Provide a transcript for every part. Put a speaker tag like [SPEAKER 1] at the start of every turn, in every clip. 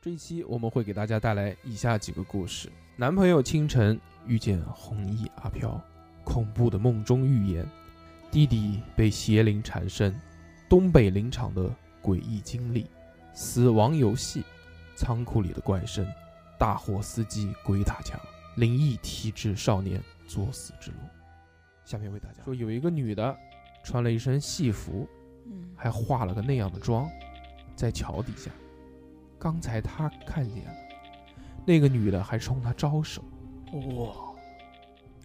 [SPEAKER 1] 这一期我们会给大家带来以下几个故事：男朋友清晨遇见红衣阿飘，恐怖的梦中预言；弟弟被邪灵缠身；东北林场的诡异经历；死亡游戏；仓库里的怪声；大货司机鬼打墙；灵异体质少年作死之路。下面为大家说，有一个女的穿了一身戏服，
[SPEAKER 2] 嗯
[SPEAKER 1] 还化了个那样的妆，在桥底下。刚才他看见了，那个女的还冲他招手，哇！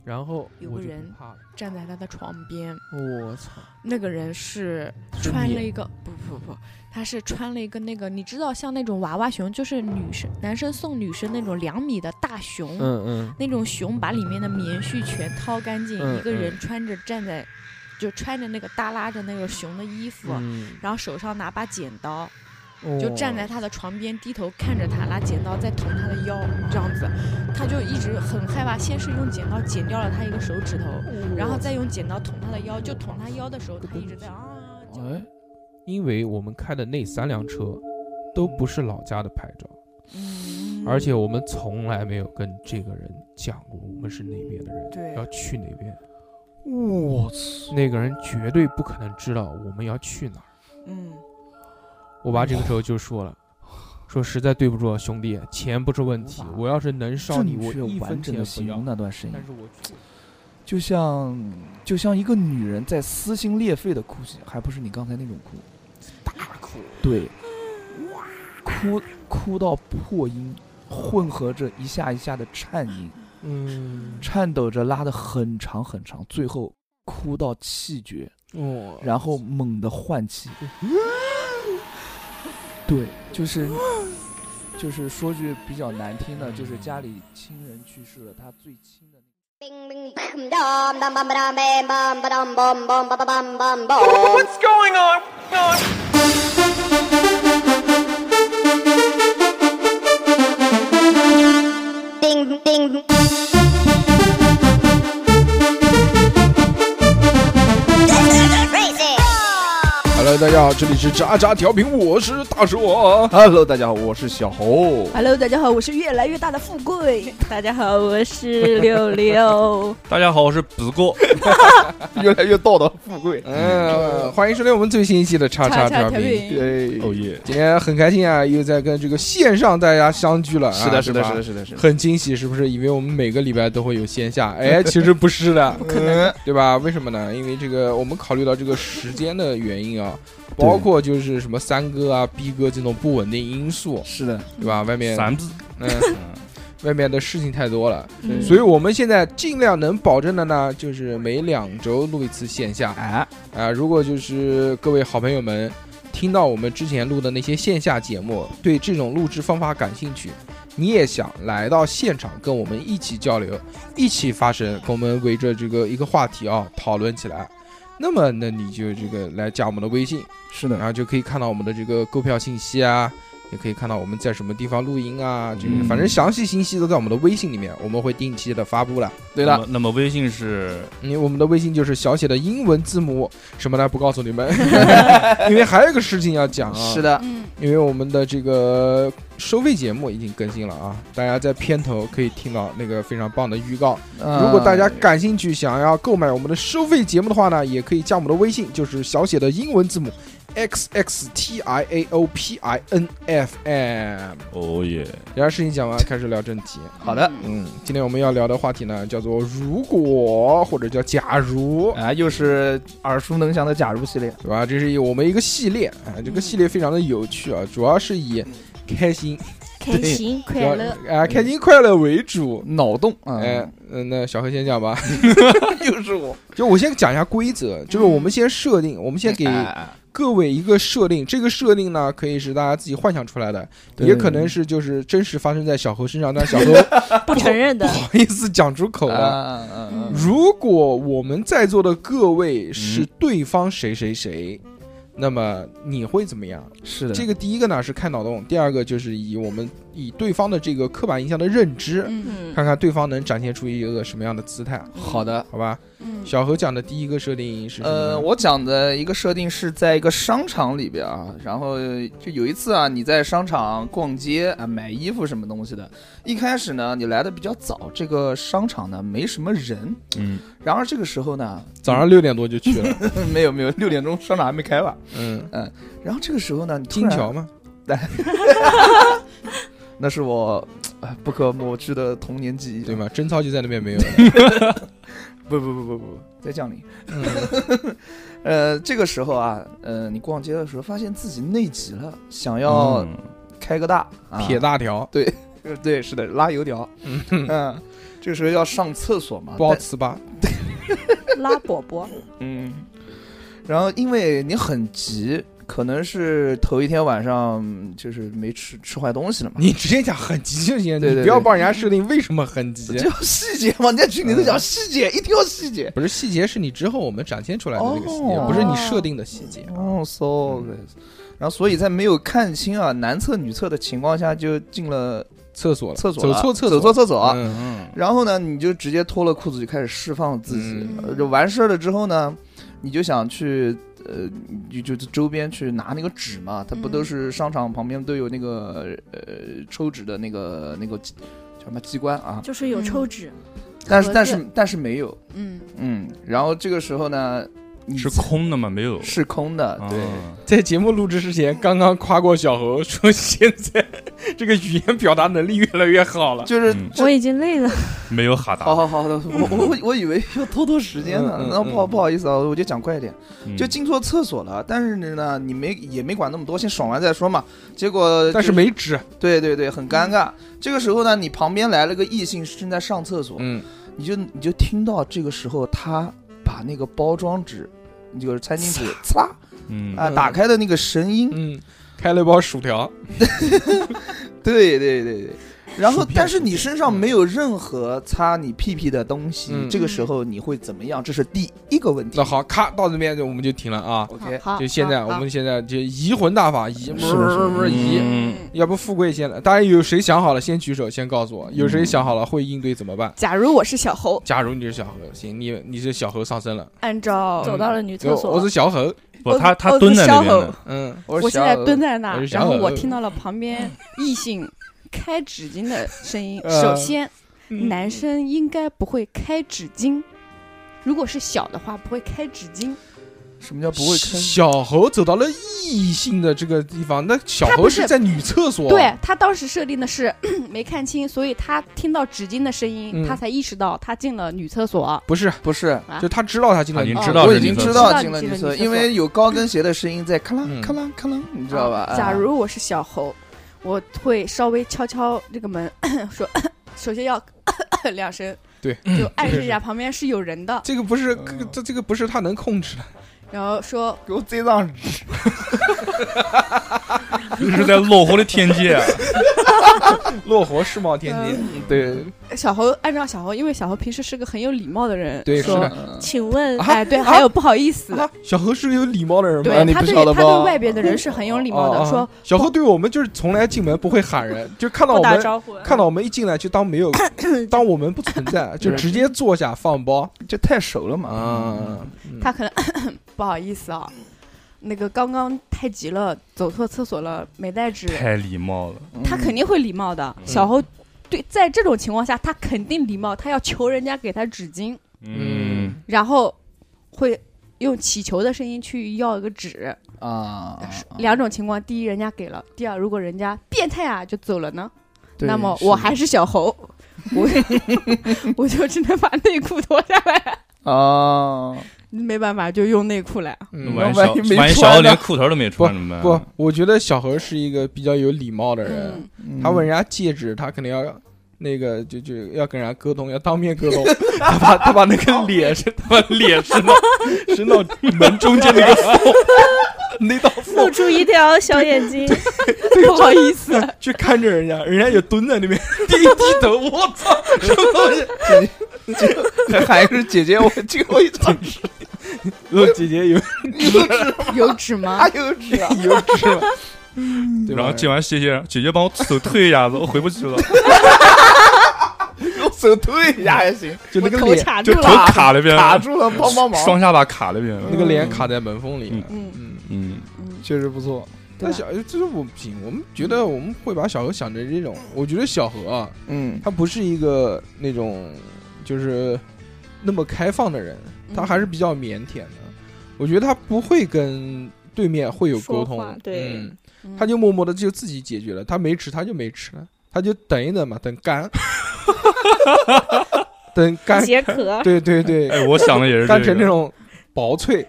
[SPEAKER 1] 然后
[SPEAKER 2] 有
[SPEAKER 1] 我
[SPEAKER 2] 个
[SPEAKER 1] 就不
[SPEAKER 2] 人
[SPEAKER 1] 怕了，
[SPEAKER 2] 站在他的床边，
[SPEAKER 1] 我操！
[SPEAKER 2] 那个人是
[SPEAKER 1] 是
[SPEAKER 2] 穿
[SPEAKER 1] 你
[SPEAKER 2] 了一个不不不，他是穿了一个那个，你知道像那种娃娃熊，就是女生男生送女生那种两米的大熊，
[SPEAKER 1] 嗯
[SPEAKER 2] 那种熊把里面的棉絮全掏干净，
[SPEAKER 1] 嗯
[SPEAKER 2] 一个人穿着站在，就穿着那个耷拉着那个熊的衣服，
[SPEAKER 1] 嗯
[SPEAKER 2] 然后手上拿把剪刀，
[SPEAKER 1] 嗯，
[SPEAKER 2] 就站在他的床边，低头看着他，拿剪刀在捅他的腰，这样子，他就一直很害怕。先是用剪刀剪掉了他一个手指头，然后再
[SPEAKER 3] 嗯
[SPEAKER 2] 用剪刀捅他的腰，就捅他腰的时候，他一直在啊，就
[SPEAKER 3] 哦
[SPEAKER 1] 哎，因为我们开的那三辆车都不是老家的牌照，
[SPEAKER 2] 嗯
[SPEAKER 1] 而且我们从来没有跟这个人讲过我们是哪边的人，
[SPEAKER 2] 对
[SPEAKER 1] 要去哪边。
[SPEAKER 4] 我操！
[SPEAKER 1] 那个人绝对不可能知道我们要去哪儿。
[SPEAKER 2] 嗯，
[SPEAKER 1] 我爸这个时
[SPEAKER 4] 哦
[SPEAKER 1] 候就说了，说实在对不住啊，兄弟，钱不是问题
[SPEAKER 4] 无法，
[SPEAKER 1] 我要是能烧你，我
[SPEAKER 4] 正
[SPEAKER 1] 一
[SPEAKER 4] 确完
[SPEAKER 1] 分钱
[SPEAKER 4] 整的
[SPEAKER 1] 不
[SPEAKER 4] 形容
[SPEAKER 1] 要。
[SPEAKER 4] 那段声音
[SPEAKER 1] 但，是我去，
[SPEAKER 4] 就像就像一个女人在撕心裂肺的哭泣，还不是你刚才那种哭，
[SPEAKER 1] 大哭，
[SPEAKER 4] 对，哭哭到破音，混合着一下一下的颤音，
[SPEAKER 1] 嗯，
[SPEAKER 4] 颤抖着拉得很长很长，最后哭到气绝，
[SPEAKER 1] 哦，
[SPEAKER 4] 然后猛地换气。对，就是就是说句比较难听的，就是家里亲人去世了，他最亲的那个。
[SPEAKER 5] Bing bing bing dum dum bum dum bam bum bum bum bum bum bum bum bum.
[SPEAKER 6] going on?
[SPEAKER 5] 叮叮。Crazy.
[SPEAKER 3] Hello，大家好，这里是渣渣调频，我是大硕。Hello，大家好，我是小猴。
[SPEAKER 7] Hello，大家好，我是越来越大的富 贵。大家好，我是六六。
[SPEAKER 6] 大家好，我是子过。
[SPEAKER 3] 越来越道德富贵。嗯，欢迎收听我们最新一期的 叉叉调频。对，
[SPEAKER 6] 哦耶！
[SPEAKER 3] 今天很开心啊，又在跟这个线上大家相聚了啊。对吧
[SPEAKER 4] 是的，是。
[SPEAKER 3] 很惊喜，是不是？以为我们每个礼拜都会有线下，哎， 其实不是的，不可能，
[SPEAKER 4] 嗯
[SPEAKER 3] 对吧？为什么呢？因为这个，我们考虑到这个时间的原因啊，
[SPEAKER 4] 对
[SPEAKER 3] 包括就是什么三哥啊、逼哥这种不稳定因素，
[SPEAKER 4] 是的，
[SPEAKER 3] 对吧？外面，
[SPEAKER 6] 三字，
[SPEAKER 3] 嗯，外面的事情太多了，
[SPEAKER 2] 嗯
[SPEAKER 3] 所以我们现在尽量能保证的呢，就是每两周录一次线下啊、
[SPEAKER 4] 哎，
[SPEAKER 3] 如果就是各位好朋友们听到我们之前录的那些线下节目，对这种录制方法感兴趣，你也想来到现场跟我们一起交流，一起发声，跟我们围着这个一个话题啊讨论起来。那么，那你就这个来加我们的微信，
[SPEAKER 4] 是的
[SPEAKER 3] 然，后就可以看到我们的这个购票信息啊，也可以看到我们在什么地方录音啊，这个
[SPEAKER 4] 嗯
[SPEAKER 3] 反正详细信息都在我们的微信里面，我们会定期的发布了。对了
[SPEAKER 6] 那，么，那么微信是
[SPEAKER 3] 因为我们的微信就是小写的英文字母什么呢？不告诉你们，因为还有一个事情要讲啊。
[SPEAKER 4] 的，
[SPEAKER 2] 嗯，
[SPEAKER 3] 因为我们的这个收费节目已经更新了啊，大家在片头可以听到那个非常棒的预告。
[SPEAKER 4] 嗯
[SPEAKER 3] 如果大家感兴趣，想要购买我们的收费节目的话呢，也可以加我们的微信，就是小写的英文字母 x x t i a o p i n f m。
[SPEAKER 6] 哦耶，
[SPEAKER 3] 然后事情讲完，开始聊正题。
[SPEAKER 4] 好的，
[SPEAKER 3] 嗯，今天我们要聊的话题呢，叫做如果或者叫假如，
[SPEAKER 4] 啊，又是耳熟能详的假如系列，
[SPEAKER 3] 对吧？这是以我们一个系列，啊，这个系列非常的有趣啊，主要是以开心
[SPEAKER 7] 开心快乐，
[SPEAKER 3] 主要啊，开心快乐为主。
[SPEAKER 4] 脑洞啊，
[SPEAKER 3] 哎， 嗯，那小何先讲吧。
[SPEAKER 4] 又是我，
[SPEAKER 3] 就我先讲一下规则，就是我们先设定，我们先给
[SPEAKER 4] 嗯
[SPEAKER 3] 各位一个设定，这个设定呢可以是大家自己幻想出来的，
[SPEAKER 4] 对
[SPEAKER 3] 也可能是就是真实发生在小何身上，但小何 啊不
[SPEAKER 7] 不承认的。
[SPEAKER 3] 好意思讲出口
[SPEAKER 8] 啊
[SPEAKER 3] 的。
[SPEAKER 4] 嗯嗯
[SPEAKER 7] 嗯
[SPEAKER 3] 如果我们在座的各位是对方谁谁谁，那么你会怎么样？
[SPEAKER 4] 嗯，是的，
[SPEAKER 3] 这个第一个呢是看脑洞，第二个就是以我们以对方的这个刻板印象的认知，
[SPEAKER 9] 嗯
[SPEAKER 5] 嗯
[SPEAKER 3] 看看对方能展现出一个什么样的姿态，
[SPEAKER 10] 好的，
[SPEAKER 3] 好吧？
[SPEAKER 9] 嗯，
[SPEAKER 3] 小何讲的第一个设定是什么呢
[SPEAKER 8] 呃，我讲的一个设定是在一个商场里边啊，然后就有一次啊，你在商场逛街啊，买衣服什么东西的。一开始呢，你来的比较早，这个商场呢没什么人。
[SPEAKER 6] 嗯，
[SPEAKER 8] 然而这个时候呢，
[SPEAKER 3] 早上六点多就去了，
[SPEAKER 8] 没有没有，六点钟商场还没开吧？
[SPEAKER 3] 嗯，
[SPEAKER 8] 然后这个时候呢，你突
[SPEAKER 3] 金
[SPEAKER 8] 然
[SPEAKER 3] 桥嘛，
[SPEAKER 8] 那是我呃不可磨去的童年记忆，
[SPEAKER 3] 对？吗？贞操就在那边没有了，
[SPEAKER 8] 不不不不不，在降临。
[SPEAKER 3] 嗯
[SPEAKER 8] 呃，这个时候啊，呃，你逛街的时候发现自己内急了，想要
[SPEAKER 6] 嗯
[SPEAKER 8] 开个大，啊
[SPEAKER 3] 撇大条，
[SPEAKER 8] 呃对，是的，拉油条。嗯，这个时候要上厕所嘛，
[SPEAKER 3] 包
[SPEAKER 8] 但
[SPEAKER 3] 糍粑，
[SPEAKER 5] 拉粑粑，
[SPEAKER 3] 呃
[SPEAKER 8] 嗯，然后因为你很急，可能是头一天晚上嗯就是没吃吃坏东西了嘛，
[SPEAKER 3] 你直接讲很急就行，
[SPEAKER 8] 对
[SPEAKER 3] 你
[SPEAKER 8] 对
[SPEAKER 3] 不要
[SPEAKER 8] 对
[SPEAKER 3] 帮人家设定为什么很急。
[SPEAKER 8] 这叫细节嘛，你在群里头讲细节，一定要细节。
[SPEAKER 3] 不是细节，是你之后我们展现出来的那个细节，
[SPEAKER 8] 哦
[SPEAKER 3] 不是你设定的细节。嗯
[SPEAKER 8] 哦，so good。然后，所以在没有看清啊男厕女厕的情况下，就进了
[SPEAKER 3] 厕所了，
[SPEAKER 8] 厕所
[SPEAKER 3] 走
[SPEAKER 8] 了，
[SPEAKER 3] 错厕
[SPEAKER 8] 走错厕所啊。
[SPEAKER 3] 嗯
[SPEAKER 8] 然后呢，你就直接脱了裤子就开始释放自己。
[SPEAKER 3] 嗯
[SPEAKER 8] 呃就完事儿了之后呢，你就想去呃，你就就周边去拿那个纸嘛，它不都
[SPEAKER 9] 嗯
[SPEAKER 8] 是商场旁边都有那个呃抽纸的那个那个机叫什么机关啊？
[SPEAKER 5] 就是有抽纸，
[SPEAKER 3] 嗯
[SPEAKER 8] 但是
[SPEAKER 9] 盒
[SPEAKER 8] 但
[SPEAKER 9] 子
[SPEAKER 8] 是但是没有，
[SPEAKER 9] 嗯，
[SPEAKER 8] 嗯。然后这个时候呢，你
[SPEAKER 6] 是空的吗？没有，
[SPEAKER 8] 是空的，对。
[SPEAKER 6] 啊
[SPEAKER 3] 在节目录制之前，刚刚夸过小侯，说现在 这个语言表达能力越来越好了。
[SPEAKER 8] 就是
[SPEAKER 6] 嗯
[SPEAKER 5] 我已经累了。
[SPEAKER 6] 没有哈达，
[SPEAKER 8] 好好好的，我我我我以为要拖拖时间呢
[SPEAKER 3] 嗯嗯，
[SPEAKER 8] 那不好
[SPEAKER 3] 嗯
[SPEAKER 8] 不好意思啊，我就讲快一点，
[SPEAKER 6] 嗯
[SPEAKER 8] 就进错厕所了，但是呢，你没也没管那么多，先爽完再说嘛。结果
[SPEAKER 3] 但是
[SPEAKER 8] 呃就
[SPEAKER 3] 没纸，
[SPEAKER 8] 对对对，很尴尬。这个时候呢，你旁边来了个异性正在上厕所，
[SPEAKER 3] 嗯，
[SPEAKER 8] 你就你就听到这个时候他把那个包装纸，就是餐巾纸，擦
[SPEAKER 6] 嗯
[SPEAKER 8] 啊打开的那个声音，
[SPEAKER 3] 嗯，开了一包薯条，
[SPEAKER 8] 对对对对。然后
[SPEAKER 3] 薯，片
[SPEAKER 8] 但是你
[SPEAKER 3] 薯片
[SPEAKER 8] 身上没有任何擦你屁屁的东西，
[SPEAKER 3] 嗯
[SPEAKER 8] 这个时候你会怎么样？这是第一个问题
[SPEAKER 3] 那。好，咔到这边就我们就停了啊。
[SPEAKER 8] OK，
[SPEAKER 9] 好，
[SPEAKER 3] 就现在，
[SPEAKER 9] 好
[SPEAKER 3] 我们现在就移魂大法，移不
[SPEAKER 6] 是的是的
[SPEAKER 3] 不不移，
[SPEAKER 6] 嗯
[SPEAKER 3] 要不富贵先来，大家有谁想好了先举手，先告诉我，有谁想好了会应对怎么办？
[SPEAKER 5] 假如我是小猴，
[SPEAKER 3] 假如你是小猴，行，你你是小猴上身了，
[SPEAKER 5] 按照
[SPEAKER 3] 走到
[SPEAKER 5] 了女
[SPEAKER 3] 嗯我是小猴，
[SPEAKER 8] 呃
[SPEAKER 6] 不，他他
[SPEAKER 5] 我
[SPEAKER 6] 蹲在那
[SPEAKER 5] 我
[SPEAKER 6] 边
[SPEAKER 5] 是
[SPEAKER 6] 呢
[SPEAKER 5] 小，
[SPEAKER 3] 嗯，
[SPEAKER 8] 我
[SPEAKER 9] 我现在蹲
[SPEAKER 8] 在
[SPEAKER 9] 在那
[SPEAKER 3] 我
[SPEAKER 9] 儿
[SPEAKER 3] 是，小
[SPEAKER 9] 然后
[SPEAKER 3] 鹅
[SPEAKER 9] 我听到了旁边异性开纸巾的声音。
[SPEAKER 3] 呃嗯
[SPEAKER 9] 首先，男生应该不会开纸巾，如果是小的话不会开纸巾，
[SPEAKER 8] 什么叫不会开？
[SPEAKER 3] 小猴走到了异性的这个地方，那小
[SPEAKER 9] 他
[SPEAKER 3] 猴
[SPEAKER 9] 不是
[SPEAKER 3] 在女厕所，啊
[SPEAKER 9] 对他当时设定的是 没看清，所以他听到纸巾的声音，
[SPEAKER 3] 嗯
[SPEAKER 9] 他才意识到他进了女厕所。
[SPEAKER 3] 不是，
[SPEAKER 8] 不是，
[SPEAKER 9] 啊
[SPEAKER 3] 就他知道他进了
[SPEAKER 6] 啊
[SPEAKER 3] 女
[SPEAKER 6] 你
[SPEAKER 3] 厕所，
[SPEAKER 6] 知道
[SPEAKER 8] 我
[SPEAKER 6] 是
[SPEAKER 8] 已经
[SPEAKER 6] 女厕
[SPEAKER 8] 知
[SPEAKER 6] 所
[SPEAKER 8] 道进了
[SPEAKER 9] 知
[SPEAKER 8] 女
[SPEAKER 9] 道你
[SPEAKER 8] 厕
[SPEAKER 9] 进了
[SPEAKER 8] 所，
[SPEAKER 9] 女厕
[SPEAKER 8] 因为有高跟鞋的声音在咔啦
[SPEAKER 3] 嗯
[SPEAKER 8] 咔啦咔啦，你知道吧？啊
[SPEAKER 9] 假如我是小猴，我会稍微敲敲这个门， 说首先要 两声，
[SPEAKER 3] 对，
[SPEAKER 9] 就暗示一下旁边是有人的，
[SPEAKER 3] 这个不是
[SPEAKER 8] 嗯
[SPEAKER 3] 这这个不是他能控制的，
[SPEAKER 9] 然后说
[SPEAKER 8] 哎给我追上去，
[SPEAKER 6] 这是在落后的天界 啊，
[SPEAKER 3] 落活世贸天阶，
[SPEAKER 8] 对
[SPEAKER 9] 嗯小猴按照小猴，因为小猴平时是个很有礼貌的人，
[SPEAKER 3] 对，是
[SPEAKER 9] 说
[SPEAKER 3] 的。
[SPEAKER 8] 嗯
[SPEAKER 5] 请问
[SPEAKER 3] 啊
[SPEAKER 9] 哎对，还有不好意思，
[SPEAKER 3] 啊，小何是个有礼貌的人吗？
[SPEAKER 9] 对
[SPEAKER 8] 你
[SPEAKER 9] 他
[SPEAKER 8] 不
[SPEAKER 9] 对
[SPEAKER 8] 晓得
[SPEAKER 9] 他对
[SPEAKER 8] 吧
[SPEAKER 9] 外边的人是很有礼貌
[SPEAKER 3] 哦
[SPEAKER 9] 的，
[SPEAKER 3] 哦
[SPEAKER 9] 说
[SPEAKER 3] 小何对我们就是从来进门不会喊人，就看到我们
[SPEAKER 5] 招呼
[SPEAKER 3] 看到我们一进来就当没有， 当我们不存在，就直接坐下放包
[SPEAKER 8] 这太熟了嘛。
[SPEAKER 3] 啊。嗯
[SPEAKER 9] 他可能 不好意思啊，那个刚刚太急了，走错厕所了，没带纸，
[SPEAKER 6] 太礼貌了，
[SPEAKER 8] 嗯
[SPEAKER 9] 他肯定会礼貌的。
[SPEAKER 3] 嗯
[SPEAKER 9] 小猴对，在这种情况下，他肯定礼貌，他要求人家给他纸巾，
[SPEAKER 6] 嗯，
[SPEAKER 9] 然后会用乞求的声音去要一个纸。
[SPEAKER 8] 啊，
[SPEAKER 9] 两种情况：第一，人家给了；第二，如果人家变态啊就走了呢，
[SPEAKER 8] 对
[SPEAKER 9] 那么
[SPEAKER 8] 是
[SPEAKER 9] 我还是小猴， 我我就只能把内裤脱下来，
[SPEAKER 8] 啊，
[SPEAKER 9] 没办法就用内裤来。
[SPEAKER 3] 嗯
[SPEAKER 6] 那万一
[SPEAKER 8] 万一没
[SPEAKER 6] 小万一小
[SPEAKER 8] 穿
[SPEAKER 6] 猴
[SPEAKER 8] 呢
[SPEAKER 6] 连裤头都没穿怎么办？
[SPEAKER 3] 不， 我觉得小何是一个比较有礼貌的人，
[SPEAKER 9] 嗯，
[SPEAKER 3] 他问人家借纸，他肯定要那个就就要跟人家沟通，要当面沟 通。他把他把那个脸是
[SPEAKER 6] 把脸伸到 伸到门中间那个缝，
[SPEAKER 3] 那道
[SPEAKER 5] 露
[SPEAKER 3] 缝
[SPEAKER 5] 出一条小眼 睛，
[SPEAKER 9] 不好意思，
[SPEAKER 3] 去看着人家，人家也蹲在那边低低头，我操，什么东西？
[SPEAKER 8] 人还是姐姐，我借我一 张纸，
[SPEAKER 3] 我姐姐有
[SPEAKER 9] 有纸吗哎
[SPEAKER 8] 哪？有纸啊？
[SPEAKER 3] 有纸吗？
[SPEAKER 9] 嗯
[SPEAKER 3] 对吧
[SPEAKER 6] 然后今晚谢谢姐姐帮我手推一下子，我回不去 了，
[SPEAKER 8] 用手推一下还行，
[SPEAKER 3] 就那个
[SPEAKER 9] 头
[SPEAKER 3] 脸
[SPEAKER 9] 卡住
[SPEAKER 6] 就头
[SPEAKER 9] 了，
[SPEAKER 6] 卡了一边，
[SPEAKER 8] 卡住了帮帮忙，
[SPEAKER 6] 双下巴卡了一边。
[SPEAKER 3] 那个脸卡在门缝里
[SPEAKER 6] 嗯
[SPEAKER 3] 了。
[SPEAKER 11] 嗯
[SPEAKER 3] 嗯，
[SPEAKER 6] 嗯，
[SPEAKER 11] 嗯，
[SPEAKER 4] 确实不错。
[SPEAKER 3] 但小
[SPEAKER 9] 啊
[SPEAKER 3] 就是我不行，我们觉得我们会把小何想成这种。我觉得小何啊，
[SPEAKER 8] 嗯，
[SPEAKER 3] 他不是一个那种就是那么开放的人，
[SPEAKER 11] 嗯
[SPEAKER 3] 他还是比较腼腆的。我觉得他不会跟对面会有沟
[SPEAKER 11] 说话
[SPEAKER 3] 通，
[SPEAKER 11] 对
[SPEAKER 3] 嗯他就默默的就自己解决了，他没吃他就没吃了，他就等一等嘛，等 干，等干，
[SPEAKER 11] 解 渴。
[SPEAKER 3] 对对对，
[SPEAKER 6] 哎，我想的也是
[SPEAKER 3] 干
[SPEAKER 6] 这
[SPEAKER 3] 成这
[SPEAKER 6] 个。
[SPEAKER 3] 种薄 脆，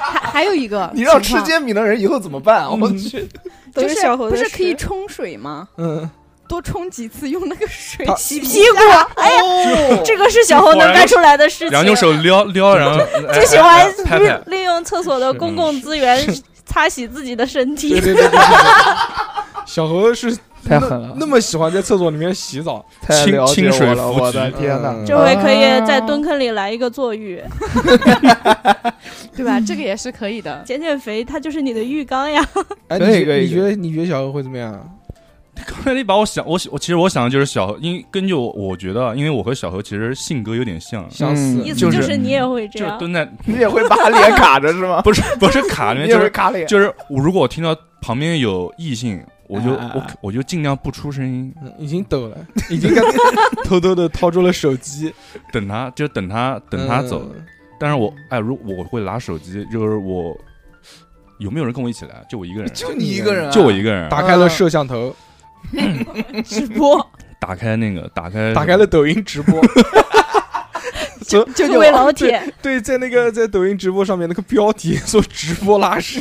[SPEAKER 9] 还还有一个
[SPEAKER 8] 你让
[SPEAKER 9] 情
[SPEAKER 8] 吃
[SPEAKER 9] 况
[SPEAKER 8] 煎饼的人以后怎么办？
[SPEAKER 9] 嗯
[SPEAKER 8] 我去，
[SPEAKER 11] 都
[SPEAKER 9] 就是
[SPEAKER 11] 小
[SPEAKER 9] 不
[SPEAKER 11] 猴子
[SPEAKER 9] 是
[SPEAKER 11] 吃
[SPEAKER 9] 可以冲水吗？
[SPEAKER 3] 嗯，
[SPEAKER 9] 多冲几次，用那个水
[SPEAKER 3] 他
[SPEAKER 9] 洗
[SPEAKER 11] 洗
[SPEAKER 9] 屁
[SPEAKER 11] 屁股，哎呀，这个是小猴能干出来的事情。
[SPEAKER 6] 然后用手撩撩，然后 哎
[SPEAKER 11] 就喜欢
[SPEAKER 6] 拍
[SPEAKER 11] 利
[SPEAKER 6] 拍。
[SPEAKER 11] 利用厕所的公共资源 擦洗自己的
[SPEAKER 3] 对
[SPEAKER 11] 身体。
[SPEAKER 3] 对对对对对。小何是
[SPEAKER 8] 太狠了
[SPEAKER 3] 那那么喜欢在厕所里面洗澡，
[SPEAKER 8] 太了解
[SPEAKER 6] 清清水
[SPEAKER 8] 我了，
[SPEAKER 6] 伏
[SPEAKER 8] 我的
[SPEAKER 6] 击
[SPEAKER 8] 天哪！
[SPEAKER 3] 嗯
[SPEAKER 11] 这回可以在蹲坑里来一个坐浴，
[SPEAKER 9] 对吧？这个也是可以的。
[SPEAKER 11] 减减肥，它就是你的浴缸呀。
[SPEAKER 3] 哎，
[SPEAKER 8] 可以
[SPEAKER 3] 你觉
[SPEAKER 8] 可以
[SPEAKER 3] 你觉
[SPEAKER 8] 可
[SPEAKER 3] 得你觉得小何会怎么样？
[SPEAKER 6] 刚才你把我想，我我其实我想的就是小何，因为根据我我觉得啊，因为我和小何其实性格有点像，
[SPEAKER 3] 想死
[SPEAKER 8] 嗯
[SPEAKER 11] 意思
[SPEAKER 6] 就是
[SPEAKER 11] 你也会这
[SPEAKER 6] 就是
[SPEAKER 8] 啊
[SPEAKER 11] 样。
[SPEAKER 6] 蹲在
[SPEAKER 8] 你也会把脸卡着是吗？
[SPEAKER 6] 不是不是 卡里面，
[SPEAKER 8] 你也
[SPEAKER 6] 就
[SPEAKER 8] 会
[SPEAKER 6] 是
[SPEAKER 8] 卡脸，
[SPEAKER 6] 就是我如果我听到旁边有异性，我就
[SPEAKER 8] 啊啊啊
[SPEAKER 6] 我我就尽量不出声音，
[SPEAKER 3] 嗯已经抖了， 已经偷偷的掏出了手机，
[SPEAKER 6] 等他就等他等他走。
[SPEAKER 3] 嗯
[SPEAKER 6] 但是我哎，如我会拿手机，就是我有没有人跟我一起来？啊就我一 个人，
[SPEAKER 8] 就你一个人啊，
[SPEAKER 6] 就我一个人。
[SPEAKER 3] 打开了摄像头，
[SPEAKER 11] 直播，
[SPEAKER 6] 打开那个，打开
[SPEAKER 3] 打开了抖音直 播。 就就
[SPEAKER 11] 各位老铁，
[SPEAKER 3] 对，在那个在抖音直播上面那个标题说直播 拉屎，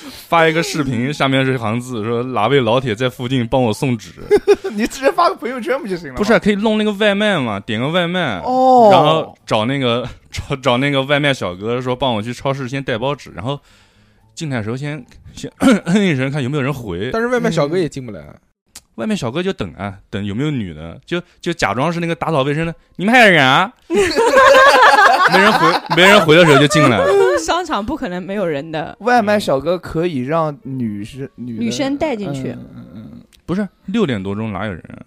[SPEAKER 6] 发一个视频，下面是一行字说哪位老铁在附近帮我送纸？
[SPEAKER 8] 你直接发个朋友圈不就行了吗？
[SPEAKER 6] 不是，可以弄那个外卖嘛，点个外卖。
[SPEAKER 8] 哦，
[SPEAKER 6] 然后找那个 找找那个外卖小哥说帮我去超市先带包纸，然后进来的时候先先 嗯一声看有没有人回，
[SPEAKER 3] 但是外卖小哥也进不来。啊
[SPEAKER 6] 外面小哥就等啊等有没有女的，就就假装是那个打扫卫生的，你们还有人 啊？没人回，没人回的时候就进来了，
[SPEAKER 9] 商场不可能没有人的，
[SPEAKER 8] 外卖小哥可以让女生女的
[SPEAKER 9] 女生带进去
[SPEAKER 8] 嗯嗯嗯，
[SPEAKER 6] 不是六点多钟哪有人啊？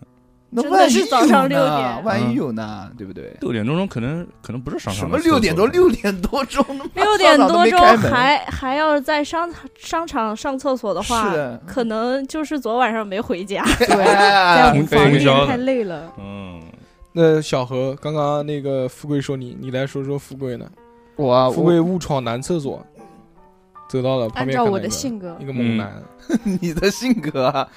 [SPEAKER 8] 那
[SPEAKER 11] 真的
[SPEAKER 8] 万一
[SPEAKER 11] 是早上
[SPEAKER 8] 有
[SPEAKER 11] 六
[SPEAKER 8] 呢
[SPEAKER 11] 点
[SPEAKER 8] 万一有呢，对不对？
[SPEAKER 6] 六点多钟可能可嗯能不是上
[SPEAKER 8] 什
[SPEAKER 6] 上
[SPEAKER 8] 么六点多六点多钟，
[SPEAKER 11] 六点多钟
[SPEAKER 8] 还
[SPEAKER 11] 还还要在商商场上厕所的 话
[SPEAKER 8] 是的，
[SPEAKER 11] 可能就是昨晚上没回家。
[SPEAKER 9] 在我
[SPEAKER 8] 对，
[SPEAKER 9] 们
[SPEAKER 6] 可以
[SPEAKER 9] 房
[SPEAKER 6] 营销
[SPEAKER 9] 里
[SPEAKER 6] 的
[SPEAKER 9] 太累了。
[SPEAKER 6] 嗯，
[SPEAKER 3] 那小何，刚刚那个富贵说你，你来说说富贵呢？
[SPEAKER 8] 我啊
[SPEAKER 3] 富
[SPEAKER 8] 我
[SPEAKER 3] 贵误闯男厕所，走到了旁
[SPEAKER 9] 按
[SPEAKER 3] 边，
[SPEAKER 9] 照我的，性格
[SPEAKER 3] 一，个猛男，
[SPEAKER 8] 你的性格啊，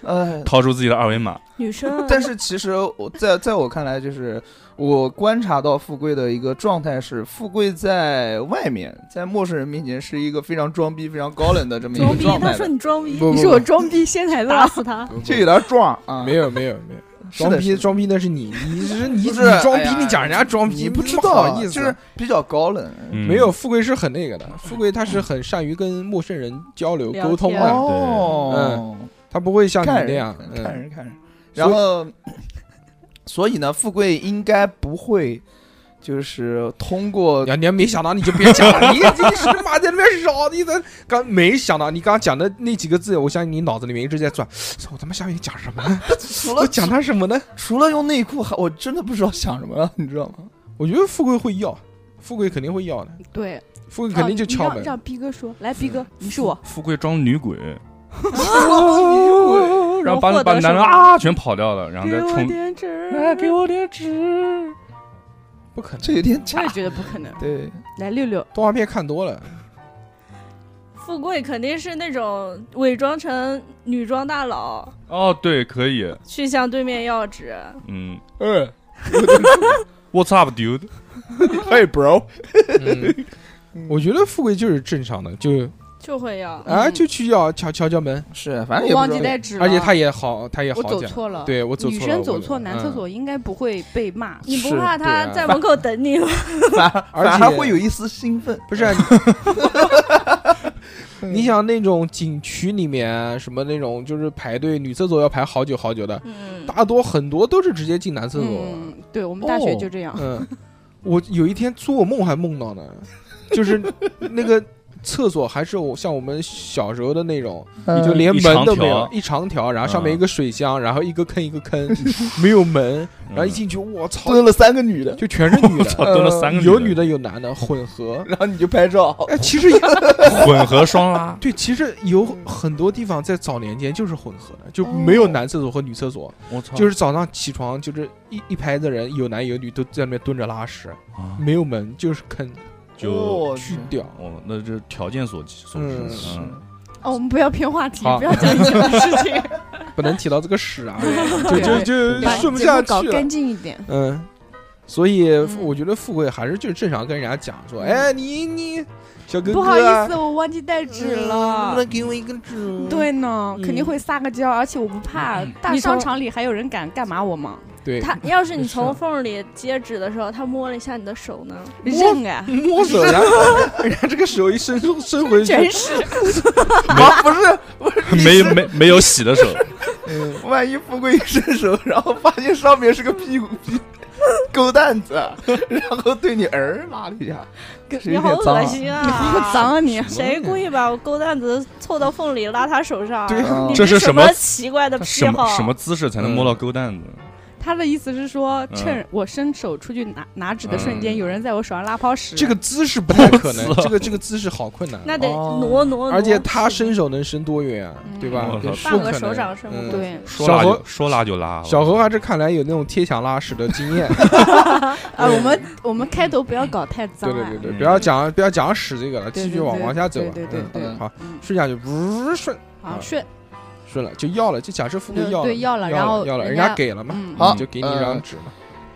[SPEAKER 8] 呃，
[SPEAKER 6] 掏出自己的二维码，
[SPEAKER 11] 女 生，
[SPEAKER 8] 但是其实我在在我看来，就是我观察到富贵的一个状态是，富贵在外面，在陌生人面前是一个非常装逼、非常高冷的这么一
[SPEAKER 11] 装
[SPEAKER 8] 个
[SPEAKER 11] 逼，
[SPEAKER 8] 状
[SPEAKER 11] 他
[SPEAKER 8] 态
[SPEAKER 11] 说
[SPEAKER 8] 的，
[SPEAKER 11] 你装逼，
[SPEAKER 3] 不不
[SPEAKER 9] 你是我装逼仙才
[SPEAKER 11] 打
[SPEAKER 9] 辣，
[SPEAKER 11] 死他。
[SPEAKER 3] 不不
[SPEAKER 8] 就有点壮啊，
[SPEAKER 3] 没有没有没有，
[SPEAKER 8] 是
[SPEAKER 3] 装
[SPEAKER 8] 的
[SPEAKER 3] 逼
[SPEAKER 8] 是的
[SPEAKER 3] 装逼那是你，你是你
[SPEAKER 8] 不
[SPEAKER 3] 你
[SPEAKER 8] 是
[SPEAKER 3] 装
[SPEAKER 8] 哎
[SPEAKER 3] 逼
[SPEAKER 8] 呀，
[SPEAKER 3] 你讲人家装逼，
[SPEAKER 8] 你不知
[SPEAKER 3] 不
[SPEAKER 8] 道
[SPEAKER 3] 好意思，啊
[SPEAKER 8] 就是比较高冷。
[SPEAKER 6] 嗯
[SPEAKER 3] 没有，富贵是很那个的，富贵他是很善于跟陌生人交流
[SPEAKER 11] 聊
[SPEAKER 3] 沟通
[SPEAKER 11] 天
[SPEAKER 3] 的，
[SPEAKER 8] 哦，
[SPEAKER 3] 他不会嗯像你
[SPEAKER 8] 看
[SPEAKER 3] 那
[SPEAKER 8] 人
[SPEAKER 3] 样，
[SPEAKER 8] 看
[SPEAKER 3] 嗯，
[SPEAKER 8] 人看人，然后，所以呢，富贵应该不会。就是通过
[SPEAKER 3] 呀，你还没想到你就别讲了，你 你是妈在那边绕，你这刚没想到，你刚刚讲的那几个字，我相信你脑子里面一直在转，我他妈下面讲什么？
[SPEAKER 8] 除
[SPEAKER 3] 我
[SPEAKER 8] 了
[SPEAKER 3] 讲他什么呢？
[SPEAKER 8] 除了用内裤，还我真的不知道想什么了，你知道吗？
[SPEAKER 3] 我觉得富贵会要，富贵肯定会要的，
[SPEAKER 9] 对，
[SPEAKER 3] 富贵肯定就敲
[SPEAKER 9] 啊你让
[SPEAKER 3] 门。
[SPEAKER 9] 让逼哥说，来，逼哥，你是我，
[SPEAKER 6] 富贵装女 鬼，
[SPEAKER 11] 啊 哦
[SPEAKER 6] 然后把把男的，啊全跑掉了，然后再冲，
[SPEAKER 9] 点纸
[SPEAKER 6] 来给我点纸，
[SPEAKER 3] 不可能，
[SPEAKER 8] 这有点
[SPEAKER 9] 我
[SPEAKER 8] 假
[SPEAKER 9] 也。觉得不可能。
[SPEAKER 8] 对，
[SPEAKER 9] 来，六六，
[SPEAKER 3] 动画片看多了，
[SPEAKER 11] 富贵肯定是那种伪装成女装大佬
[SPEAKER 6] 哦对，可以，
[SPEAKER 11] 去向对面要纸，
[SPEAKER 6] 嗯
[SPEAKER 3] 嗯，
[SPEAKER 6] ，What's up dude？
[SPEAKER 8] 嘿，bro，
[SPEAKER 3] 嗯我觉得富贵就是正常的，就
[SPEAKER 11] 就会要。
[SPEAKER 3] 啊
[SPEAKER 9] 嗯
[SPEAKER 3] 就去要敲敲敲门，
[SPEAKER 8] 是，反正
[SPEAKER 9] 我
[SPEAKER 8] 也不
[SPEAKER 9] 忘
[SPEAKER 8] 知
[SPEAKER 9] 记
[SPEAKER 8] 道
[SPEAKER 9] 带纸了，
[SPEAKER 3] 而且他也好，他也
[SPEAKER 9] 我
[SPEAKER 3] 好
[SPEAKER 9] 走
[SPEAKER 3] 讲。
[SPEAKER 9] 错了，，
[SPEAKER 3] 对我走错
[SPEAKER 9] 女
[SPEAKER 3] 了，
[SPEAKER 9] 生
[SPEAKER 3] 我
[SPEAKER 9] 走错男厕
[SPEAKER 3] 嗯
[SPEAKER 9] 所应该不会被骂，
[SPEAKER 11] 你不
[SPEAKER 8] 是
[SPEAKER 11] 怕他
[SPEAKER 8] 对啊
[SPEAKER 11] 在门口等你吗？
[SPEAKER 8] 反
[SPEAKER 3] 而且
[SPEAKER 8] 反而会有一丝兴奋。
[SPEAKER 3] 不 是啊、你你想那种景区里面什么那种，就是排队女厕所要排好久好久的，
[SPEAKER 11] 嗯，
[SPEAKER 3] 大多很多都是直接进男厕所。嗯
[SPEAKER 9] 嗯，对我们大学
[SPEAKER 8] 哦
[SPEAKER 9] 就这样，
[SPEAKER 3] 我有一天做梦还梦到呢，就是那个厕所还是我像我们小时候的那 种，
[SPEAKER 8] 嗯
[SPEAKER 3] 就连
[SPEAKER 6] 一
[SPEAKER 3] 门
[SPEAKER 6] 长
[SPEAKER 3] 都没有
[SPEAKER 6] 条，
[SPEAKER 3] 一长条，然后上面
[SPEAKER 6] 嗯
[SPEAKER 3] 一个水箱，然后一个坑一个坑， 没有门，然后一
[SPEAKER 6] 嗯
[SPEAKER 3] 进去，我操，
[SPEAKER 8] 蹲了三个女的，
[SPEAKER 3] 就全是女
[SPEAKER 6] 我操，
[SPEAKER 3] 的，
[SPEAKER 6] 蹲了三个
[SPEAKER 3] 呃有
[SPEAKER 6] 女
[SPEAKER 3] 女的有男的混 合。
[SPEAKER 8] 然后你就拍照，
[SPEAKER 3] 哎，其实也，
[SPEAKER 6] 混合双拉
[SPEAKER 3] 对，其实有很多地方在早年间就是混合的，就没
[SPEAKER 9] 哦
[SPEAKER 3] 有男厕所和女厕所，
[SPEAKER 6] 我操，
[SPEAKER 3] 就是早上起床就是一一排的人，有男有女都在那边蹲着拉
[SPEAKER 9] 哦
[SPEAKER 3] 屎，
[SPEAKER 6] 啊
[SPEAKER 3] 没有门就是坑，
[SPEAKER 6] 就
[SPEAKER 8] 我
[SPEAKER 3] 巨
[SPEAKER 8] 去
[SPEAKER 3] 屌。
[SPEAKER 6] 哦，那这条件所所
[SPEAKER 3] 嗯
[SPEAKER 6] 致，嗯，
[SPEAKER 11] 哦，我们不要偏话题，
[SPEAKER 3] 好
[SPEAKER 11] 不要讲这种事情，
[SPEAKER 3] 不能提到这个屎啊，就
[SPEAKER 9] 对
[SPEAKER 3] 就就
[SPEAKER 9] 把
[SPEAKER 3] 顺不
[SPEAKER 9] 节目
[SPEAKER 3] 下
[SPEAKER 9] 搞
[SPEAKER 3] 去了
[SPEAKER 9] 干。净嗯一点。
[SPEAKER 3] 嗯，所以我觉得富贵还是就正常跟人家讲说，哎，你你小哥
[SPEAKER 9] 嗯
[SPEAKER 3] 哥，
[SPEAKER 9] 不
[SPEAKER 3] 啊
[SPEAKER 9] 好意思，我忘记带纸了。
[SPEAKER 3] 给我一根纸？，
[SPEAKER 9] 对呢，
[SPEAKER 3] 嗯
[SPEAKER 9] 肯定会撒个娇，而且我不怕。大
[SPEAKER 11] 你从
[SPEAKER 9] 商场里还有人敢干嘛我吗？
[SPEAKER 3] 对，
[SPEAKER 11] 他要是你
[SPEAKER 3] 也是
[SPEAKER 11] 从缝里接纸的时候，他摸了一下你的手呢，
[SPEAKER 3] 摸
[SPEAKER 9] 认啊，
[SPEAKER 3] 摸 手，然后然后这个手一伸出伸回去，
[SPEAKER 9] 真是
[SPEAKER 8] 啊，不是不是，你
[SPEAKER 6] 没
[SPEAKER 8] 是
[SPEAKER 6] 没没有洗的手，
[SPEAKER 3] 嗯，
[SPEAKER 8] 万一富贵一伸手，然后发现上面是个屁股屁狗蛋子，啊 然后对你儿拉了一下，是
[SPEAKER 11] 你
[SPEAKER 8] 有
[SPEAKER 11] 好
[SPEAKER 8] 点脏
[SPEAKER 11] 恶
[SPEAKER 8] 啊。
[SPEAKER 11] 心
[SPEAKER 9] 你好
[SPEAKER 11] 啊！
[SPEAKER 9] 脏啊你！
[SPEAKER 11] 谁故意把我勾蛋子凑到缝里拉他手上？
[SPEAKER 3] 对
[SPEAKER 8] 啊
[SPEAKER 11] 你
[SPEAKER 6] 这是
[SPEAKER 11] 什
[SPEAKER 6] 什么
[SPEAKER 11] 奇怪的癖
[SPEAKER 6] 什
[SPEAKER 11] 好啊
[SPEAKER 6] 么？什么姿势才能摸
[SPEAKER 3] 嗯
[SPEAKER 6] 到勾蛋子？
[SPEAKER 9] 他的意思是说，
[SPEAKER 6] 嗯
[SPEAKER 9] 趁我伸手出去拿拿纸的瞬
[SPEAKER 6] 嗯
[SPEAKER 9] 间，有人在我手上拉泡屎。
[SPEAKER 3] 这个姿势不太可能
[SPEAKER 6] 啊 我，操
[SPEAKER 3] 这个这个姿势好困难。
[SPEAKER 11] 那得
[SPEAKER 8] 哦
[SPEAKER 11] 挪挪挪。
[SPEAKER 3] 而且他伸手能伸多远啊？
[SPEAKER 9] 嗯
[SPEAKER 3] 对吧
[SPEAKER 6] 我？操
[SPEAKER 3] 也是
[SPEAKER 11] 半
[SPEAKER 3] 不可
[SPEAKER 11] 个手
[SPEAKER 3] 能
[SPEAKER 11] 掌伸不
[SPEAKER 3] 嗯
[SPEAKER 11] 过
[SPEAKER 9] 对，
[SPEAKER 6] 说
[SPEAKER 3] 小
[SPEAKER 6] 拉
[SPEAKER 3] 何
[SPEAKER 6] 就说拉就拉，
[SPEAKER 3] 小何还是看来有那种贴墙拉屎的 经验。
[SPEAKER 9] 啊，我们我们开头不要搞太脏
[SPEAKER 3] 对对
[SPEAKER 9] 啊
[SPEAKER 3] 对。对，
[SPEAKER 6] 嗯
[SPEAKER 3] 不要讲不要讲屎这个了，
[SPEAKER 9] 对
[SPEAKER 3] 继续
[SPEAKER 9] 对
[SPEAKER 3] 往
[SPEAKER 9] 对
[SPEAKER 3] 往下走吧。
[SPEAKER 9] 对对
[SPEAKER 3] 嗯
[SPEAKER 9] 对
[SPEAKER 8] 对
[SPEAKER 3] 好
[SPEAKER 9] 嗯，
[SPEAKER 3] 顺下去，不顺
[SPEAKER 9] 好顺，
[SPEAKER 3] 顺了就要了，就假设富贵
[SPEAKER 9] 对
[SPEAKER 3] 要
[SPEAKER 9] 对要
[SPEAKER 3] 了，
[SPEAKER 9] 了
[SPEAKER 3] 要
[SPEAKER 9] 然后
[SPEAKER 3] 要了，
[SPEAKER 9] 人
[SPEAKER 3] 人
[SPEAKER 9] 家
[SPEAKER 3] 家给了嘛，
[SPEAKER 9] 嗯，
[SPEAKER 8] 好
[SPEAKER 3] 就给你一张纸嘛，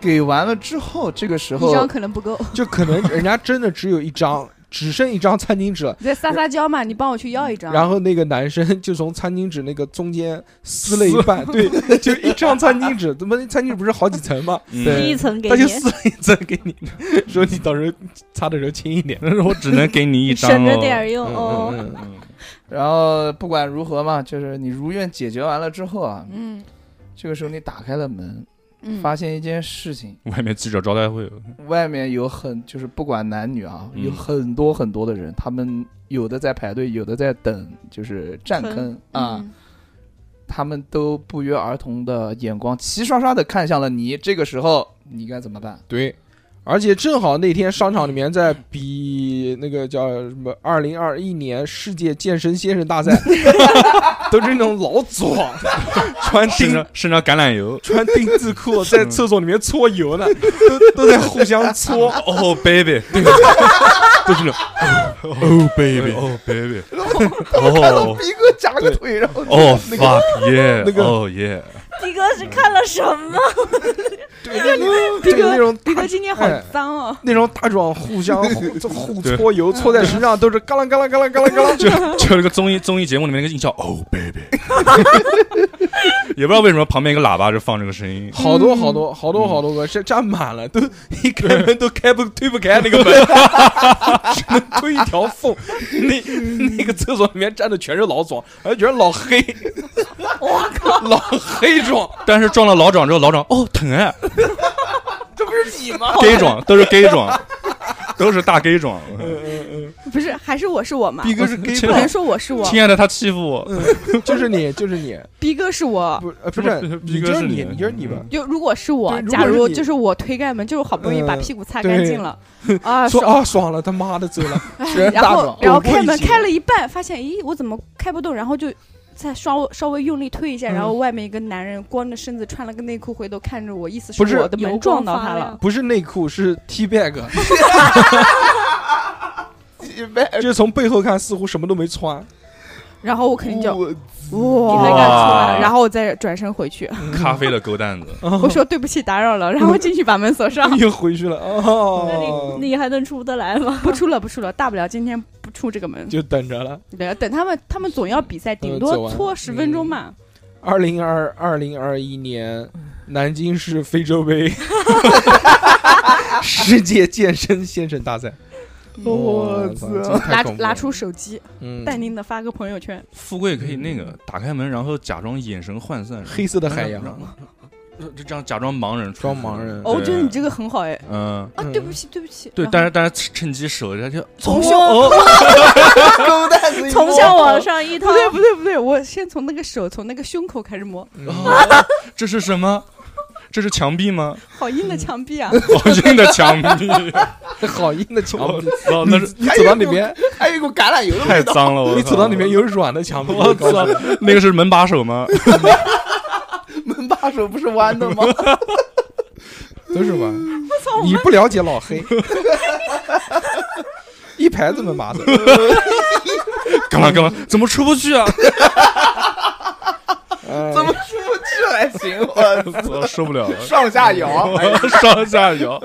[SPEAKER 8] 给完了之后，这个时
[SPEAKER 9] 一张
[SPEAKER 8] 候
[SPEAKER 9] 可能不够，
[SPEAKER 3] 就可能人家真的只有一张，只剩一张餐巾纸了。
[SPEAKER 9] 你再撒撒娇嘛，你帮我去要一张。
[SPEAKER 3] 然后那个男生就从餐巾纸那个中间撕了一半，对，就一张餐巾纸，怎么餐巾纸不是好几层吗？
[SPEAKER 6] 嗯
[SPEAKER 11] 第
[SPEAKER 3] 对
[SPEAKER 11] 一层给
[SPEAKER 3] 他
[SPEAKER 11] 你
[SPEAKER 3] 就，撕了一层给你，说你到时候擦的时候轻一点。
[SPEAKER 6] 但嗯是我只能给你一
[SPEAKER 11] 你
[SPEAKER 6] 张
[SPEAKER 11] 省着
[SPEAKER 6] 哦
[SPEAKER 11] 点儿用
[SPEAKER 3] 嗯
[SPEAKER 11] 哦。
[SPEAKER 3] 嗯嗯
[SPEAKER 6] 嗯
[SPEAKER 8] 然后不管如何嘛，就是你如愿解决完了之后啊，
[SPEAKER 9] 嗯
[SPEAKER 8] 这个时候你打开了门，
[SPEAKER 9] 嗯，
[SPEAKER 8] 发现一件事情，
[SPEAKER 6] 外面记者招待会，
[SPEAKER 8] 外面有很就是不管男女啊，
[SPEAKER 6] 嗯
[SPEAKER 8] 有很多很多的人，他们有的在排队，有的在等，嗯就是占坑啊。
[SPEAKER 9] 嗯
[SPEAKER 8] 他们都不约而同的眼光齐刷刷的看向了你，这个时候你该怎么办？
[SPEAKER 3] 对，而且正好那天商场里面在比那个叫什么二零二一年世界健身先生大赛， 都是那种老壮，穿
[SPEAKER 6] 身
[SPEAKER 3] 丁
[SPEAKER 6] 上身上橄榄油，
[SPEAKER 3] 穿丁字 裤在厕所里面搓油呢，都都在互相搓。
[SPEAKER 6] 哦，baby，
[SPEAKER 3] 都 是那种 Oh，
[SPEAKER 6] 哦，baby，哦，baby，哦
[SPEAKER 8] 逼哥夹了个腿，然后
[SPEAKER 6] 哦，fuck yeah，
[SPEAKER 3] 那个
[SPEAKER 6] 哦 yeah，
[SPEAKER 11] 迪哥是看了什么？
[SPEAKER 3] 对那种对那种
[SPEAKER 9] 迪哥今天好
[SPEAKER 3] 哎
[SPEAKER 9] 脏哦，
[SPEAKER 3] 那种大壮互 相互互
[SPEAKER 6] 对
[SPEAKER 3] 搓油，搓在身上都是嘎啷嘎啷嘎啷嘎啷嘎啷。
[SPEAKER 6] 就就那个综艺综艺节目里面那个音效，哦，baby，也不知道为什么旁边一个喇叭就放这个声音，
[SPEAKER 3] 好多好多好多好多个，站站满了，都一开门都开不推不开那 个门，只能推一条缝。那
[SPEAKER 6] 嗯
[SPEAKER 3] 那个厕所里面站的全是老总，而且全是老黑，
[SPEAKER 11] 我靠！
[SPEAKER 3] 老黑壮，
[SPEAKER 6] 但是撞了老壮之后，老壮哦疼哎
[SPEAKER 8] 这不是你吗？
[SPEAKER 6] ，gay 壮都是 gay 壮，都是大 gay 壮，
[SPEAKER 3] 嗯
[SPEAKER 9] 不是，还是我是我嘛，
[SPEAKER 3] 逼哥是 gay
[SPEAKER 9] 不能
[SPEAKER 3] 壮，
[SPEAKER 9] 说我是我，
[SPEAKER 6] 亲爱的他欺负我，
[SPEAKER 3] 就是你就是你，
[SPEAKER 9] 逼哥是我。
[SPEAKER 3] 不呃不是
[SPEAKER 6] 是
[SPEAKER 3] 你
[SPEAKER 6] 逼
[SPEAKER 3] 就
[SPEAKER 6] 哥
[SPEAKER 3] 是
[SPEAKER 6] 是
[SPEAKER 3] 你
[SPEAKER 6] 你
[SPEAKER 3] 你就是你吧。
[SPEAKER 9] 就如果是我
[SPEAKER 3] 对，如果
[SPEAKER 9] 假
[SPEAKER 3] 是
[SPEAKER 9] 如
[SPEAKER 3] 你
[SPEAKER 9] 就是我推开门，就是好不容易把
[SPEAKER 3] 嗯
[SPEAKER 9] 屁股擦
[SPEAKER 3] 对
[SPEAKER 9] 干净 了，啊，
[SPEAKER 3] 说
[SPEAKER 9] 爽。
[SPEAKER 3] 啊爽了，他妈的走了，
[SPEAKER 8] 全
[SPEAKER 9] 然
[SPEAKER 8] 大
[SPEAKER 9] 后
[SPEAKER 8] 壮，
[SPEAKER 9] 然后
[SPEAKER 3] 躲过
[SPEAKER 9] 开
[SPEAKER 3] 一
[SPEAKER 9] 门
[SPEAKER 3] 劫
[SPEAKER 9] 开了一半，发现咦，我怎么开不动？然后就再稍微稍微用力推一下，然
[SPEAKER 3] 嗯
[SPEAKER 9] 后外面一个男人光着身子穿了个内裤，回头看着我，意思
[SPEAKER 3] 不是
[SPEAKER 9] 我的
[SPEAKER 11] 油
[SPEAKER 9] 门
[SPEAKER 11] 哎光
[SPEAKER 9] 撞到
[SPEAKER 11] 发
[SPEAKER 9] 他
[SPEAKER 11] 亮
[SPEAKER 9] 了。
[SPEAKER 3] 不是内裤是 T bag，就是从背后看似乎什么都没穿，，
[SPEAKER 9] 然后我肯定就
[SPEAKER 8] 我
[SPEAKER 9] 哇，
[SPEAKER 6] 太敢说了
[SPEAKER 9] 然后我再转身回去，
[SPEAKER 6] 咖啡的狗蛋子，
[SPEAKER 9] 我说对不起打扰了，然后进去把门锁上
[SPEAKER 3] 又回去了哦
[SPEAKER 11] 那，你你还能出得来吗？
[SPEAKER 9] 不出了不出了，大不了今天不出这个门，
[SPEAKER 3] 就等着了。
[SPEAKER 9] 对，等他们他们总要比赛，顶
[SPEAKER 3] 走
[SPEAKER 9] 多
[SPEAKER 3] 完
[SPEAKER 9] 搓十分钟嘛。
[SPEAKER 3] 二零二二零二一年南京市非洲 杯世界健身先生大赛，
[SPEAKER 8] 我
[SPEAKER 3] 嗯哦操
[SPEAKER 8] 操！
[SPEAKER 3] 这个太
[SPEAKER 9] 拿
[SPEAKER 3] 恐怖了
[SPEAKER 9] 拿出手机，
[SPEAKER 3] 嗯
[SPEAKER 9] 淡定的发个朋友圈，
[SPEAKER 3] 嗯
[SPEAKER 6] 富贵可以那个打开门，然后假装眼神涣散，嗯
[SPEAKER 3] 黑色的海洋，
[SPEAKER 6] 让就这样假装盲人，
[SPEAKER 3] 装盲人
[SPEAKER 6] 对
[SPEAKER 9] 哦，我觉得你这个很好哎。
[SPEAKER 6] 嗯，
[SPEAKER 9] 啊，
[SPEAKER 3] 嗯
[SPEAKER 9] 对不起，对不起。
[SPEAKER 6] 对，
[SPEAKER 9] 然后
[SPEAKER 6] 但是但是趁机手一下就
[SPEAKER 9] 从胸
[SPEAKER 6] 哦
[SPEAKER 8] 狗蛋子一摸
[SPEAKER 7] 从下往上一
[SPEAKER 9] 不
[SPEAKER 7] 套，
[SPEAKER 9] 对不对不对，我先从那个手，从那个胸口开始摸，
[SPEAKER 6] 哦这是什么？这是墙壁吗？
[SPEAKER 9] 好硬的墙壁啊！
[SPEAKER 6] 好硬的墙 壁，
[SPEAKER 3] 好硬的墙
[SPEAKER 6] 我
[SPEAKER 3] 壁，
[SPEAKER 6] 操，哦那是
[SPEAKER 3] 你走到里面，
[SPEAKER 8] 还有一股橄榄油的
[SPEAKER 6] 太
[SPEAKER 8] 味道。
[SPEAKER 6] 脏了，我
[SPEAKER 3] 你
[SPEAKER 6] 操
[SPEAKER 3] 走到里面，有软的墙壁，
[SPEAKER 6] 我操，那个是门把手吗？
[SPEAKER 8] 门把手不是弯的吗？
[SPEAKER 3] 都是吧？你不了解老黑， 一排子门把 手，
[SPEAKER 6] 干嘛干嘛？怎么出不去啊？
[SPEAKER 3] 哎
[SPEAKER 8] 怎么出不去还行？我
[SPEAKER 6] 我受不了了，
[SPEAKER 8] 上下 摇，哎呀
[SPEAKER 6] 上下摇，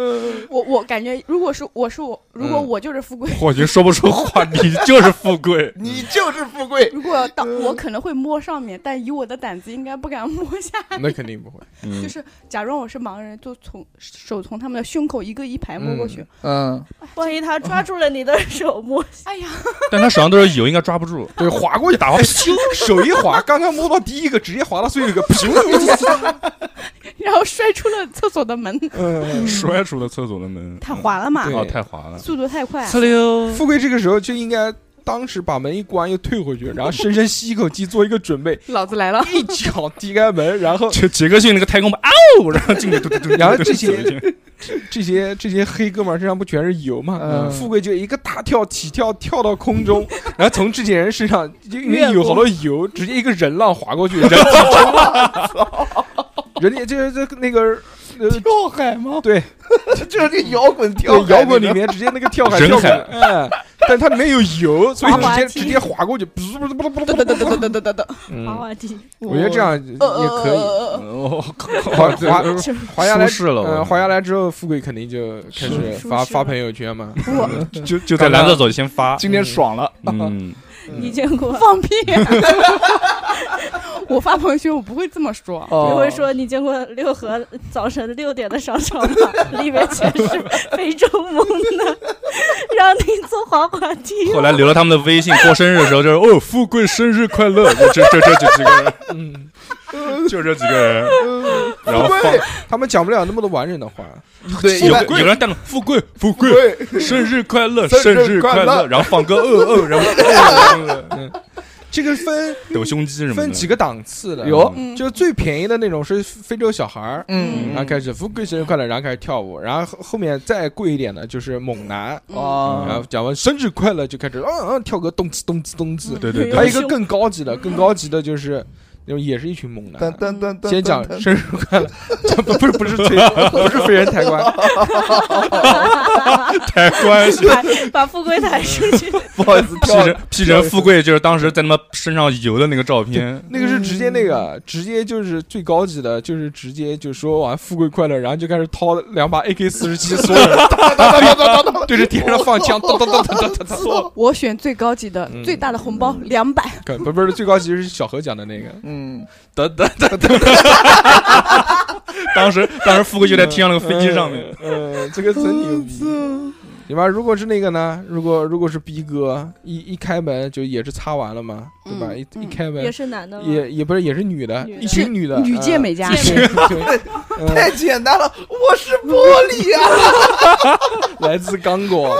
[SPEAKER 9] 我我感觉，如果是我是我，如果
[SPEAKER 3] 嗯
[SPEAKER 9] 我就是富贵，
[SPEAKER 6] 我已经说不出话，你就是富贵，
[SPEAKER 8] 你就是富贵。
[SPEAKER 9] 如果到我可能会摸上面，但以我的胆子应该不敢摸下。
[SPEAKER 3] 那肯定不会。
[SPEAKER 6] 嗯
[SPEAKER 9] 就是假装我是盲人，就从手从他们的胸口一个一排摸过去。
[SPEAKER 8] 嗯，
[SPEAKER 7] 万一他抓住了你的手摸，
[SPEAKER 9] 哎呀，
[SPEAKER 6] 但他手上都是油，应该抓不住。
[SPEAKER 3] 对，划过去打滑， 手一滑，刚刚摸到第一个，直接滑到最后一个， 噗，
[SPEAKER 9] 然后摔出了厕所的门，
[SPEAKER 3] 嗯，
[SPEAKER 6] 摔出了厕所的门，
[SPEAKER 9] 太滑了嘛，
[SPEAKER 3] 对
[SPEAKER 6] 哦，太滑 了，
[SPEAKER 9] 速度太快。
[SPEAKER 6] 呲溜，
[SPEAKER 3] 富贵这个时候就应该当时把门一关，又退回去，然后深深吸一口气，做一个准备，
[SPEAKER 9] 老子来 了，
[SPEAKER 3] 一脚踢开门，然后
[SPEAKER 6] 杰杰克逊那个太空吧，啊呜，然后进去，嘟嘟嘟
[SPEAKER 3] 然后这些
[SPEAKER 6] 走进去
[SPEAKER 3] 这些这些黑哥们儿身上不全是油吗？
[SPEAKER 8] 嗯
[SPEAKER 3] 富贵就一个大跳起跳跳到空中，然后从这些人身上就因为有好多油，直接一个人浪划过去，人家人家这这那个呃
[SPEAKER 8] 跳海吗？
[SPEAKER 3] 对
[SPEAKER 8] 就是那摇滚跳
[SPEAKER 3] 对
[SPEAKER 8] 海
[SPEAKER 3] 摇滚里面直接那个跳海
[SPEAKER 6] 人
[SPEAKER 3] 跳过来，
[SPEAKER 6] 海
[SPEAKER 3] 嗯，但它里面有油，所以
[SPEAKER 7] 滑
[SPEAKER 3] 直
[SPEAKER 7] 滑
[SPEAKER 3] 接
[SPEAKER 7] 梯
[SPEAKER 3] 直接划过去，噗噗噗噗噗
[SPEAKER 9] 噔噔噔噔噔噔噔噔，
[SPEAKER 3] 嗯
[SPEAKER 7] 滑滑梯，
[SPEAKER 3] 我觉得这样也可以。
[SPEAKER 9] 以。
[SPEAKER 6] 我靠，
[SPEAKER 3] 滑
[SPEAKER 11] 呃
[SPEAKER 3] 滑
[SPEAKER 6] 嗯
[SPEAKER 3] 滑下来
[SPEAKER 6] 舒适了
[SPEAKER 3] 嗯，
[SPEAKER 6] 我
[SPEAKER 3] 滑下来之后，富贵肯定就开始
[SPEAKER 9] 是舒
[SPEAKER 3] 发
[SPEAKER 9] 适
[SPEAKER 3] 发
[SPEAKER 9] 了
[SPEAKER 3] 朋友圈嘛。
[SPEAKER 6] 就就在男厕所先发，
[SPEAKER 8] 今天爽了，
[SPEAKER 6] 嗯，
[SPEAKER 7] 你见过？
[SPEAKER 9] 放屁！我发朋友圈，我不会这么说。
[SPEAKER 7] 你
[SPEAKER 8] 哦
[SPEAKER 7] 会说你见过六合早晨六点的商场吗？里面全是非洲獴的，让你坐滑滑梯。
[SPEAKER 6] 后来留了他们的微信，过生日的时候就是哦，富贵生日快乐，就这这这这几个人，
[SPEAKER 3] 嗯，
[SPEAKER 6] 就这几个人， 然后放
[SPEAKER 3] 他们讲不了那么多完整的话。
[SPEAKER 8] 对，一
[SPEAKER 6] 有
[SPEAKER 8] 般
[SPEAKER 6] 有人带了富贵富贵
[SPEAKER 8] 对，
[SPEAKER 6] 生日快乐
[SPEAKER 8] 生日
[SPEAKER 6] 生日快
[SPEAKER 8] 快
[SPEAKER 6] 乐，
[SPEAKER 8] 乐
[SPEAKER 6] 然后放歌哦哦，然后哦哦
[SPEAKER 3] 这个分
[SPEAKER 6] 抖胸肌什么的，
[SPEAKER 3] 分几个档次的，
[SPEAKER 8] 有
[SPEAKER 9] 嗯，
[SPEAKER 3] 就最便宜的那种是非洲小孩儿，
[SPEAKER 8] 嗯
[SPEAKER 3] 然后开始富贵生日快乐，然后开始跳舞，然后后后面再贵一点的就是猛男，
[SPEAKER 8] 哦
[SPEAKER 3] 然后讲完生日快乐就开始嗯嗯跳个动次动次动次，
[SPEAKER 6] 对对
[SPEAKER 8] 嗯
[SPEAKER 3] 还有
[SPEAKER 6] 对，
[SPEAKER 3] 一个哎更高级的，更高级的就是那种也是一群猛
[SPEAKER 8] 噔
[SPEAKER 3] 男。
[SPEAKER 8] 噔噔噔，
[SPEAKER 3] 先讲
[SPEAKER 8] 噔
[SPEAKER 3] 生日快乐， 这不不是不是催不是飞人抬棺，
[SPEAKER 6] 太关系。
[SPEAKER 7] 把把富贵抬出去，
[SPEAKER 8] 不好意思，
[SPEAKER 6] P
[SPEAKER 8] 跳
[SPEAKER 6] 人 P 人富贵就是当时在他们身上游的那个照片，
[SPEAKER 3] 那个是直接那个直接就是最高级的，就是直接就说完富贵快乐，然后就开始掏两把 AK 四十七，所有人对着天上放枪，咚咚咚咚咚咚咚。
[SPEAKER 9] 我选最高级的，最大的红包两百。
[SPEAKER 3] 可不不是最高级是小何讲的那个，
[SPEAKER 8] 嗯，
[SPEAKER 3] 等等等等，
[SPEAKER 6] 当时当时富贵就在天上那个飞机上面，
[SPEAKER 3] 呃，这个真牛逼。对吧？如果是那个呢？如果如果是逼哥一一开门就也是擦完了嘛，对吧？
[SPEAKER 9] 嗯
[SPEAKER 3] 一一
[SPEAKER 9] 嗯
[SPEAKER 3] 开门
[SPEAKER 7] 也是男的吗？
[SPEAKER 3] 也也不是也是女的，
[SPEAKER 7] 女的
[SPEAKER 3] 一群女的，
[SPEAKER 9] 女健美家
[SPEAKER 3] 嗯对对，嗯
[SPEAKER 8] 太简单了，我是玻璃啊，
[SPEAKER 3] 来自刚果，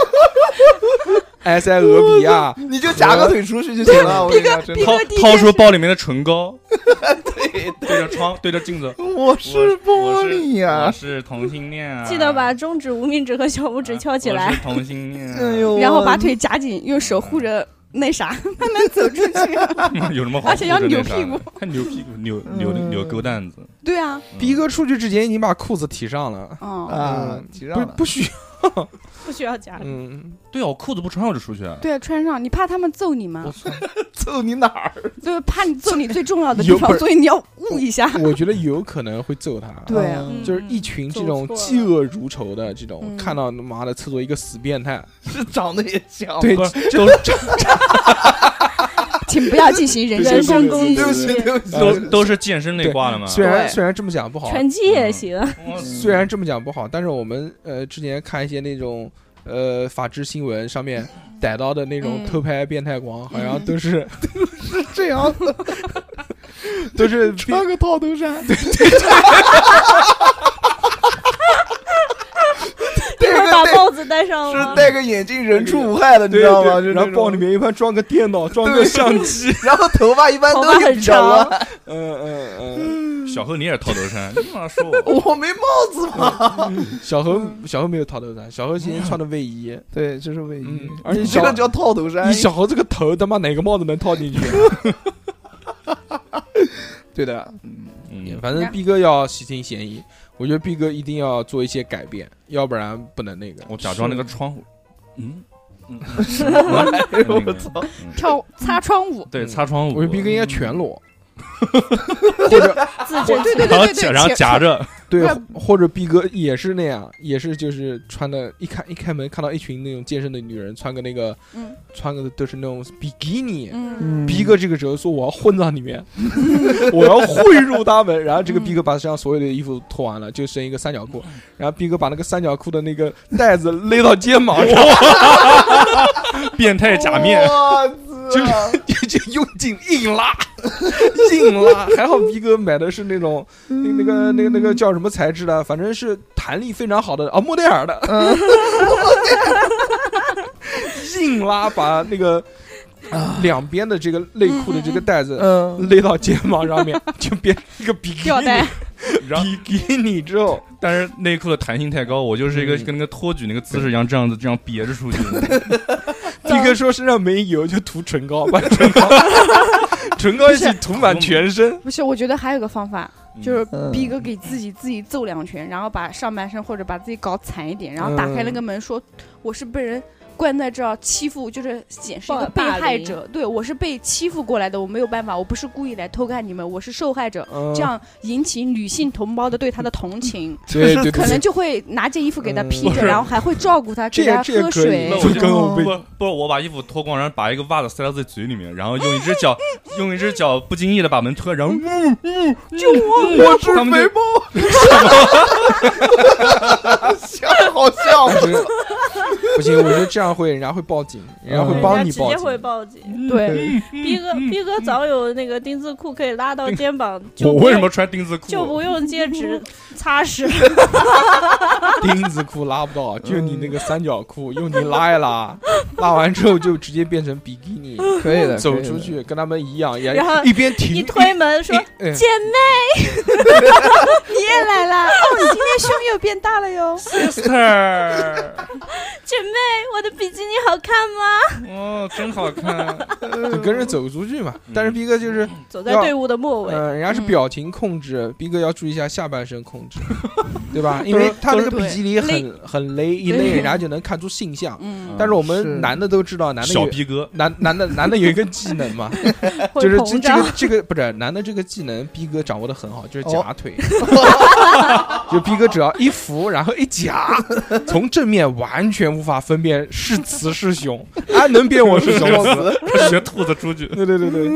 [SPEAKER 3] 埃塞俄比亚，
[SPEAKER 8] 你就夹个腿出去就行了。我跟你讲，真的，
[SPEAKER 6] 掏掏出包里面的唇膏，对着窗对着镜子，
[SPEAKER 8] 我是玻璃
[SPEAKER 6] 我
[SPEAKER 8] 啊。
[SPEAKER 6] 是同性恋啊！
[SPEAKER 7] 记得把中指、无名指和小拇
[SPEAKER 6] 手
[SPEAKER 7] 指翘起来。
[SPEAKER 6] 同性恋啊、
[SPEAKER 8] 哎呦，
[SPEAKER 9] 然后把腿夹紧，用手护着那啥，慢慢走出去。
[SPEAKER 6] 有什么好？
[SPEAKER 9] 而且要扭屁股，
[SPEAKER 6] 还扭屁股，扭扭
[SPEAKER 8] 嗯
[SPEAKER 6] 扭狗蛋子。嗯
[SPEAKER 9] 对啊，
[SPEAKER 3] 逼哥出去之前已经把裤子提上了，
[SPEAKER 9] 哦，
[SPEAKER 8] 啊，提上
[SPEAKER 3] 不
[SPEAKER 8] 了。
[SPEAKER 3] 不需要，
[SPEAKER 7] 不需要夹，
[SPEAKER 3] 嗯，
[SPEAKER 6] 对啊，我裤子不穿我就出去啊。
[SPEAKER 9] 对啊，穿上你怕他们揍你吗？
[SPEAKER 8] 揍你哪儿？
[SPEAKER 9] 就是怕你揍你最重要的地
[SPEAKER 3] 有不
[SPEAKER 9] 方，
[SPEAKER 3] 是
[SPEAKER 9] 所以你要悟一下。
[SPEAKER 3] 我觉得有可能会揍他，
[SPEAKER 9] 对啊
[SPEAKER 8] 嗯
[SPEAKER 3] 就是一群这种
[SPEAKER 7] 走错了
[SPEAKER 3] 嫉恶如仇的这种，
[SPEAKER 9] 嗯
[SPEAKER 3] 看到他妈的厕所一个死变态，
[SPEAKER 8] 是长得也像。
[SPEAKER 3] 对，
[SPEAKER 6] 不
[SPEAKER 3] 就
[SPEAKER 9] 请不要进行人
[SPEAKER 7] 人
[SPEAKER 9] 身
[SPEAKER 7] 身
[SPEAKER 9] 攻
[SPEAKER 7] 攻击
[SPEAKER 9] 击
[SPEAKER 8] 对。不起，对不起，
[SPEAKER 6] 都都是健身那
[SPEAKER 3] 对
[SPEAKER 6] 挂的嘛。
[SPEAKER 3] 虽然
[SPEAKER 9] 对
[SPEAKER 3] 虽然这么讲不好，
[SPEAKER 7] 拳击也 行，
[SPEAKER 6] 我
[SPEAKER 3] 虽然这么讲不好，但是我们呃之前看一些那种呃法制新闻上面逮到的那种
[SPEAKER 9] 嗯
[SPEAKER 3] 偷拍变态狂，好像都是
[SPEAKER 8] 是这样的。
[SPEAKER 3] 都是
[SPEAKER 4] 穿个套头衫，
[SPEAKER 7] 一会儿把帽子戴上
[SPEAKER 8] 是
[SPEAKER 7] 了。
[SPEAKER 8] 戴个眼镜人畜无害的，你知道吗？就
[SPEAKER 3] 对对
[SPEAKER 8] 是
[SPEAKER 3] 然
[SPEAKER 8] 那
[SPEAKER 3] 后包
[SPEAKER 8] 种
[SPEAKER 3] 里，面一般装个电 脑，装个
[SPEAKER 8] 对
[SPEAKER 3] 相机，
[SPEAKER 8] 然后头发一般
[SPEAKER 7] 头
[SPEAKER 8] 都
[SPEAKER 7] 发
[SPEAKER 8] 是
[SPEAKER 7] 很
[SPEAKER 8] 比较
[SPEAKER 7] 长，
[SPEAKER 8] 乱。
[SPEAKER 3] 嗯嗯嗯，
[SPEAKER 6] 小何你也是套头衫，你干嘛说我？
[SPEAKER 8] 我没帽子嘛。
[SPEAKER 3] 小何小何没有套头衫，小何今天穿的卫衣，
[SPEAKER 8] 对，这是卫
[SPEAKER 3] 嗯
[SPEAKER 8] 衣，
[SPEAKER 3] 而且
[SPEAKER 8] 这
[SPEAKER 3] 小
[SPEAKER 8] 个叫套头衫
[SPEAKER 3] 你。小何这个头他妈哪个帽子能套进去？啊
[SPEAKER 8] 对的，
[SPEAKER 6] 嗯，
[SPEAKER 3] 反正逼哥要洗清嫌疑，我觉得逼哥一定要做一些改变，要不然不能那个。
[SPEAKER 6] 我假装那个窗户，嗯，嗯
[SPEAKER 8] 我操，
[SPEAKER 9] 跳擦窗舞，
[SPEAKER 6] 对，擦窗 户，
[SPEAKER 3] 我觉得逼哥应该全裸，或者
[SPEAKER 7] 自证
[SPEAKER 9] 哦对对
[SPEAKER 6] 然
[SPEAKER 9] 对
[SPEAKER 6] 后
[SPEAKER 9] 对对，
[SPEAKER 6] 然后夹着，
[SPEAKER 3] 对
[SPEAKER 9] 那，
[SPEAKER 3] 或者逼哥也是那样，也是就是穿的，一开一开门看到一群那种健身的女人，穿个那个
[SPEAKER 9] 嗯
[SPEAKER 3] 穿个都是那种比基尼，
[SPEAKER 9] 嗯，
[SPEAKER 4] 嗯
[SPEAKER 3] 逼哥这个时候说我要混到 里面，我要混入他们。然后
[SPEAKER 9] 嗯
[SPEAKER 3] 这个逼哥把身上所有的衣服脱完了，就剩一个三角裤。然后逼哥把那个三角裤的那个带子勒到肩膀上，
[SPEAKER 6] 变态假面，
[SPEAKER 8] 哇
[SPEAKER 3] 就是
[SPEAKER 8] 塞！
[SPEAKER 3] 就就用劲硬拉， 硬拉。还好逼哥买的是那种那那个那个那
[SPEAKER 9] 嗯
[SPEAKER 3] 个叫什么材质的，反正是弹力非常好的啊，莫代尔的，
[SPEAKER 9] 嗯
[SPEAKER 3] 硬拉把那个啊两边的这个内裤的这个带子
[SPEAKER 8] 嗯，
[SPEAKER 3] 勒到肩膀 上面，就变一个比基
[SPEAKER 7] 吊带
[SPEAKER 3] 尼，
[SPEAKER 6] 然后
[SPEAKER 3] 比基尼之后，
[SPEAKER 6] 但是内裤的弹性太高，我就是一个
[SPEAKER 3] 嗯
[SPEAKER 6] 跟那个托举那个姿势一样，这样子这样别着出去，
[SPEAKER 3] 逼
[SPEAKER 9] 嗯
[SPEAKER 3] 哥说身上没油就涂唇膏，把唇膏 唇膏一起涂满全身。
[SPEAKER 9] 不是，我觉得还有个方法，就是
[SPEAKER 8] 嗯
[SPEAKER 9] 逼哥给自己自己揍两拳，然后把上半身或者把自己搞惨一点，然后打开那个门说我是被人。关在这儿欺负，就是显示一个被
[SPEAKER 7] 霸
[SPEAKER 9] 害
[SPEAKER 7] 凌
[SPEAKER 9] 者。对我是被欺负过来的，我没有办法，我不是故意来偷看你们，我是受害者。
[SPEAKER 3] 嗯
[SPEAKER 9] 这样引起女性同胞的对他的同情，
[SPEAKER 3] 嗯对对
[SPEAKER 9] 可能就会拿件衣服给他披
[SPEAKER 3] 嗯
[SPEAKER 6] 不
[SPEAKER 9] 着，
[SPEAKER 6] 是
[SPEAKER 9] 然后还会照顾他，
[SPEAKER 3] 这
[SPEAKER 9] 给他
[SPEAKER 3] 这也
[SPEAKER 9] 喝
[SPEAKER 3] 可以
[SPEAKER 9] 水嗯
[SPEAKER 6] 那。我
[SPEAKER 3] 就跟我被
[SPEAKER 6] 不不，我把衣服脱光，然后把一个袜子塞到自己嘴里面，然后用一只脚用一只脚不经意的把门推，然后
[SPEAKER 3] 嗯
[SPEAKER 6] 嗯呜呜，就我我是肥猫，
[SPEAKER 8] 好笑
[SPEAKER 3] 不 行，不行，我觉得这样会人家会报警，人嗯家会帮你
[SPEAKER 7] 嗯人家直
[SPEAKER 3] 报
[SPEAKER 7] 接会
[SPEAKER 3] 警。
[SPEAKER 7] 报警。
[SPEAKER 9] 对，
[SPEAKER 6] 嗯
[SPEAKER 7] 逼哥，逼哥早有那个丁字裤可以拉到肩膀，就
[SPEAKER 6] 我
[SPEAKER 7] 不
[SPEAKER 6] 为什
[SPEAKER 7] 用
[SPEAKER 6] 么穿丁字
[SPEAKER 7] 就
[SPEAKER 6] 裤？
[SPEAKER 7] 不用戒指 擦拭？
[SPEAKER 3] 钉子裤拉不到，啊就你那个三角 裤用你拉一拉，拉完之后就直接变成比基 尼，
[SPEAKER 8] 可以的，
[SPEAKER 3] 走出去跟他们一样，也
[SPEAKER 7] 然后
[SPEAKER 3] 一边停
[SPEAKER 7] 一推门说
[SPEAKER 3] 一嗯
[SPEAKER 7] 姐妹， 你也来啦！哦，你今天胸又变大了哟，
[SPEAKER 6] Sister，
[SPEAKER 7] 姐妹，我的比基尼好看吗？
[SPEAKER 6] 哦，真好看，
[SPEAKER 3] 就跟着走出去嘛。但是逼哥就是，
[SPEAKER 7] 走在队伍的末尾，
[SPEAKER 3] 呃，人家是表情控制，逼哥要注意一下下半身控制，对吧？因为他那个比基尼很很勒，一勒人家就能看出性向。
[SPEAKER 9] 嗯，
[SPEAKER 3] 但是我
[SPEAKER 8] 是
[SPEAKER 3] 们男的都知道，男的
[SPEAKER 6] 小
[SPEAKER 3] 有
[SPEAKER 6] 逼哥，
[SPEAKER 3] 男男的男的有一个技能嘛，
[SPEAKER 7] 会
[SPEAKER 3] 就是这
[SPEAKER 7] 膨
[SPEAKER 3] 这
[SPEAKER 7] 胀。
[SPEAKER 3] 个这个不是男的这个技能，逼哥掌握的很好，就是夹腿， 就逼哥只要一扶，然后一夹，从正面完全无法分辨是雌是雄，啊，能辨我是雄雌，
[SPEAKER 6] 学兔子 出去，
[SPEAKER 3] 对对对对，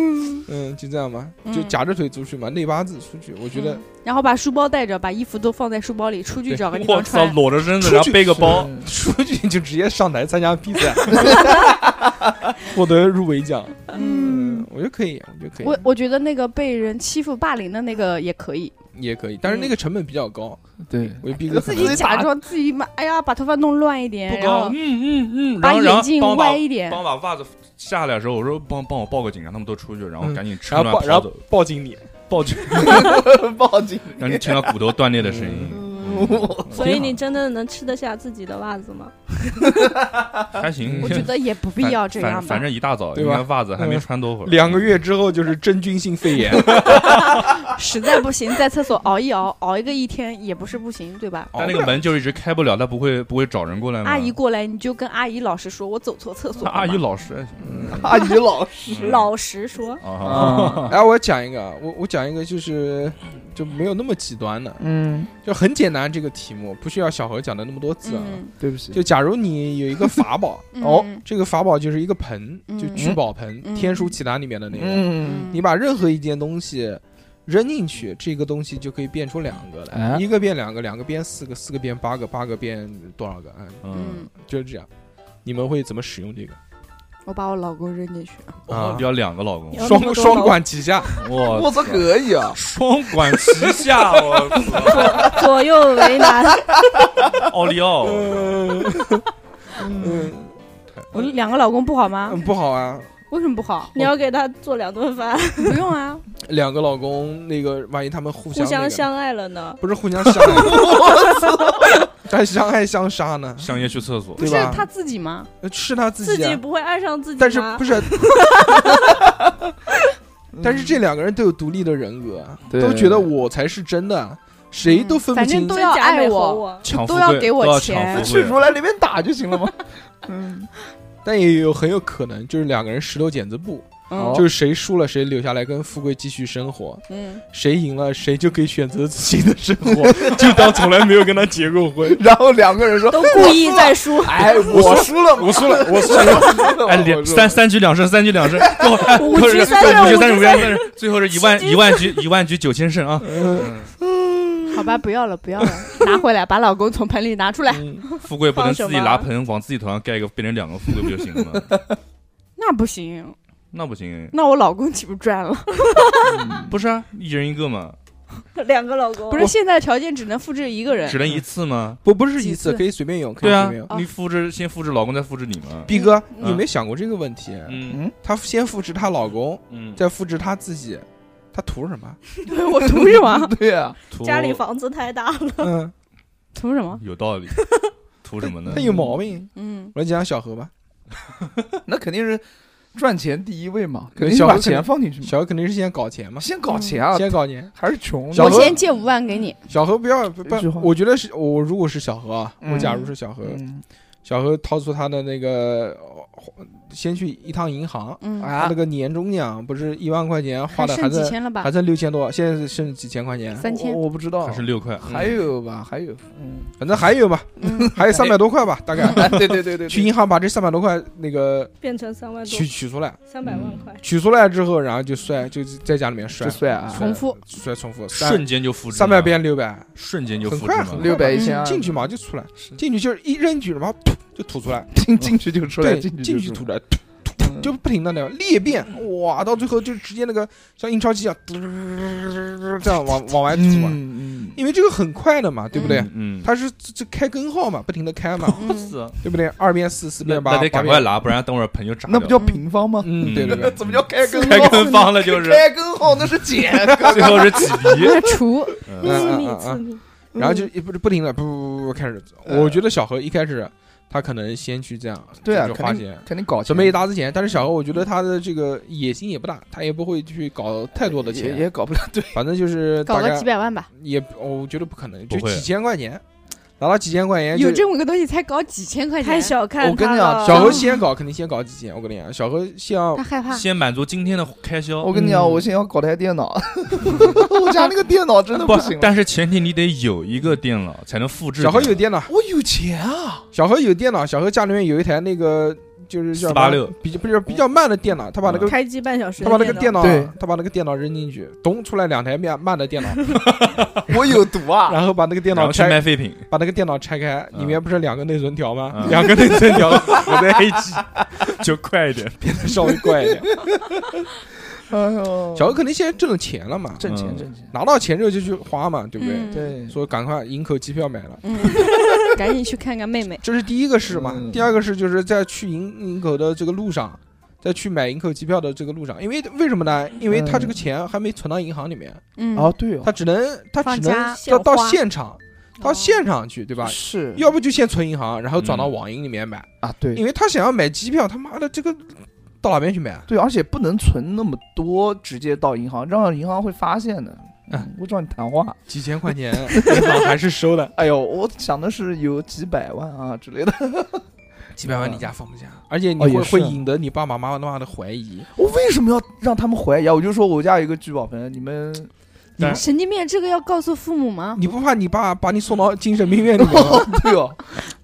[SPEAKER 3] 嗯，就这样吧，就
[SPEAKER 9] 嗯
[SPEAKER 3] 夹着腿出去嘛，内八字出去，我觉得
[SPEAKER 9] 嗯然后把书包带着，把衣服都放在书包里，出去找个地
[SPEAKER 6] 我
[SPEAKER 9] 方
[SPEAKER 6] 操，
[SPEAKER 9] 穿。
[SPEAKER 6] 裸着身
[SPEAKER 3] 出
[SPEAKER 6] 子，
[SPEAKER 3] 去
[SPEAKER 6] 然后背个包，
[SPEAKER 3] 出去就直接上台参加比 赛，获得入围奖，嗯，我觉得可以，我觉得可
[SPEAKER 9] 我
[SPEAKER 3] 以，
[SPEAKER 9] 我觉得那个被人欺负霸凌的那个也可以，
[SPEAKER 3] 也可以，但
[SPEAKER 7] 嗯
[SPEAKER 3] 是那个成本比较高，
[SPEAKER 4] 对，
[SPEAKER 3] 我觉得逼哥
[SPEAKER 8] 自
[SPEAKER 3] 很
[SPEAKER 8] 己
[SPEAKER 3] 难
[SPEAKER 9] 自己假装自己嘛，哎呀，把头发弄乱一
[SPEAKER 6] 不
[SPEAKER 9] 点，然
[SPEAKER 6] 高，
[SPEAKER 9] 后
[SPEAKER 6] 嗯嗯嗯，
[SPEAKER 9] 哎把
[SPEAKER 6] 然后然
[SPEAKER 9] 眼
[SPEAKER 6] 后
[SPEAKER 9] 镜
[SPEAKER 6] 帮我把
[SPEAKER 9] 歪一点，
[SPEAKER 6] 帮我把袜子下来的时候，我说帮帮我报个警，让他们都出去，然后
[SPEAKER 3] 嗯
[SPEAKER 6] 赶紧吃
[SPEAKER 3] 然后
[SPEAKER 6] 乱
[SPEAKER 3] 报
[SPEAKER 6] 跑
[SPEAKER 3] 然后
[SPEAKER 6] 走，
[SPEAKER 3] 报警你。
[SPEAKER 6] 报警，
[SPEAKER 8] 报 警。
[SPEAKER 6] 让你听到骨头断裂的声音。
[SPEAKER 9] 嗯
[SPEAKER 3] 嗯
[SPEAKER 7] 所以你真的能吃得下自己的袜子吗？
[SPEAKER 6] 还行，
[SPEAKER 9] 我觉得也不必要这样
[SPEAKER 6] 反
[SPEAKER 9] 吧。
[SPEAKER 6] 反正一大早，
[SPEAKER 3] 对
[SPEAKER 6] 应
[SPEAKER 3] 吧嗯
[SPEAKER 6] 该袜子还没穿多会儿，
[SPEAKER 3] 两个月之后就是真菌性肺 炎，
[SPEAKER 9] 实在不行，在厕所熬一熬，熬一个一天也不是不行，对吧？
[SPEAKER 6] 但那个门就是一直开不了，他不会不会找人过来吗？
[SPEAKER 9] 阿姨过来，你就跟阿姨老实说，我走错厕所
[SPEAKER 6] 那
[SPEAKER 9] 了嘛。
[SPEAKER 6] 嗯阿姨老实还行
[SPEAKER 8] 阿姨老师，
[SPEAKER 6] 嗯
[SPEAKER 7] 老实说，
[SPEAKER 6] 啊，
[SPEAKER 8] 啊，
[SPEAKER 3] 哎，我讲一个，我我讲一个，就是就没有那么极端的，
[SPEAKER 8] 嗯，
[SPEAKER 3] 就很简单这个题目，不需要小何讲的那么多字啊。
[SPEAKER 9] 嗯，
[SPEAKER 8] 对不起，
[SPEAKER 3] 就假如你有一个法宝，
[SPEAKER 9] 嗯
[SPEAKER 8] 哦
[SPEAKER 3] 这个法宝就是一个盆，就聚宝盆，
[SPEAKER 9] 嗯
[SPEAKER 3] 天书奇谭》里面的那个，
[SPEAKER 8] 嗯，
[SPEAKER 3] 你把任何一件东西。扔进去，这个东西就可以变出两个来，
[SPEAKER 4] 哎
[SPEAKER 3] 一个变两个，两个变四个，四个变八个，八个变多少个？嗯，
[SPEAKER 6] 嗯，
[SPEAKER 9] 嗯，
[SPEAKER 3] 就是这样。你们会怎么使用这个？
[SPEAKER 9] 我把我老公扔进去了。
[SPEAKER 3] 啊，
[SPEAKER 6] 哦要两个老公，
[SPEAKER 7] 有那么
[SPEAKER 3] 双
[SPEAKER 7] 多
[SPEAKER 3] 双
[SPEAKER 7] 楼
[SPEAKER 3] 管 齐下，
[SPEAKER 6] 哇，
[SPEAKER 8] 我操，可以啊！
[SPEAKER 6] 双管齐下，
[SPEAKER 3] 哦
[SPEAKER 6] 我操，
[SPEAKER 7] 左右为难，
[SPEAKER 6] 奥利 奥，
[SPEAKER 9] 我两个老公不好吗？
[SPEAKER 3] 嗯，不好啊。
[SPEAKER 9] 为什么不好？
[SPEAKER 7] 你要给他做两顿饭，
[SPEAKER 9] 不用啊，
[SPEAKER 3] 两个老公，那个万一他们互
[SPEAKER 7] 互
[SPEAKER 3] 相那
[SPEAKER 7] 相
[SPEAKER 3] 个
[SPEAKER 7] 相爱了呢？
[SPEAKER 3] 不是互相相爱，但相爱相杀呢，
[SPEAKER 6] 相约去厕所，
[SPEAKER 9] 不
[SPEAKER 3] 对
[SPEAKER 9] 是
[SPEAKER 3] 吧？
[SPEAKER 9] 他自己吗？
[SPEAKER 3] 是他自
[SPEAKER 7] 自
[SPEAKER 3] 己啊，
[SPEAKER 7] 己不会爱上自己吗？
[SPEAKER 3] 但是不是？ 但是这两个人都有独立的人格，啊
[SPEAKER 8] 对
[SPEAKER 3] 都觉得我才是真的，啊谁都分不
[SPEAKER 9] 嗯反正
[SPEAKER 3] 清
[SPEAKER 9] 都。
[SPEAKER 7] 真
[SPEAKER 9] 要
[SPEAKER 7] 假
[SPEAKER 9] 爱
[SPEAKER 7] 美猴
[SPEAKER 11] 啊
[SPEAKER 9] 我，
[SPEAKER 7] 我，
[SPEAKER 6] 抢富
[SPEAKER 9] 都
[SPEAKER 6] 贵
[SPEAKER 9] 要给我
[SPEAKER 6] 都
[SPEAKER 9] 钱
[SPEAKER 6] 抢富
[SPEAKER 8] 去
[SPEAKER 6] 贵
[SPEAKER 8] 如来那边打就行了吗？嗯，
[SPEAKER 3] 但也有很有可能就是两个人石头剪子布，
[SPEAKER 9] 嗯
[SPEAKER 8] 哦
[SPEAKER 3] 就是谁输了谁留下来跟富贵继续生活，
[SPEAKER 9] 嗯，
[SPEAKER 3] 谁赢了谁就可以选择自己的生活， 就当从来没有跟他结过婚。
[SPEAKER 8] 然后两个人说，
[SPEAKER 7] 都故意在输
[SPEAKER 8] 哎，我输了， 我输了，我输了，
[SPEAKER 6] 哎，两三三局两胜，三局两胜，最后哎
[SPEAKER 7] 五
[SPEAKER 6] 不
[SPEAKER 7] 局
[SPEAKER 6] 是
[SPEAKER 7] 三胜，
[SPEAKER 6] 五局
[SPEAKER 7] 五
[SPEAKER 6] 三胜，五
[SPEAKER 7] 局
[SPEAKER 6] 局
[SPEAKER 7] 三
[SPEAKER 6] 三
[SPEAKER 7] 胜，
[SPEAKER 6] 胜，最后是一万一万局一万局九千胜啊！
[SPEAKER 9] 嗯好吧，不要了，不要了，拿回来，把老公从盆里拿出来。
[SPEAKER 6] 富贵不能自
[SPEAKER 7] 放
[SPEAKER 6] 己
[SPEAKER 7] 什么
[SPEAKER 6] 拿盆往自己头上盖一个，变成两个富贵不就行了吗？
[SPEAKER 9] 那不行，
[SPEAKER 6] 那不行，
[SPEAKER 9] 那我老公岂不赚了？
[SPEAKER 6] 不是啊，一人一个嘛，
[SPEAKER 7] 两个老公
[SPEAKER 9] 不是，现在条件只能复制一个人
[SPEAKER 6] 只，能一次吗？
[SPEAKER 3] 不不是一
[SPEAKER 9] 几
[SPEAKER 3] 次，
[SPEAKER 9] 次
[SPEAKER 3] 可以随便用，可以
[SPEAKER 6] 对
[SPEAKER 3] 随
[SPEAKER 6] 啊
[SPEAKER 3] 便用。，
[SPEAKER 6] 你复制先复制老公，再复制你嘛。
[SPEAKER 3] 毕哥，
[SPEAKER 6] 嗯
[SPEAKER 3] 你没想过这个问题？
[SPEAKER 6] 嗯
[SPEAKER 3] 她先复制她老公，
[SPEAKER 6] 嗯，
[SPEAKER 3] 再复制她自己，她图什么？
[SPEAKER 9] 我图什么？
[SPEAKER 8] 对啊，
[SPEAKER 6] 图
[SPEAKER 7] 家 里房子太大了，
[SPEAKER 3] 嗯，
[SPEAKER 9] 图什么？
[SPEAKER 6] 有道理，图什么呢
[SPEAKER 3] 她？有毛病。
[SPEAKER 9] 嗯，
[SPEAKER 3] 我来讲小何吧，
[SPEAKER 8] 那肯定是赚钱第一位嘛，
[SPEAKER 3] 对
[SPEAKER 8] 肯定是
[SPEAKER 3] 小
[SPEAKER 8] 把
[SPEAKER 3] 何肯定
[SPEAKER 8] 钱放进去嘛，
[SPEAKER 3] 小何肯定是先搞钱嘛，
[SPEAKER 8] 先搞钱嗯啊，
[SPEAKER 3] 先搞钱。
[SPEAKER 8] 还是穷的，
[SPEAKER 3] 小
[SPEAKER 9] 我
[SPEAKER 3] 何
[SPEAKER 9] 先借五万给你，
[SPEAKER 3] 小何不要不
[SPEAKER 8] 一句
[SPEAKER 3] 不
[SPEAKER 8] 话，
[SPEAKER 3] 我觉得是我如果是小何啊，
[SPEAKER 8] 嗯
[SPEAKER 3] 我假如是小何，
[SPEAKER 8] 嗯
[SPEAKER 3] 小何掏出他的那个，呃先去一趟银行，
[SPEAKER 9] 嗯，
[SPEAKER 3] 他
[SPEAKER 8] 啊
[SPEAKER 3] 那，个年终奖不是一万块钱
[SPEAKER 9] 还
[SPEAKER 3] 花的还
[SPEAKER 9] 剩几
[SPEAKER 3] 剩
[SPEAKER 9] 千了吧
[SPEAKER 3] 还？剩六千多，现在剩几千块钱，
[SPEAKER 9] 三千
[SPEAKER 8] 我，我不知道
[SPEAKER 6] 还，是六块，
[SPEAKER 8] 还有吧，还有， 嗯，
[SPEAKER 3] 反正还有吧，
[SPEAKER 9] 嗯，
[SPEAKER 3] 还有三百多块吧，大概。
[SPEAKER 8] 哎对对对对，
[SPEAKER 3] 去银行把这三百多块那个
[SPEAKER 7] 变成三万多
[SPEAKER 3] 取，取出来，
[SPEAKER 7] 三百万块，
[SPEAKER 3] 取出来之后，然后就摔，就在家里面摔
[SPEAKER 8] 就，算啊，
[SPEAKER 9] 重复，
[SPEAKER 3] 摔重复，
[SPEAKER 6] 瞬间就复制，
[SPEAKER 3] 三百，变六百，
[SPEAKER 6] 瞬间就
[SPEAKER 3] 很
[SPEAKER 6] 复制
[SPEAKER 3] 快啊
[SPEAKER 6] 嘛
[SPEAKER 3] 很。
[SPEAKER 8] 六百
[SPEAKER 9] 嗯
[SPEAKER 8] 一千二，
[SPEAKER 3] 进去嘛就出来
[SPEAKER 8] 啊是，
[SPEAKER 3] 进去就是一扔举着嘛，噗就吐出来，
[SPEAKER 8] 进进去就出来，
[SPEAKER 3] 对，
[SPEAKER 8] 进去
[SPEAKER 3] 进去
[SPEAKER 8] 就
[SPEAKER 3] 吐
[SPEAKER 8] 出
[SPEAKER 3] 出来，
[SPEAKER 8] 来，嗯
[SPEAKER 3] 就不停的那样裂变，哇，到最后就直接那个像印钞机一样， 嘟这样往往外
[SPEAKER 8] 嗯
[SPEAKER 3] 吐啊，
[SPEAKER 8] 嗯
[SPEAKER 3] 因为这个很快的嘛，对不对？
[SPEAKER 6] 嗯，
[SPEAKER 3] 它是这这开根号嘛，不停的开嘛，
[SPEAKER 9] 嗯
[SPEAKER 6] 是啊，
[SPEAKER 3] 对不对？二变四，四
[SPEAKER 6] 那
[SPEAKER 3] 变八，
[SPEAKER 6] 那
[SPEAKER 3] 八
[SPEAKER 6] 得赶快
[SPEAKER 3] 变，
[SPEAKER 6] 拿，不然等会儿盆就炸
[SPEAKER 8] 那不
[SPEAKER 6] 掉
[SPEAKER 8] 叫平 方吗？，
[SPEAKER 3] 嗯，对对
[SPEAKER 6] 嗯
[SPEAKER 3] 对
[SPEAKER 8] 怎么叫开根号？
[SPEAKER 6] 开根方了，就是啊
[SPEAKER 8] 开根号那是减，
[SPEAKER 6] 最后是几 厘。
[SPEAKER 9] 除
[SPEAKER 3] 嗯
[SPEAKER 6] 嗯
[SPEAKER 7] 私密
[SPEAKER 3] 嗯嗯
[SPEAKER 7] 私密，嗯
[SPEAKER 3] 然后就一不不停的不不不不开始，
[SPEAKER 8] 嗯呃
[SPEAKER 3] 我觉得小何一开始他可能先去这样，
[SPEAKER 8] 对啊，
[SPEAKER 3] 就花
[SPEAKER 8] 肯定
[SPEAKER 3] 钱。
[SPEAKER 8] 肯定搞钱，
[SPEAKER 3] 准备一沓子钱，但是小何我觉得他的这个野心也不大，他也不会去搞太多的
[SPEAKER 8] 呃也
[SPEAKER 3] 钱，
[SPEAKER 8] 也搞不了，对，
[SPEAKER 3] 反正就是
[SPEAKER 9] 搞
[SPEAKER 3] 大
[SPEAKER 9] 个
[SPEAKER 3] 概
[SPEAKER 9] 几百万吧，
[SPEAKER 3] 也我觉得不可能，就
[SPEAKER 6] 不会
[SPEAKER 3] 几千块钱，拿到几千块钱就
[SPEAKER 9] 有这么个东西才搞几千块
[SPEAKER 7] 太
[SPEAKER 9] 钱，
[SPEAKER 7] 小看
[SPEAKER 8] 我跟
[SPEAKER 7] 他
[SPEAKER 8] 你讲
[SPEAKER 7] 了
[SPEAKER 3] 小何先搞，肯定先搞几千，我跟你讲，小何像
[SPEAKER 9] 他害怕。
[SPEAKER 6] 先满足今天的开销，
[SPEAKER 8] 我跟你讲，
[SPEAKER 3] 嗯
[SPEAKER 8] 我先要搞台电脑， 我家那个电脑真的
[SPEAKER 6] 不
[SPEAKER 8] 行，了。
[SPEAKER 6] 但是前提你得有一个电脑才能复制。
[SPEAKER 3] 啊小何有电脑，
[SPEAKER 8] 我有钱啊！
[SPEAKER 3] 小何有电脑，小何家里面有一台那个就是叫什么
[SPEAKER 6] 486
[SPEAKER 3] 比较比较比较慢的电脑，他把
[SPEAKER 6] 嗯
[SPEAKER 3] 那个
[SPEAKER 7] 开机半小时的
[SPEAKER 3] 他把
[SPEAKER 7] 脑，
[SPEAKER 3] 那个电脑
[SPEAKER 8] 对，
[SPEAKER 3] 他把那个电脑扔进去，咚出来两台慢慢的电脑，
[SPEAKER 8] 我有毒 啊！
[SPEAKER 3] 然后把那个电
[SPEAKER 6] 然
[SPEAKER 3] 脑
[SPEAKER 6] 后去卖
[SPEAKER 3] 拆，
[SPEAKER 6] 废品，
[SPEAKER 3] 把那个电脑拆开，
[SPEAKER 6] 嗯
[SPEAKER 3] 里面不是两个内存条吗？
[SPEAKER 6] 嗯
[SPEAKER 3] 两个内存条合在一起，
[SPEAKER 6] 就快一点。
[SPEAKER 3] 稍微怪一点。
[SPEAKER 8] 哎呦，
[SPEAKER 3] 小何肯定现在挣了钱了嘛，
[SPEAKER 8] 挣钱
[SPEAKER 6] 嗯
[SPEAKER 8] 挣钱，
[SPEAKER 3] 拿到钱之后就去花嘛，对不对？
[SPEAKER 9] 嗯，
[SPEAKER 8] 对，
[SPEAKER 3] 说赶快营口机票买了。
[SPEAKER 9] 嗯，赶紧去看看妹妹。
[SPEAKER 3] 这是第一个事嘛。
[SPEAKER 8] 嗯
[SPEAKER 3] 第二个事就是在去营营口的这个路上，在去买营口机票的这个路上，因为为什么呢？因为他这个钱还没存到银行里面，
[SPEAKER 9] 嗯，
[SPEAKER 8] 哦对哦，
[SPEAKER 3] 他只能他只
[SPEAKER 9] 放
[SPEAKER 3] 能
[SPEAKER 9] 家
[SPEAKER 3] 要到
[SPEAKER 7] 现花哦
[SPEAKER 3] 现场，
[SPEAKER 11] 哦
[SPEAKER 3] 到现场去，对吧？
[SPEAKER 8] 是
[SPEAKER 3] 要不就先存银行，然后转到
[SPEAKER 6] 嗯
[SPEAKER 3] 网银里面买，
[SPEAKER 8] 啊对
[SPEAKER 3] 因为他想要买机票，他妈的这个到哪边去买啊？
[SPEAKER 8] 对，而且不能存那么多，直接到银行，让银行会发现的。
[SPEAKER 3] 嗯
[SPEAKER 8] 我找你谈话。
[SPEAKER 3] 几千块钱，银行还是收的，
[SPEAKER 8] 哎呦，我想的是有几百万啊之类的。
[SPEAKER 3] 几百万你家放不下，而且你
[SPEAKER 8] 哦也
[SPEAKER 3] 会
[SPEAKER 8] 是
[SPEAKER 3] 会引得你爸爸妈妈的怀疑。
[SPEAKER 8] 我为什么要让他们怀疑啊？我就说我家有一个聚宝盆，你们
[SPEAKER 9] 神经病，这个要告诉父母吗？
[SPEAKER 3] 你不怕你爸把你送到精神病院里面吗？
[SPEAKER 8] 啊 哦对哦，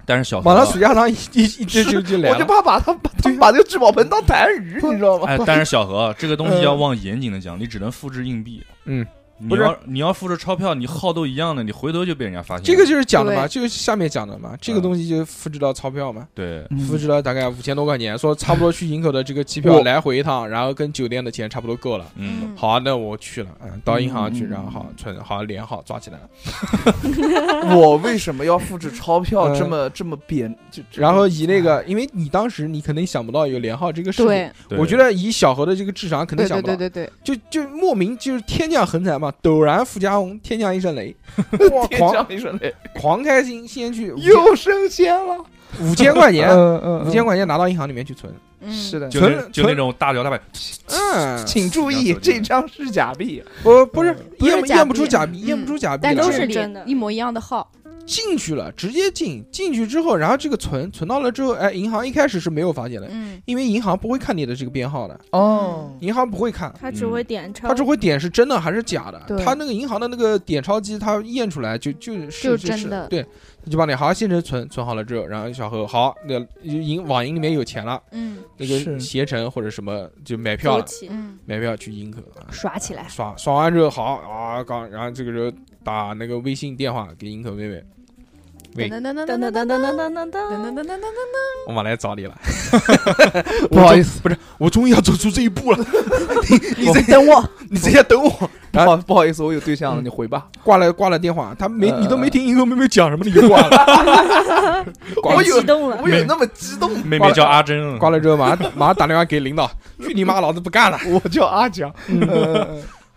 [SPEAKER 6] 但是小何
[SPEAKER 3] 马上暑假堂一一一这就就来
[SPEAKER 8] 我
[SPEAKER 3] 了
[SPEAKER 8] 就。怕把他把他把这个聚宝盆当 痰盂，你知道吗？
[SPEAKER 6] 哎，但是小何这个东西要往严谨的讲，你只能复制硬币。
[SPEAKER 3] 嗯，
[SPEAKER 6] 你
[SPEAKER 3] 不是
[SPEAKER 6] 要你要付着钞票，你号都一样的，你回头就被人家发现了。
[SPEAKER 3] 这个就是讲的嘛，
[SPEAKER 9] 对
[SPEAKER 3] 这个下面讲的
[SPEAKER 8] 嗯
[SPEAKER 3] 嘛，这个东西就复制到钞票嘛，
[SPEAKER 6] 对，
[SPEAKER 3] 复制了大概五千多块钱，说差不多去营口的这个机票
[SPEAKER 8] 我
[SPEAKER 3] 来回一趟，然后跟酒店的钱差不多够了。
[SPEAKER 6] 嗯，
[SPEAKER 3] 好啊、那我去了，嗯，到银行去，
[SPEAKER 8] 嗯
[SPEAKER 3] 然后好存，好脸好抓起来了，
[SPEAKER 8] 我为什么要复制钞票
[SPEAKER 3] 嗯
[SPEAKER 8] 这么这么 贬？就这哎
[SPEAKER 3] 然后以那个，因为你当时你肯定想不到有连号这个事情，
[SPEAKER 9] 对
[SPEAKER 6] 对
[SPEAKER 3] 我觉得以小何的这个智商肯定
[SPEAKER 9] 对
[SPEAKER 3] 想
[SPEAKER 9] 对
[SPEAKER 3] 不到
[SPEAKER 9] 对，对对，
[SPEAKER 3] 就就莫名就是天降横财嘛，陡然富家翁，天降一声雷，
[SPEAKER 8] 哇 天
[SPEAKER 3] 狂
[SPEAKER 8] 降一声雷，
[SPEAKER 3] 狂开心，先去五千
[SPEAKER 8] 又升仙了，
[SPEAKER 3] 五千块钱，
[SPEAKER 8] 嗯嗯
[SPEAKER 3] 五千块钱拿到银行里面去存，
[SPEAKER 9] 嗯，
[SPEAKER 8] 是的，
[SPEAKER 6] 就
[SPEAKER 3] 存
[SPEAKER 6] 那就那种大摇大摆，
[SPEAKER 3] 嗯，
[SPEAKER 8] 请注意，这张是假币，啊
[SPEAKER 3] 不不是
[SPEAKER 9] 不是
[SPEAKER 3] 验
[SPEAKER 9] 假
[SPEAKER 3] 验不
[SPEAKER 9] 币
[SPEAKER 3] 出假币，
[SPEAKER 9] 嗯
[SPEAKER 3] 验不出假币
[SPEAKER 9] 但
[SPEAKER 3] 来，
[SPEAKER 9] 都
[SPEAKER 7] 是
[SPEAKER 9] 是
[SPEAKER 7] 真的
[SPEAKER 9] 连一模一样的号，
[SPEAKER 3] 进去了，直接进进去之后，然后这个存存到了之后，哎，银行一开始是没有发现的，
[SPEAKER 9] 嗯，
[SPEAKER 3] 因为银行不会看你的这个编号的，
[SPEAKER 8] 哦，
[SPEAKER 3] 银行不会看。
[SPEAKER 7] 他只
[SPEAKER 6] 嗯
[SPEAKER 7] 会点钞，
[SPEAKER 3] 他只会点是真的还是假的
[SPEAKER 9] 对，
[SPEAKER 3] 他那个银行的那个点钞机，他验出来就就是
[SPEAKER 9] 就是真的
[SPEAKER 3] 对，他就帮你好，现成存存好了之后，然后小何好，那银网银里面有钱了，
[SPEAKER 9] 嗯
[SPEAKER 3] 那
[SPEAKER 8] 是
[SPEAKER 3] 个携程或者什么就买票
[SPEAKER 7] 走
[SPEAKER 3] 了，
[SPEAKER 7] 起，
[SPEAKER 9] 嗯，
[SPEAKER 3] 买票去营口啊，
[SPEAKER 7] 耍起来，
[SPEAKER 3] 刷刷完之后好啊，刚然后这个时候打那个微信电话给营口妹妹，喂
[SPEAKER 9] 噔噔噔噔
[SPEAKER 7] 噔噔
[SPEAKER 9] 噔
[SPEAKER 7] 噔噔噔噔
[SPEAKER 9] 噔
[SPEAKER 7] 噔
[SPEAKER 3] 嗯
[SPEAKER 7] 噔，
[SPEAKER 9] 噔噔噔噔噔，
[SPEAKER 3] 我马来找你了，
[SPEAKER 8] 不好意
[SPEAKER 3] 思，不是 我终于要走出这一 步了，你你在
[SPEAKER 8] 等我，
[SPEAKER 3] 你在家等我，
[SPEAKER 8] 不好哦不好意思，我有对象了，你回 吧。
[SPEAKER 3] 挂了挂了电话，他没
[SPEAKER 8] 呃
[SPEAKER 3] 你都没听营口妹妹讲什么，你就 挂了，挂
[SPEAKER 7] 太
[SPEAKER 3] 了
[SPEAKER 8] 有
[SPEAKER 7] 激动了，
[SPEAKER 8] 我有那么激动？
[SPEAKER 6] 妹妹叫阿珍，啊
[SPEAKER 3] 挂了之后马上马上打电话给领导，去你妈，老子不干了，嗯
[SPEAKER 8] 我叫阿强，呃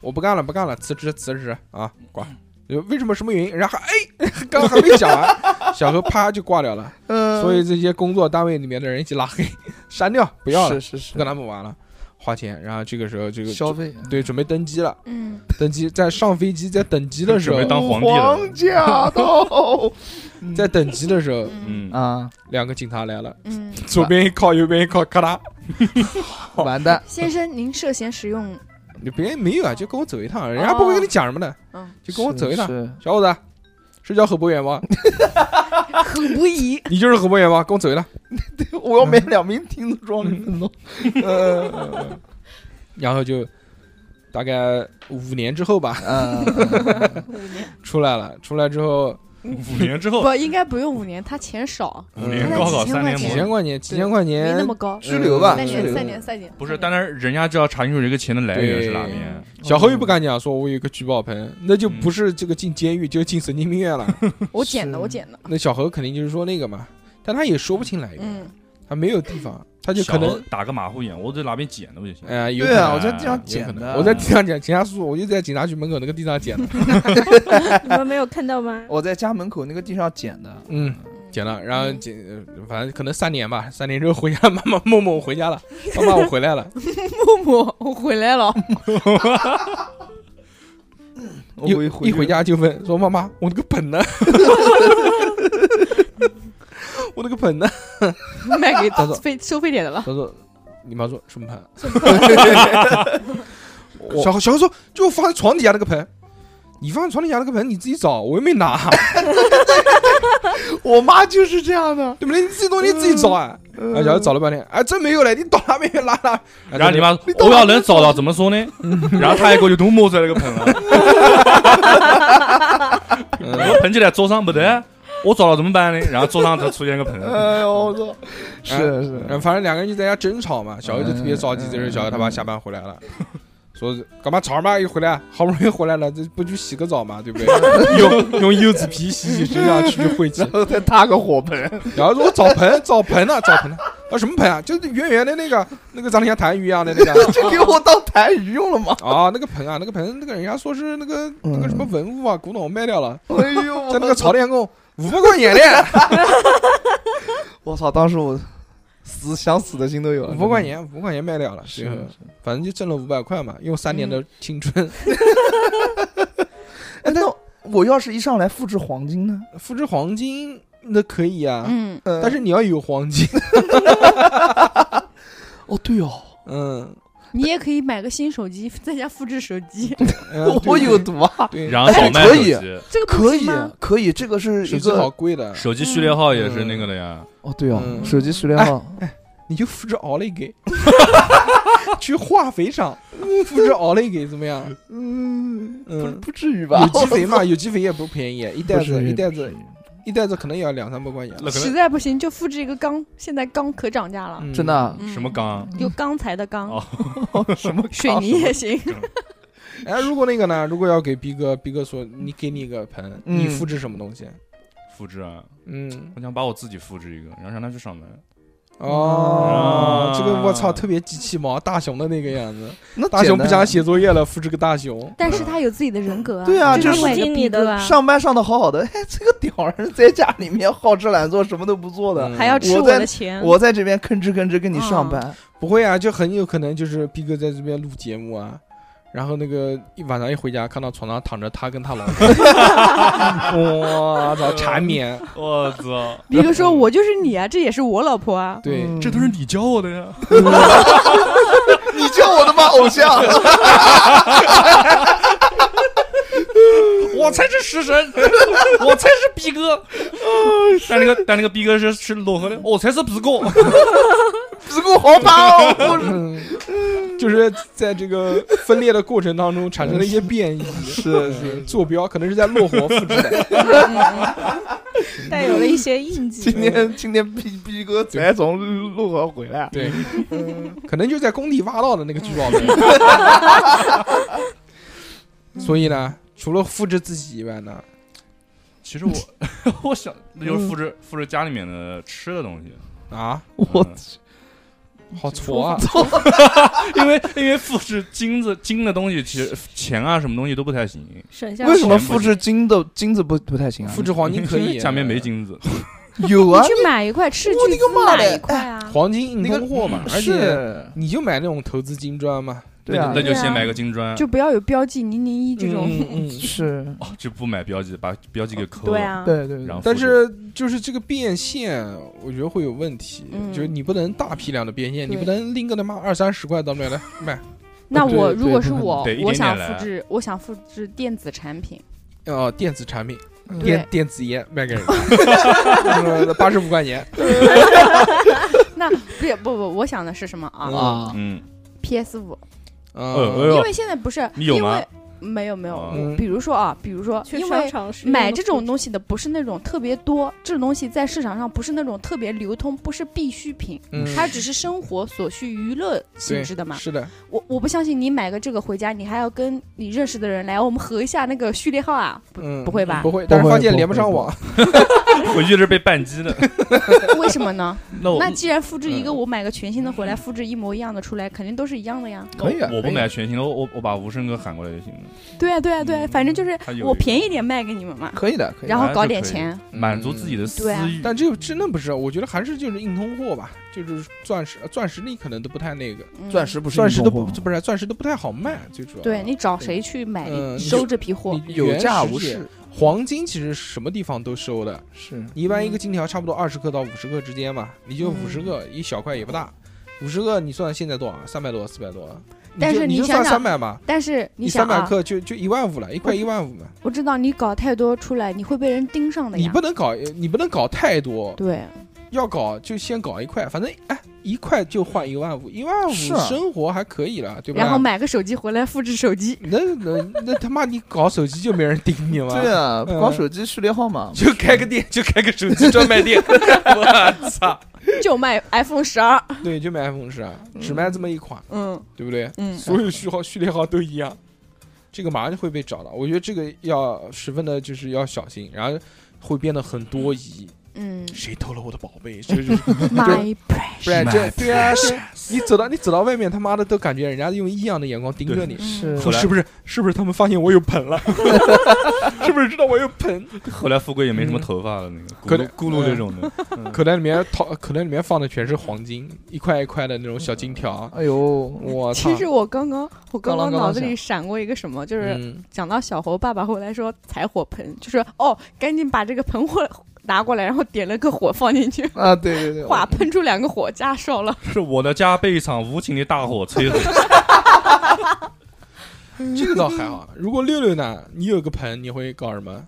[SPEAKER 3] 我不干了不干了，辞职辞职啊，挂。呃为什么什么原因？然后哎，刚还没讲完，小何啪就挂掉了。
[SPEAKER 8] 呃
[SPEAKER 3] 所以这些工作单位里面的人一起拉黑，删掉，不
[SPEAKER 8] 不
[SPEAKER 3] 要了，
[SPEAKER 8] 是是是
[SPEAKER 3] 跟，他们玩了，花钱。然后这个时候，这个
[SPEAKER 8] 消费
[SPEAKER 3] 对准备登机了，
[SPEAKER 9] 嗯，
[SPEAKER 3] 登机在上飞机在等级的时候
[SPEAKER 6] 准备，当皇帝了
[SPEAKER 8] 皇驾 到，
[SPEAKER 3] 在等级的时候，
[SPEAKER 9] 嗯
[SPEAKER 6] 嗯，
[SPEAKER 8] 啊，
[SPEAKER 3] 两个警察来了，
[SPEAKER 9] 嗯，
[SPEAKER 3] 左边一靠，右边一靠，咔嗒。
[SPEAKER 8] 完蛋，
[SPEAKER 9] 先生，您涉嫌使 用，
[SPEAKER 3] 你别没有啊，就跟我走一趟，人家不会跟你讲什么的，
[SPEAKER 9] 哦嗯，
[SPEAKER 3] 就跟我走一趟。
[SPEAKER 8] 是
[SPEAKER 3] 小伙子，是叫何博远吗？
[SPEAKER 6] 啊
[SPEAKER 9] 很不宜，
[SPEAKER 3] 你就是何博远吗？跟我走一趟。
[SPEAKER 8] 是 我要买
[SPEAKER 3] 嗯
[SPEAKER 8] 两瓶听子装你 分钟，呃，
[SPEAKER 3] 然后就大概五年之后吧，
[SPEAKER 8] 嗯
[SPEAKER 9] 五年
[SPEAKER 3] 出来了。出来之后，
[SPEAKER 6] 五年之后，
[SPEAKER 9] 不应该不用五年，他钱少，
[SPEAKER 6] 五年
[SPEAKER 3] 嗯
[SPEAKER 6] 高考
[SPEAKER 9] 几千
[SPEAKER 6] 三
[SPEAKER 9] 块
[SPEAKER 6] 年
[SPEAKER 3] 几
[SPEAKER 6] 模
[SPEAKER 9] 钱
[SPEAKER 3] 千块钱，几千块
[SPEAKER 9] 没
[SPEAKER 3] 钱
[SPEAKER 9] 那么高，嗯
[SPEAKER 8] 拘留吧，
[SPEAKER 9] 三
[SPEAKER 8] 拘
[SPEAKER 9] 年
[SPEAKER 8] 留
[SPEAKER 9] 三年三年，
[SPEAKER 6] 不是，但是人家就要查清楚这个钱的来源是哪
[SPEAKER 3] 对
[SPEAKER 6] 边。
[SPEAKER 3] 小何又不敢讲，说我有个举报盆，
[SPEAKER 9] 嗯
[SPEAKER 3] 那就不是这个进监狱，就进神经病 院了。
[SPEAKER 9] 我捡的我捡的，
[SPEAKER 3] 那小何肯定就是说那个嘛，但他也说不清来源，
[SPEAKER 9] 嗯，
[SPEAKER 3] 他没有地方，他就可
[SPEAKER 6] 小
[SPEAKER 3] 能，
[SPEAKER 6] 打个马虎眼，我在哪边捡的不就行？
[SPEAKER 3] 哎，有可
[SPEAKER 8] 对
[SPEAKER 3] 能
[SPEAKER 8] 啊，我在地上
[SPEAKER 3] 有可
[SPEAKER 8] 捡
[SPEAKER 3] 能
[SPEAKER 8] 的，
[SPEAKER 3] 我在地上捡，警察叔叔，我就在警察局门口那个地上捡的，
[SPEAKER 7] 你们没有看到 吗？
[SPEAKER 8] 我在家门口那个地上捡的，
[SPEAKER 3] 嗯，捡了，然后捡，呃反正可能三年吧，三年之后回家，妈妈默默我回家 了，妈妈我回来了，
[SPEAKER 9] 木木，我回来了，
[SPEAKER 8] 我
[SPEAKER 3] 一
[SPEAKER 8] 回
[SPEAKER 3] 一回，家就问说妈妈，我那个盆呢？ 我那个盆呢？
[SPEAKER 9] 卖给
[SPEAKER 3] 他说
[SPEAKER 9] 费收费点的了，
[SPEAKER 3] 他说：“你妈说什么盆？” 小何小何说：“就放在床底下那个盆，你放在床底下那个盆，你自己找，我又没拿，
[SPEAKER 8] 我妈就是这样的，
[SPEAKER 3] 对不对？你自己东西自己找啊。”然后小何找了半天，哎，真没有嘞，你到哪边去拉哎拉？
[SPEAKER 6] 然后你
[SPEAKER 3] 妈
[SPEAKER 6] 妈，我要能找到怎么说呢？然后他还给我就都摸出来那个盆了，我盆起来桌上没得，我找到怎么办呢？然后桌上头出现个盆，
[SPEAKER 8] 哎呦，我操，哎是是，
[SPEAKER 3] 反正两个人就在家争吵嘛。小何就特别着急，这时候小何他爸下班回来了。 说干嘛吵嘛？一回来， 好不容易回来了，这不去洗个澡嘛，对不对？ 用用柚子皮洗洗，蒸上去就晦气
[SPEAKER 8] 然。后再搭个火盆，
[SPEAKER 3] 然后说我澡盆，澡盆呢、澡盆呢、啊，什么盆啊？就是圆圆的那个，那个长得像痰盂一样的那个
[SPEAKER 8] 这给我当痰盂用了吗？
[SPEAKER 3] 啊，那个盆啊，那个盆，那个人家说是那个那个什么文物啊，古董卖掉了，
[SPEAKER 8] 哎 呦，
[SPEAKER 3] 在那个草甸宫五百块钱的，
[SPEAKER 8] 我操！当时我死想死的心都有了，
[SPEAKER 3] 五百块钱，五百块钱卖掉了，
[SPEAKER 8] 是
[SPEAKER 3] 最后反正就挣了五百块嘛，用三年的青春
[SPEAKER 8] 哎，那我要是一上来复制黄金呢？
[SPEAKER 3] 复制黄金，那可以啊，
[SPEAKER 9] 嗯，
[SPEAKER 8] 呃
[SPEAKER 3] 但是你要有黄金，
[SPEAKER 8] 哦，对哦，
[SPEAKER 3] 嗯，
[SPEAKER 9] 你也可以买个新手机，在家复制手 机，
[SPEAKER 3] 嗯
[SPEAKER 8] 我
[SPEAKER 3] 对
[SPEAKER 8] 有毒啊！
[SPEAKER 3] 对，
[SPEAKER 6] 然后
[SPEAKER 8] 哎
[SPEAKER 6] 倒卖
[SPEAKER 8] 可
[SPEAKER 6] 手
[SPEAKER 8] 以
[SPEAKER 6] 机，
[SPEAKER 9] 这个不
[SPEAKER 8] 可以
[SPEAKER 9] 行吗
[SPEAKER 8] 可以，这个是
[SPEAKER 3] 手
[SPEAKER 8] 一
[SPEAKER 3] 机好
[SPEAKER 8] 个
[SPEAKER 3] 贵的，
[SPEAKER 6] 手机序列号也是那个的呀。
[SPEAKER 8] 哦，对哦，
[SPEAKER 3] 嗯
[SPEAKER 8] 手机序列号，
[SPEAKER 3] 你就复制奥利给，去化肥厂复制奥利给怎么样？
[SPEAKER 8] 嗯，不
[SPEAKER 3] 嗯，
[SPEAKER 8] 不至于吧
[SPEAKER 3] 有？机肥嘛， 有机肥也不便宜，一袋
[SPEAKER 8] 不
[SPEAKER 3] 子
[SPEAKER 8] 是
[SPEAKER 3] 一袋子一袋子可能也要两三百块钱。
[SPEAKER 6] 那可
[SPEAKER 9] 实
[SPEAKER 6] 能
[SPEAKER 9] 在不行就复制一个钢，现在钢可涨价了，
[SPEAKER 3] 嗯
[SPEAKER 8] 真的啊
[SPEAKER 6] 什么钢啊？
[SPEAKER 7] 有钢材的钢，
[SPEAKER 6] 哦
[SPEAKER 8] 什么
[SPEAKER 9] 水泥也行。
[SPEAKER 3] 哎，如果那个呢？如果要给逼哥，逼哥说你给你一个盆，
[SPEAKER 8] 嗯
[SPEAKER 3] 你复制什么东西？
[SPEAKER 6] 复制啊！
[SPEAKER 3] 嗯，
[SPEAKER 6] 我想把我自己复制一个，然后让他去上班。
[SPEAKER 3] 哦
[SPEAKER 6] 啊，
[SPEAKER 3] 这个我操，特别机器猫大熊的那个样子。
[SPEAKER 8] 那
[SPEAKER 3] 大
[SPEAKER 8] 简
[SPEAKER 3] 熊
[SPEAKER 8] 单
[SPEAKER 3] 不想写作业了，复制个大 熊。
[SPEAKER 9] 但是他有自己的人格啊，
[SPEAKER 8] 对啊
[SPEAKER 9] 就
[SPEAKER 8] 这
[SPEAKER 9] 另外一
[SPEAKER 7] 是
[SPEAKER 9] 个
[SPEAKER 7] 听你的
[SPEAKER 9] 逼格啊
[SPEAKER 7] 吧
[SPEAKER 8] 上班上的好好的， 哎，这个屌人在家里面好吃懒做，什么都不做的，
[SPEAKER 3] 嗯
[SPEAKER 7] 还要吃
[SPEAKER 8] 我
[SPEAKER 7] 我
[SPEAKER 8] 在
[SPEAKER 7] 的钱。
[SPEAKER 9] 嗯
[SPEAKER 8] 我在这边吭哧吭哧跟你上班，
[SPEAKER 3] 不会啊，就很有可能就是逼哥在这边录节目啊，然后那个一晚上一回家，看到床上躺着他跟他老婆， 哇操，缠绵，
[SPEAKER 8] 嗯
[SPEAKER 6] 我操！
[SPEAKER 9] 嗯比如说我就是你啊，这也是我老婆啊，
[SPEAKER 3] 对，
[SPEAKER 6] 这都是你教我的呀！
[SPEAKER 8] 你叫哦我他妈偶像，
[SPEAKER 6] 我才是食神，我才是逼 哥。但那个但那个逼哥哦是是漯河的，我才是逼哥。
[SPEAKER 8] 屁股好 大哦，
[SPEAKER 3] 嗯 就是在这个分裂的过程当中产生了一些变异，
[SPEAKER 8] 是
[SPEAKER 3] 嗯坐标可能是在落活复制 的，
[SPEAKER 7] 带有了一些印
[SPEAKER 3] 嗯
[SPEAKER 7] 记。
[SPEAKER 8] 今天今天逼逼哥才从陆河回来，
[SPEAKER 3] 对，
[SPEAKER 8] 嗯
[SPEAKER 3] 可能就在工地挖到的那个聚宝盆。 所以呢，除了复制自己以外呢，
[SPEAKER 6] 其实我 我想那就是复制复制家里面的吃的东西，嗯
[SPEAKER 3] 啊，
[SPEAKER 8] 我去，
[SPEAKER 3] 好挫啊！
[SPEAKER 6] 因为因为复制金子金的东西，其实钱啊什么东西都不太行。
[SPEAKER 7] 省
[SPEAKER 9] 嗯
[SPEAKER 7] 下
[SPEAKER 8] 为什么复制金的金子不不太行啊？
[SPEAKER 3] 复制黄金可以，
[SPEAKER 6] 下面没金子，
[SPEAKER 8] 有
[SPEAKER 9] 你
[SPEAKER 8] 啊，
[SPEAKER 9] 去买一块斥
[SPEAKER 8] 我
[SPEAKER 9] 巨
[SPEAKER 8] 的个
[SPEAKER 9] 资
[SPEAKER 8] 妈
[SPEAKER 9] 买
[SPEAKER 8] 嘞
[SPEAKER 9] 一块啊，
[SPEAKER 3] 黄金硬
[SPEAKER 8] 那个
[SPEAKER 3] 通 货嘛，而且
[SPEAKER 8] 是，
[SPEAKER 3] 你就买那种投资金砖嘛，
[SPEAKER 8] 对啊
[SPEAKER 6] 那，就
[SPEAKER 7] 对啊
[SPEAKER 6] 先买个金砖，
[SPEAKER 9] 就不要有标记零零一这种。
[SPEAKER 3] 嗯嗯嗯
[SPEAKER 8] 是，
[SPEAKER 6] 哦就不买标记，把标记给抠了。
[SPEAKER 7] 对，啊，
[SPEAKER 8] 对对
[SPEAKER 6] 然后复制
[SPEAKER 3] 但是就是这个变现，我觉得会有问题，
[SPEAKER 9] 嗯
[SPEAKER 3] 就是你不能大批量的变现，你
[SPEAKER 9] 对
[SPEAKER 3] 不能拎个他妈二三十块到那边 来卖，
[SPEAKER 9] 那
[SPEAKER 3] 对
[SPEAKER 9] 我
[SPEAKER 3] 对
[SPEAKER 9] 如果
[SPEAKER 3] 对
[SPEAKER 9] 是
[SPEAKER 3] 对
[SPEAKER 9] 我
[SPEAKER 6] 对一，
[SPEAKER 9] 我
[SPEAKER 6] 点
[SPEAKER 9] 想
[SPEAKER 6] 点来
[SPEAKER 9] 复制，我想复制电子产品，
[SPEAKER 3] 哦，电子产品，
[SPEAKER 9] 嗯对
[SPEAKER 3] 电电子烟卖 给人家，八十五块钱，
[SPEAKER 9] 那不是不不，我想的是什么啊
[SPEAKER 8] 啊，
[SPEAKER 6] 嗯，
[SPEAKER 9] ？PS 五，
[SPEAKER 6] 哎
[SPEAKER 3] 嗯，
[SPEAKER 6] 呦
[SPEAKER 9] 因为现在不是，
[SPEAKER 6] 你有
[SPEAKER 9] 因
[SPEAKER 6] 吗
[SPEAKER 9] 为没有没有，
[SPEAKER 6] 哦
[SPEAKER 9] 我比如说啊，比如说，
[SPEAKER 7] 去
[SPEAKER 9] 因
[SPEAKER 7] 商
[SPEAKER 9] 为
[SPEAKER 7] 场是
[SPEAKER 9] 买这种东西的不是那种特别多，这种东西在市场上不是那种特别流通，不是必需品，
[SPEAKER 3] 嗯
[SPEAKER 9] 它只是生活所需、娱乐性质的嘛。
[SPEAKER 3] 是的，
[SPEAKER 9] 我我不相信你买个这个回家，你还要跟你认识的人来，我们合一下那个序列号啊，不
[SPEAKER 3] 嗯，
[SPEAKER 9] 不会吧
[SPEAKER 3] 不会，但是
[SPEAKER 8] 不会
[SPEAKER 3] 发现
[SPEAKER 8] 不
[SPEAKER 3] 连不
[SPEAKER 8] 会
[SPEAKER 3] 上
[SPEAKER 8] 不
[SPEAKER 3] 网，
[SPEAKER 6] 我一直是被绊机的。
[SPEAKER 9] 为什么 呢？
[SPEAKER 6] 那我
[SPEAKER 9] 那既然复制一个，我买个全新的回来，复制一模一样的出来，肯定都是一样的呀。
[SPEAKER 8] 可以啊，
[SPEAKER 6] 我不
[SPEAKER 8] 可以啊
[SPEAKER 6] 买全新的，我我我把无声哥喊过来就行了。
[SPEAKER 9] 对啊，对啊，对啊，
[SPEAKER 6] 嗯
[SPEAKER 9] 反正就是
[SPEAKER 6] 他有一个
[SPEAKER 9] 我便宜点卖给你们嘛，
[SPEAKER 8] 可以的，可以的。
[SPEAKER 9] 然后
[SPEAKER 6] 啊
[SPEAKER 9] 搞
[SPEAKER 6] 就
[SPEAKER 9] 点
[SPEAKER 6] 可以
[SPEAKER 9] 钱。
[SPEAKER 6] 满足自己的私
[SPEAKER 9] 对啊
[SPEAKER 6] 欲。
[SPEAKER 3] 但这个真的不是，我觉得还是就是硬通货吧，就是钻石，呃钻石你可能都不太那个，
[SPEAKER 9] 嗯
[SPEAKER 8] 钻石不是
[SPEAKER 3] 钻石都不
[SPEAKER 8] 硬通货
[SPEAKER 3] 不是钻石都不太好卖，最主要
[SPEAKER 9] 对你找谁去买
[SPEAKER 3] 嗯
[SPEAKER 9] 收这批货？
[SPEAKER 3] 你
[SPEAKER 8] 有
[SPEAKER 3] 原
[SPEAKER 8] 价
[SPEAKER 3] 始
[SPEAKER 8] 无
[SPEAKER 3] 点
[SPEAKER 8] 市，
[SPEAKER 3] 黄金其实什么地方都收的，
[SPEAKER 8] 是
[SPEAKER 3] 你一般一个金条差不多二十克到五十克之间嘛，你就五十克，一小块也不大，五十克你算现在多少？三百多，四百多啊？你
[SPEAKER 9] 但
[SPEAKER 3] 就是你
[SPEAKER 9] 你
[SPEAKER 3] 就
[SPEAKER 9] 想
[SPEAKER 3] 算
[SPEAKER 9] 想
[SPEAKER 3] 三百吧，
[SPEAKER 9] 但是
[SPEAKER 3] 你
[SPEAKER 9] 你
[SPEAKER 3] 三
[SPEAKER 9] 想
[SPEAKER 3] 百
[SPEAKER 9] 啊，
[SPEAKER 3] 克就就一万五了，一块一万五嘛，
[SPEAKER 9] 我知道你搞太多出来，你会被人盯上的
[SPEAKER 3] 你
[SPEAKER 9] 呀
[SPEAKER 3] 不。能搞你不能搞太多，
[SPEAKER 9] 对，
[SPEAKER 3] 要搞就先搞一块，反正哎一块就换一万五，一万五
[SPEAKER 8] 是啊
[SPEAKER 3] 生活还可以了，对吧？
[SPEAKER 9] 然后买个手机回来复制手机，
[SPEAKER 3] 那那那他妈你搞手机就没人盯你吗？
[SPEAKER 8] 对啊，
[SPEAKER 3] 嗯
[SPEAKER 8] 搞手机序列号嘛，
[SPEAKER 6] 就开个店，就开个手机专卖店。我操！
[SPEAKER 9] 就卖 iPhone 十二。
[SPEAKER 3] 对，就买 iPhone 十啊，只卖这么一款，
[SPEAKER 9] 嗯
[SPEAKER 3] 对不对？
[SPEAKER 9] 嗯，
[SPEAKER 3] 所有序号序列号都一样，这个马上就会被找到。我觉得这个要十分的，就是要小心，然后会变得很多疑。
[SPEAKER 9] 嗯
[SPEAKER 3] 谁偷了我的宝 贝？就是
[SPEAKER 9] ，My precious，
[SPEAKER 3] 不然这
[SPEAKER 6] My
[SPEAKER 3] 对啊，对啊你走到你走到外面，他妈的都感觉人家用异样的眼光盯
[SPEAKER 9] 嗯
[SPEAKER 3] 着你。
[SPEAKER 8] 是
[SPEAKER 6] 后来
[SPEAKER 3] 是不是是不是他们发现我有 盆了？是不是知道我有盆？
[SPEAKER 6] 后来富贵也没什么头发了，那个
[SPEAKER 3] 可
[SPEAKER 6] 咕
[SPEAKER 3] 能
[SPEAKER 6] 噜咕噜这种的，
[SPEAKER 9] 嗯
[SPEAKER 3] 口袋里面掏，口袋里面放的全是黄金，一块一块的那种小金条。
[SPEAKER 8] 哎呦，
[SPEAKER 3] 我操！
[SPEAKER 9] 嗯其实我刚刚我刚
[SPEAKER 8] 啊刚
[SPEAKER 9] 刚
[SPEAKER 8] 刚
[SPEAKER 9] 脑子里闪过一个什么，就是
[SPEAKER 3] 嗯
[SPEAKER 9] 讲到小猴爸爸后来说柴火盆，就是哦，赶紧把这个盆火拿过来，然后点了个火放进去，
[SPEAKER 8] 啊，对对对，我
[SPEAKER 9] 哗，喷出两个火架烧了。
[SPEAKER 6] 是我的家被一场无情的大火摧毁。
[SPEAKER 3] 这个倒还好。如果六六呢，你有个盆，你会搞什么？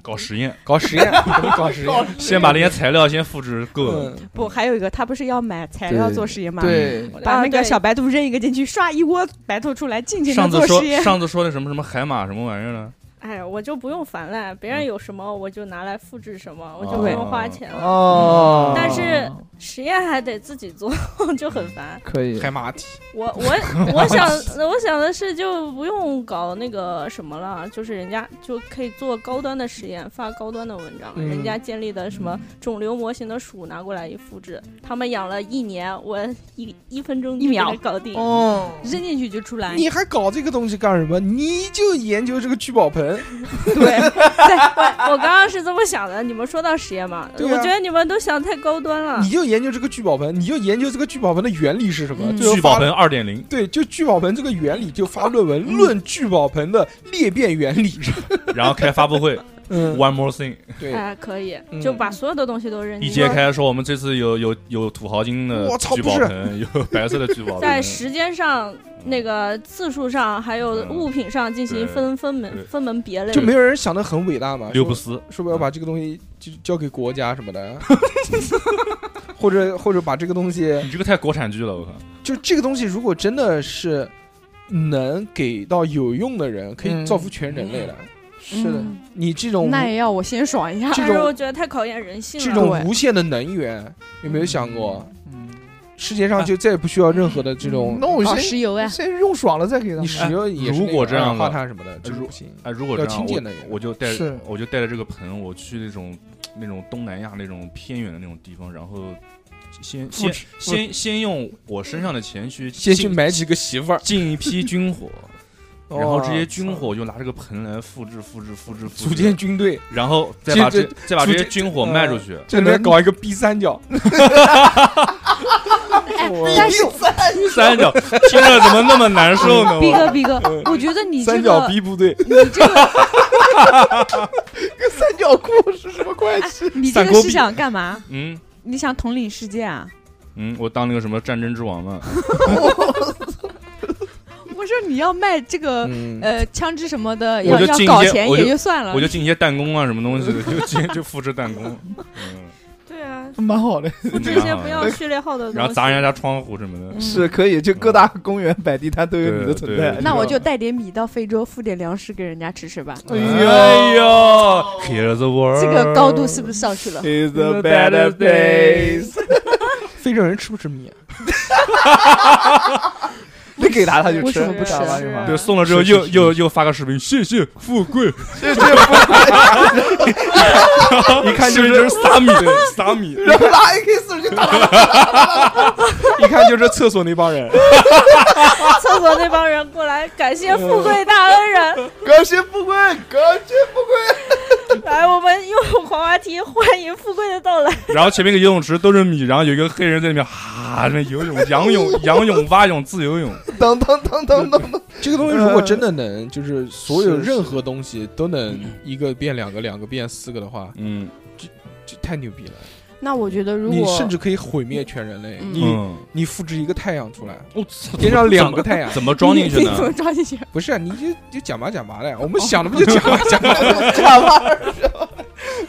[SPEAKER 6] 搞实验，
[SPEAKER 3] 搞实验， 搞实验，
[SPEAKER 6] 先把那些材料先复制够了，
[SPEAKER 3] 嗯
[SPEAKER 7] 不，还有一个，他不是要买材料
[SPEAKER 8] 对
[SPEAKER 7] 做实验吗？，
[SPEAKER 8] 对，
[SPEAKER 7] 把
[SPEAKER 9] 啊
[SPEAKER 7] 那个
[SPEAKER 9] 对
[SPEAKER 7] 小白兔扔一个进去，刷一窝白兔出来，静静的
[SPEAKER 6] 上次
[SPEAKER 7] 做
[SPEAKER 6] 说
[SPEAKER 7] 实验。
[SPEAKER 6] 上次说的什么什么海马什么玩意儿呢？
[SPEAKER 11] 哎呀，我就不用烦了，别人有什么我就拿来复制什么，我就不
[SPEAKER 8] 对
[SPEAKER 11] 用花钱了。
[SPEAKER 8] 哦，
[SPEAKER 11] 但是实验还得自己做，就很 烦。
[SPEAKER 8] 可以
[SPEAKER 3] 海马体，
[SPEAKER 11] 我我我想我想的是，就不用搞那个什么了，就是人家就可以做高端的实验，发高端的文章。
[SPEAKER 3] 嗯
[SPEAKER 11] 人家建立的什么肿瘤模型的鼠拿过来一复制，他们养了一年，我一一分钟就
[SPEAKER 7] 一秒
[SPEAKER 11] 给它搞定。
[SPEAKER 3] 哦，
[SPEAKER 7] 扔进去就出
[SPEAKER 11] 哎
[SPEAKER 7] 来，
[SPEAKER 3] 你还搞这个东西干什么？你就研究这个聚宝盆，
[SPEAKER 11] 我刚刚是这么想的，你们说到实验嘛，
[SPEAKER 3] 对啊
[SPEAKER 11] 我觉得你们都想太高端了
[SPEAKER 3] 你。就研究这个聚宝盆，你就研究这个聚宝盆的原理是什么？
[SPEAKER 7] 嗯
[SPEAKER 3] 最后
[SPEAKER 6] 聚宝
[SPEAKER 3] 发
[SPEAKER 6] 盆二点零，
[SPEAKER 3] 对，就聚宝盆这个原理，就发论文论聚宝盆的裂变原理。
[SPEAKER 6] 然后开发布会
[SPEAKER 3] 嗯，
[SPEAKER 6] ，One More Thing，
[SPEAKER 3] 对，
[SPEAKER 11] 哎，可以
[SPEAKER 3] 嗯，
[SPEAKER 11] 就把所有的东西都扔进
[SPEAKER 6] 一
[SPEAKER 11] 去
[SPEAKER 6] 揭。开说我们这次有有有土豪金的
[SPEAKER 3] 我操
[SPEAKER 6] 聚宝
[SPEAKER 3] 不是
[SPEAKER 6] 盆，有白色的聚宝
[SPEAKER 11] 在
[SPEAKER 6] 盆，嗯
[SPEAKER 11] 时间上、那个次数上，还有物品上进行分分
[SPEAKER 6] 对
[SPEAKER 11] 门分门别类
[SPEAKER 3] 就。没有人想的很伟大嘛？
[SPEAKER 6] 六不
[SPEAKER 3] 说
[SPEAKER 6] 思，
[SPEAKER 3] 说不要把这个东西就交给国家什么 的，或者或者把这个东西，
[SPEAKER 6] 你这个太国产剧了，我靠，
[SPEAKER 3] 就这个东西，如果真的是能给到有用的人，可以
[SPEAKER 8] 嗯
[SPEAKER 3] 造福全人类的。
[SPEAKER 8] 是的，
[SPEAKER 9] 嗯
[SPEAKER 3] 你这种
[SPEAKER 9] 那也要我先爽一下。
[SPEAKER 3] 这
[SPEAKER 11] 但是哎我
[SPEAKER 3] 种
[SPEAKER 11] 觉得太考验人性
[SPEAKER 3] 这
[SPEAKER 11] 了。
[SPEAKER 3] 种无限的能源，有没有想过，
[SPEAKER 8] 嗯，
[SPEAKER 3] 世界上就再也不需要任何的这种
[SPEAKER 8] 那我
[SPEAKER 9] 哦，
[SPEAKER 8] 先
[SPEAKER 9] 石油 哎，
[SPEAKER 8] 先用爽了再给他
[SPEAKER 3] 你
[SPEAKER 8] 们。
[SPEAKER 3] 使用也是
[SPEAKER 6] 哎如
[SPEAKER 3] 那
[SPEAKER 6] 果
[SPEAKER 3] 个
[SPEAKER 6] 这样
[SPEAKER 3] 二氧化
[SPEAKER 6] 的
[SPEAKER 3] 碳什么的，这
[SPEAKER 6] 如
[SPEAKER 3] 不行。
[SPEAKER 6] 哎，如果这
[SPEAKER 3] 要
[SPEAKER 6] 样，
[SPEAKER 3] 清洁能源
[SPEAKER 6] 我我就带
[SPEAKER 8] 是
[SPEAKER 6] 我就带着这个盆，我去那种那种东南亚那种偏远的那种地方，然后先
[SPEAKER 3] 复
[SPEAKER 6] 先先先用我身上的钱去
[SPEAKER 3] 先去
[SPEAKER 6] 进
[SPEAKER 3] 买哦几个媳妇儿，
[SPEAKER 6] 进一批军火，然后这些军
[SPEAKER 3] 哇
[SPEAKER 6] 火就拿这个盆来复制复制复制复制，
[SPEAKER 3] 组建军队，
[SPEAKER 6] 然后再
[SPEAKER 3] 这
[SPEAKER 6] 把
[SPEAKER 3] 这
[SPEAKER 6] 这再把
[SPEAKER 3] 组
[SPEAKER 6] 这些
[SPEAKER 3] 建
[SPEAKER 6] 军火
[SPEAKER 3] 呃
[SPEAKER 6] 卖出去。
[SPEAKER 3] 这里面搞一个 B 三角，
[SPEAKER 9] 但是
[SPEAKER 3] 呃
[SPEAKER 6] 三角听着怎么那么难受呢？
[SPEAKER 7] 逼
[SPEAKER 6] 我
[SPEAKER 7] 哥逼哥，
[SPEAKER 6] 嗯
[SPEAKER 7] 我觉得你这
[SPEAKER 3] 三角
[SPEAKER 7] 个
[SPEAKER 3] B 部队，
[SPEAKER 8] 三角裤是什么关系？
[SPEAKER 7] 你这
[SPEAKER 6] 散
[SPEAKER 7] 个
[SPEAKER 6] 国
[SPEAKER 7] 是
[SPEAKER 6] 币
[SPEAKER 7] 想干嘛？
[SPEAKER 6] 嗯
[SPEAKER 7] 你想统领世界啊？
[SPEAKER 6] 嗯，我当那个什么战争之王嘛，
[SPEAKER 7] 我说你要卖这个
[SPEAKER 3] 嗯，
[SPEAKER 7] 呃枪支什么的，
[SPEAKER 6] 我
[SPEAKER 7] 要
[SPEAKER 6] 就
[SPEAKER 7] 要
[SPEAKER 6] 进一
[SPEAKER 7] 搞
[SPEAKER 6] 些
[SPEAKER 7] 钱
[SPEAKER 6] 我
[SPEAKER 7] 也
[SPEAKER 6] 就
[SPEAKER 7] 就算了
[SPEAKER 6] 我。就进一些弹弓啊什么东西的，就进就复制弹弓， 嗯，
[SPEAKER 11] 对啊，
[SPEAKER 8] 蛮好的，
[SPEAKER 11] 这些
[SPEAKER 6] 然后
[SPEAKER 11] 不要序列号的
[SPEAKER 6] 嗯然
[SPEAKER 11] 东
[SPEAKER 6] 后
[SPEAKER 11] 西。
[SPEAKER 6] 砸人家家窗户什
[SPEAKER 7] 嗯
[SPEAKER 6] 么的。
[SPEAKER 8] 是可以，就各大公园摆地摊都有你的存在
[SPEAKER 6] 对。
[SPEAKER 7] 那 我就带点米到非洲，付点粮食给人家吃吃吧。
[SPEAKER 6] 哎呦，Here's the world，
[SPEAKER 9] 这个高度是不是上去了？
[SPEAKER 8] Is a better place。
[SPEAKER 3] 非洲人吃不吃米啊？
[SPEAKER 8] 你给他他就吃，
[SPEAKER 9] 为什么不吃
[SPEAKER 8] 知道吧是吗
[SPEAKER 6] 对，送了之后
[SPEAKER 3] 是是
[SPEAKER 6] 又
[SPEAKER 3] 是
[SPEAKER 6] 又又发个视频，谢谢富贵，
[SPEAKER 3] 一看就
[SPEAKER 6] 这
[SPEAKER 3] 是
[SPEAKER 6] 是撒米撒米，
[SPEAKER 8] 然后拿 AK 四十去打，
[SPEAKER 3] 一看就是厕所那帮人，
[SPEAKER 11] 厕所那帮人过来，感谢富贵大恩人，
[SPEAKER 6] 嗯
[SPEAKER 8] 感谢富贵，感谢富贵。
[SPEAKER 11] 来，我们用滑滑梯欢迎富贵的到来。
[SPEAKER 6] 然后前面一个游泳池都是米，然后有一个黑人在里面哈，那游泳、仰泳、仰泳、蛙泳、自由泳，
[SPEAKER 8] 当当当当当当，
[SPEAKER 3] 这个东西如果真的能，就是所有
[SPEAKER 8] 是是
[SPEAKER 3] 任何东西都能一个变两个，两个变四个的话，
[SPEAKER 6] 嗯
[SPEAKER 3] 这太牛逼了！
[SPEAKER 9] 那我觉得如
[SPEAKER 3] 你
[SPEAKER 9] 果
[SPEAKER 3] 甚至可以毁灭全人类，
[SPEAKER 9] 嗯
[SPEAKER 3] 你
[SPEAKER 6] 嗯，
[SPEAKER 3] 你复制一个太阳出来，
[SPEAKER 6] 我操，
[SPEAKER 3] 天上两个太阳。
[SPEAKER 6] 怎么装进去
[SPEAKER 9] 你
[SPEAKER 6] 呢？
[SPEAKER 9] 怎么装进去？
[SPEAKER 3] 不是啊，你就就讲吧讲吧的，
[SPEAKER 9] 哦
[SPEAKER 3] 我们想的不就讲吧讲吧的吗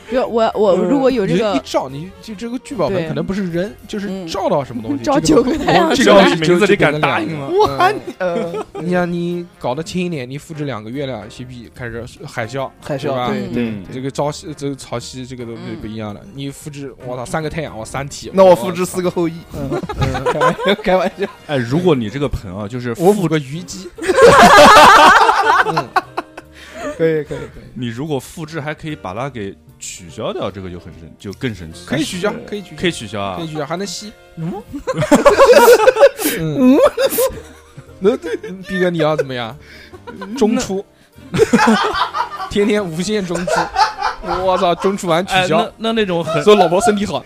[SPEAKER 9] 比如我
[SPEAKER 6] 呃
[SPEAKER 9] 我如果有这
[SPEAKER 3] 你一
[SPEAKER 9] 个
[SPEAKER 3] 照，你就这个聚宝盆
[SPEAKER 9] 对
[SPEAKER 3] 可能不是人，就是
[SPEAKER 9] 嗯
[SPEAKER 3] 照到什么 东西， 哦
[SPEAKER 9] 照
[SPEAKER 3] 这
[SPEAKER 9] 九
[SPEAKER 3] 个
[SPEAKER 9] 个太阳
[SPEAKER 6] 这
[SPEAKER 9] 出
[SPEAKER 6] 个
[SPEAKER 9] 来，
[SPEAKER 6] 名字你敢答应 吗？
[SPEAKER 8] 哇，你呃，
[SPEAKER 3] 哎你想你搞得轻一点，你复制两个月亮西币开始海啸，
[SPEAKER 8] 海
[SPEAKER 3] 对吧
[SPEAKER 8] 啸，对
[SPEAKER 6] 嗯
[SPEAKER 8] 对
[SPEAKER 3] 这
[SPEAKER 8] 对。
[SPEAKER 3] 个朝夕这个潮汐这个都不不
[SPEAKER 9] 嗯
[SPEAKER 3] 一样了。你复制我操三个太阳，我三体，
[SPEAKER 8] 那我复制四
[SPEAKER 3] 个，
[SPEAKER 8] 个后羿，嗯，开玩笑，开玩笑，
[SPEAKER 6] 哎，如果你这个盆啊，就是
[SPEAKER 3] 我五个虞 姬。嗯
[SPEAKER 8] 可以可以可以，
[SPEAKER 6] 你如果复制，还可以把它给取消掉，这个就很神，就更神奇。
[SPEAKER 3] 可以取消，可以取消，
[SPEAKER 6] 可以取消啊
[SPEAKER 3] 可以！取消，还能吸。嗯，那逼哥你要怎么样？中出，天天无限中出。我操，中出完取
[SPEAKER 6] 哎，
[SPEAKER 3] 消
[SPEAKER 6] 那，那那种很
[SPEAKER 3] 说老婆身体好。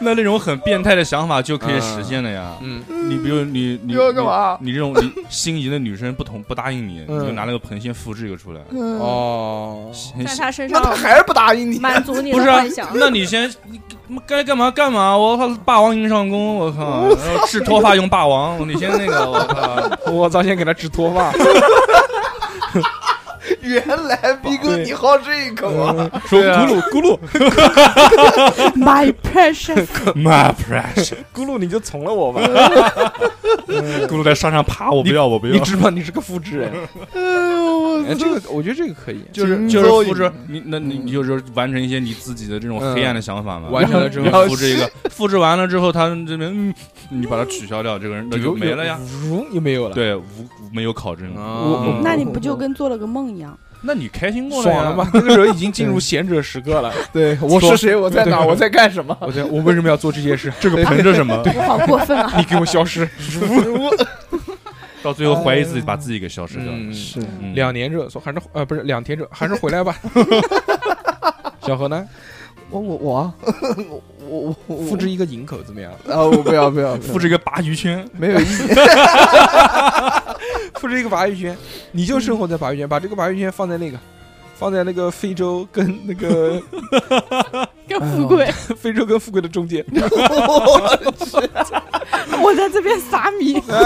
[SPEAKER 6] 那那种很变态的想法就可以实现了呀。
[SPEAKER 3] 嗯，
[SPEAKER 6] 你比如你你
[SPEAKER 8] 你要干嘛？
[SPEAKER 6] 你你这种你心仪的女生不同不答应你，你
[SPEAKER 3] 嗯
[SPEAKER 6] 就拿那个盆先复制一个出来。
[SPEAKER 8] 哦，
[SPEAKER 3] 哦，
[SPEAKER 6] 先
[SPEAKER 11] 在他身
[SPEAKER 8] 那
[SPEAKER 11] 上
[SPEAKER 8] 他还是不答应你，
[SPEAKER 11] 满足 你
[SPEAKER 6] 不
[SPEAKER 11] 的
[SPEAKER 6] 是啊
[SPEAKER 11] 幻想，，
[SPEAKER 6] 那你先你你该干嘛干嘛，我靠，霸王硬上弓，我靠，然后治脱发用霸王，你先那个，我靠，
[SPEAKER 3] 我早先给他治脱发，
[SPEAKER 8] 原来逼哥你好这一口啊！
[SPEAKER 6] 说咕噜咕噜
[SPEAKER 9] My precious，
[SPEAKER 6] ，My precious，
[SPEAKER 3] 咕噜你就从了我吧，
[SPEAKER 6] 咕噜在山上爬，我不要，我不要
[SPEAKER 3] 你，知道你是个复制人。哎，这个我觉得这个可以，
[SPEAKER 6] 就是
[SPEAKER 8] 荆
[SPEAKER 6] 就
[SPEAKER 8] 州
[SPEAKER 6] 是复制
[SPEAKER 8] 影
[SPEAKER 6] 你，那你你就是完成一些你自己的这种
[SPEAKER 3] 嗯
[SPEAKER 6] 黑暗的想法嘛。
[SPEAKER 3] 完成了之后
[SPEAKER 6] 你复制一个，复制完了之后，他们这边嗯你把它取消掉，这个人那就
[SPEAKER 3] 有啊
[SPEAKER 6] 没了呀。，
[SPEAKER 3] 有又没有了。
[SPEAKER 6] 对，无无没有考证，
[SPEAKER 3] 我
[SPEAKER 9] 那你不就跟做了个梦一样？
[SPEAKER 6] 那你开心过了呀
[SPEAKER 3] 爽了吧？那个时候已经进入贤者时刻了。
[SPEAKER 8] 对，我是谁？我在哪儿？我在干什么？
[SPEAKER 3] 我在我为什么要做这些事？这个
[SPEAKER 6] 凭着什么？
[SPEAKER 9] 我好过分啊！
[SPEAKER 3] 你给我消失！
[SPEAKER 6] 到最后怀疑自己，把自己给消失掉了。
[SPEAKER 3] 啊嗯，
[SPEAKER 8] 是
[SPEAKER 6] 嗯
[SPEAKER 3] 两年者说还是呃不是两天者，还是回来 吧。小何呢？
[SPEAKER 8] 我我我啊我我我
[SPEAKER 3] 复制一个营口怎么样？
[SPEAKER 8] 啊！我不 要不要，
[SPEAKER 6] 复制一个鲅鱼圈，
[SPEAKER 8] 没有意义。
[SPEAKER 3] 复制一个鲅鱼圈，你就生活在鲅鱼圈，把这个鲅鱼圈放在那个，放在那个非洲跟那个
[SPEAKER 9] 跟富贵，
[SPEAKER 6] 哎
[SPEAKER 3] 非洲跟富贵的中 间，
[SPEAKER 9] 我在这边撒米，
[SPEAKER 3] 哎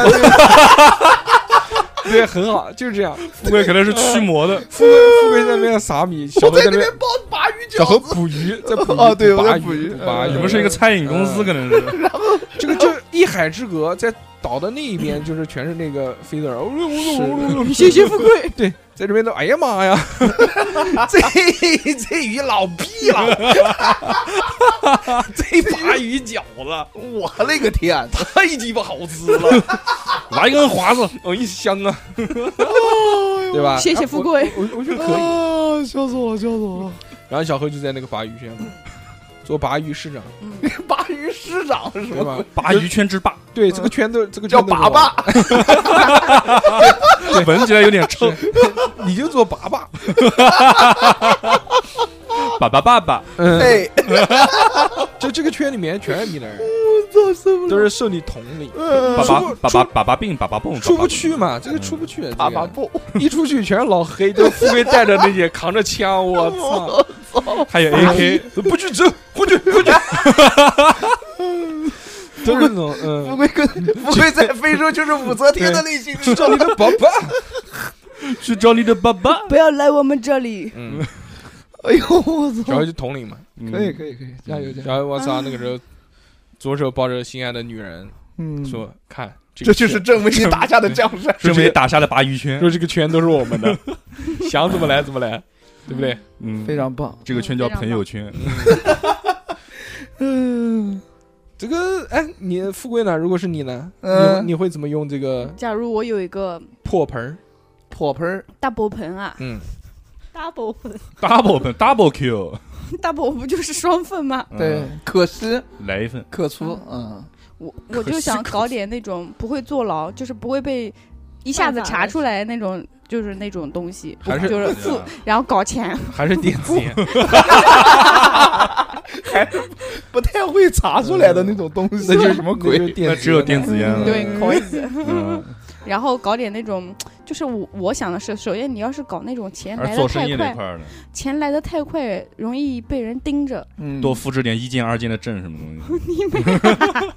[SPEAKER 3] 对， 很好，就是这样。
[SPEAKER 6] 富贵可能是驱魔 的，
[SPEAKER 3] 富贵富贵在那边撒米，小
[SPEAKER 8] 我
[SPEAKER 3] 何
[SPEAKER 8] 在
[SPEAKER 3] 在
[SPEAKER 8] 那
[SPEAKER 3] 边
[SPEAKER 8] 边包鲅鱼
[SPEAKER 3] 小何
[SPEAKER 8] 饺子，
[SPEAKER 3] 捕鱼，在捕鱼
[SPEAKER 8] 哦对我在
[SPEAKER 3] 捕
[SPEAKER 8] 捕
[SPEAKER 3] 鱼，
[SPEAKER 8] 鱼
[SPEAKER 3] 捕鲅鱼。
[SPEAKER 6] 你们是一个餐饮公
[SPEAKER 3] 嗯
[SPEAKER 6] 司，可能是。
[SPEAKER 3] 这个就是一海之隔，在岛的那一边就是全是那个飞的人，哦哦 哦
[SPEAKER 6] 嗯
[SPEAKER 3] 哦谢谢富贵。对，在这边 都哎呀妈呀， 这这鱼老逼了， 这鲅鱼饺子
[SPEAKER 8] 我勒个天！
[SPEAKER 3] 太鸡巴好 吃了，
[SPEAKER 6] 拿一根华子，
[SPEAKER 3] 哦一香啊， 对吧？
[SPEAKER 9] 谢谢富贵。
[SPEAKER 3] 我我觉得可以。
[SPEAKER 8] 啊，笑死我了，笑死我了！
[SPEAKER 3] 然后小何就在那个鲅鱼圈嘛，做鲅鱼市长，
[SPEAKER 9] 嗯
[SPEAKER 8] 鲅鱼师长是什
[SPEAKER 3] 对
[SPEAKER 8] 么？嗯
[SPEAKER 3] 吧？
[SPEAKER 6] 鲅鱼圈之霸，
[SPEAKER 3] 对，这个圈子这个
[SPEAKER 8] 叫
[SPEAKER 3] 圈子
[SPEAKER 8] 粑粑，
[SPEAKER 6] 闻起来有点 臭。
[SPEAKER 3] 我，你就做粑粑，
[SPEAKER 6] 爸爸爸爸，
[SPEAKER 3] 嗯，
[SPEAKER 8] 哎，
[SPEAKER 3] 就这个圈里面全是你的人，
[SPEAKER 8] 我操，受不了！
[SPEAKER 3] 都是受你同理，
[SPEAKER 6] 爸
[SPEAKER 3] 嗯出
[SPEAKER 6] 爸
[SPEAKER 3] 不
[SPEAKER 6] 爸爸爸爸病，爸爸
[SPEAKER 8] 嗯
[SPEAKER 6] 蹦，
[SPEAKER 3] 出
[SPEAKER 6] 爸爸
[SPEAKER 3] 不去嘛，这个出不去，啊这
[SPEAKER 8] 粑粑
[SPEAKER 3] 个
[SPEAKER 8] 不，
[SPEAKER 3] 一出去全是老黑，都富贵带着那些扛着枪，我
[SPEAKER 8] 哦
[SPEAKER 3] 操，哎
[SPEAKER 6] 还有 AK，
[SPEAKER 3] 不去走，回去回 去，都是那种
[SPEAKER 8] 富
[SPEAKER 3] 嗯，
[SPEAKER 8] 贵跟富贵在非洲就是武则天的类型，
[SPEAKER 3] 去找你的宝宝，
[SPEAKER 6] 去找你的 爸爸。
[SPEAKER 9] 不要来我们这里，
[SPEAKER 3] 嗯，
[SPEAKER 8] 哎呦，我操！
[SPEAKER 3] 然后就同龄嘛，
[SPEAKER 4] 嗯
[SPEAKER 8] 可以可以可以，加油加哎油！
[SPEAKER 3] 然后我操，那个时候左手抱着心爱的女人
[SPEAKER 8] 嗯，
[SPEAKER 3] 说，看， 这
[SPEAKER 8] 这
[SPEAKER 3] 个
[SPEAKER 8] 就是
[SPEAKER 3] 圈
[SPEAKER 8] 正为你打 下的江山。
[SPEAKER 6] 这边打下了鲅鱼圈，
[SPEAKER 3] 说这个圈都是我 们的，想怎么来怎么来，对不对？
[SPEAKER 6] 嗯，
[SPEAKER 8] 非常棒，
[SPEAKER 6] 这个圈叫朋友圈，
[SPEAKER 8] 嗯，
[SPEAKER 3] 这个哎，你富贵呢？如果是你呢，你
[SPEAKER 8] 嗯
[SPEAKER 3] 会你会怎么用这个
[SPEAKER 9] 假如我有一个
[SPEAKER 3] 破盆儿？
[SPEAKER 8] 破盆儿，
[SPEAKER 9] 大波盆啊，
[SPEAKER 11] double
[SPEAKER 6] double 本 double Q，
[SPEAKER 9] 大波不就是双份吗？
[SPEAKER 8] 对，可惜
[SPEAKER 6] 嗯来一份，
[SPEAKER 8] 可粗，嗯，
[SPEAKER 9] 我我就想搞点那种不会坐牢，就是不会被一下子
[SPEAKER 11] 犯法
[SPEAKER 9] 查
[SPEAKER 11] 的
[SPEAKER 9] 出来那种，就是那种东西，
[SPEAKER 3] 还是
[SPEAKER 9] 就是
[SPEAKER 6] 啊
[SPEAKER 9] 付，
[SPEAKER 6] 嗯
[SPEAKER 9] 然后搞钱，
[SPEAKER 3] 还是电子烟？
[SPEAKER 8] 不太会查出来的 那种东西，
[SPEAKER 3] 那就是
[SPEAKER 8] 什么鬼
[SPEAKER 3] 那就是？电
[SPEAKER 6] 那
[SPEAKER 3] 子
[SPEAKER 6] 只有电子烟了。
[SPEAKER 9] 对，搞一次，
[SPEAKER 6] 嗯，
[SPEAKER 9] 然后搞点那种，就是我我想的是，首先你要是搞那种钱嗯
[SPEAKER 6] 而
[SPEAKER 9] 来的
[SPEAKER 6] 做生
[SPEAKER 9] 太
[SPEAKER 6] 意那块
[SPEAKER 9] 快，
[SPEAKER 6] 儿呢，
[SPEAKER 9] 钱来的太快，容易被人盯 着，
[SPEAKER 8] 嗯，
[SPEAKER 6] 多复制点一件、二件的证什么 东西。
[SPEAKER 9] 你没，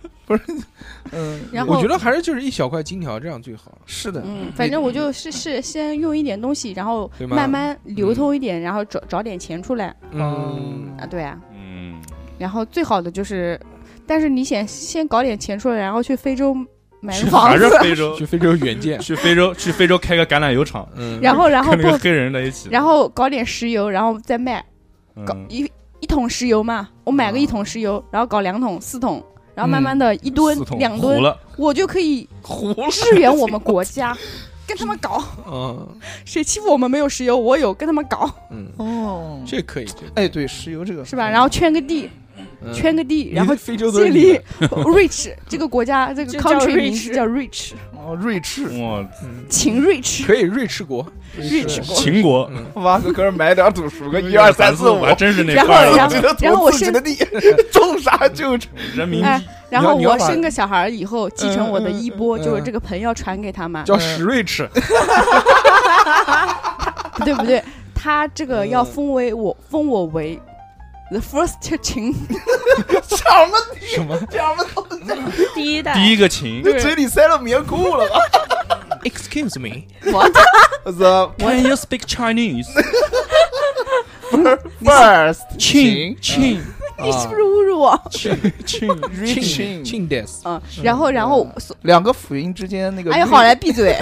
[SPEAKER 8] 嗯，
[SPEAKER 9] 然后
[SPEAKER 3] 我觉得还是就是一小块金条这样最好。
[SPEAKER 8] 是的，
[SPEAKER 9] 嗯，反正我就是是先用一点东西，然后
[SPEAKER 3] 对吗
[SPEAKER 9] 慢慢流通一点，然后找找点钱出来
[SPEAKER 3] 嗯，
[SPEAKER 9] 啊，对啊，
[SPEAKER 6] 嗯，
[SPEAKER 9] 然后最好的就是，但是你先先搞点钱出来，然后去非洲买个房
[SPEAKER 6] 还是
[SPEAKER 9] 子，
[SPEAKER 6] 非洲，
[SPEAKER 3] 去非洲援建。
[SPEAKER 6] 去非洲，去非洲开个橄榄油厂，
[SPEAKER 3] 嗯，
[SPEAKER 9] 然后然后
[SPEAKER 6] 跟那个
[SPEAKER 9] 不，
[SPEAKER 6] 黑人在一起。
[SPEAKER 9] 然后搞点石油，然后再卖，搞
[SPEAKER 6] 嗯，
[SPEAKER 9] 一一桶石油嘛，我买个一桶石油，然后搞两桶、四桶，然后慢慢的一吨
[SPEAKER 3] 四桶、
[SPEAKER 9] 两
[SPEAKER 6] 糊
[SPEAKER 9] 吨，
[SPEAKER 6] 了，
[SPEAKER 9] 我就可以支援我们国家。跟他们搞，
[SPEAKER 3] 嗯
[SPEAKER 9] 谁欺负我们没有石油，我有，跟他们搞，
[SPEAKER 3] 嗯，
[SPEAKER 8] 哦，
[SPEAKER 3] 这可以，这
[SPEAKER 8] 哎，对，石油这个
[SPEAKER 9] 是吧？然 后圈个地，
[SPEAKER 3] 嗯
[SPEAKER 9] 圈个地，然后
[SPEAKER 3] 你非洲都
[SPEAKER 9] 这
[SPEAKER 3] 是你
[SPEAKER 9] 里
[SPEAKER 3] 的
[SPEAKER 9] rich 这个国家这个
[SPEAKER 11] 就叫
[SPEAKER 9] country 名字
[SPEAKER 11] rich
[SPEAKER 9] 叫 rich，
[SPEAKER 8] 哦，瑞士，
[SPEAKER 6] 哇，
[SPEAKER 3] 嗯
[SPEAKER 9] 秦 rich，
[SPEAKER 3] 可以瑞士国，
[SPEAKER 9] 瑞士
[SPEAKER 6] 秦国
[SPEAKER 3] 嗯
[SPEAKER 8] 挖个坑儿埋点土，数个一二三 四五
[SPEAKER 6] 还，真是那
[SPEAKER 9] 然后
[SPEAKER 6] 块儿
[SPEAKER 9] 然后，
[SPEAKER 6] 了
[SPEAKER 8] 记得
[SPEAKER 9] 啊然后
[SPEAKER 8] 投
[SPEAKER 9] 我
[SPEAKER 8] 自己
[SPEAKER 9] 生
[SPEAKER 8] 的 地，种啥就种
[SPEAKER 6] 人民
[SPEAKER 9] 哎
[SPEAKER 6] 币，
[SPEAKER 9] 然后
[SPEAKER 3] 你要
[SPEAKER 9] 我
[SPEAKER 3] 把
[SPEAKER 9] 生个小孩儿以后，继承我的衣钵，
[SPEAKER 3] 嗯
[SPEAKER 9] 就是这个盆要传给他们，
[SPEAKER 3] 叫史瑞士，
[SPEAKER 9] 不对不 对，他这个
[SPEAKER 8] 嗯
[SPEAKER 9] 要封为我，封我为 the first 秦，
[SPEAKER 8] 什么
[SPEAKER 3] 什么
[SPEAKER 8] 什么东
[SPEAKER 11] 第一代，
[SPEAKER 9] 哎
[SPEAKER 6] 第一个秦，
[SPEAKER 8] 西，嘴里塞了棉裤了吧？
[SPEAKER 3] ？Excuse me，
[SPEAKER 9] 我
[SPEAKER 8] 我操
[SPEAKER 6] Can you speak Chinese？
[SPEAKER 8] ，first
[SPEAKER 6] 请请
[SPEAKER 8] 啊
[SPEAKER 9] 你是不是侮辱我？
[SPEAKER 6] 请请
[SPEAKER 8] 请
[SPEAKER 3] 庆 des，
[SPEAKER 9] 嗯，然后然后，
[SPEAKER 8] 两个辅音之间那个韵，
[SPEAKER 9] 哎呀，好来闭 嘴！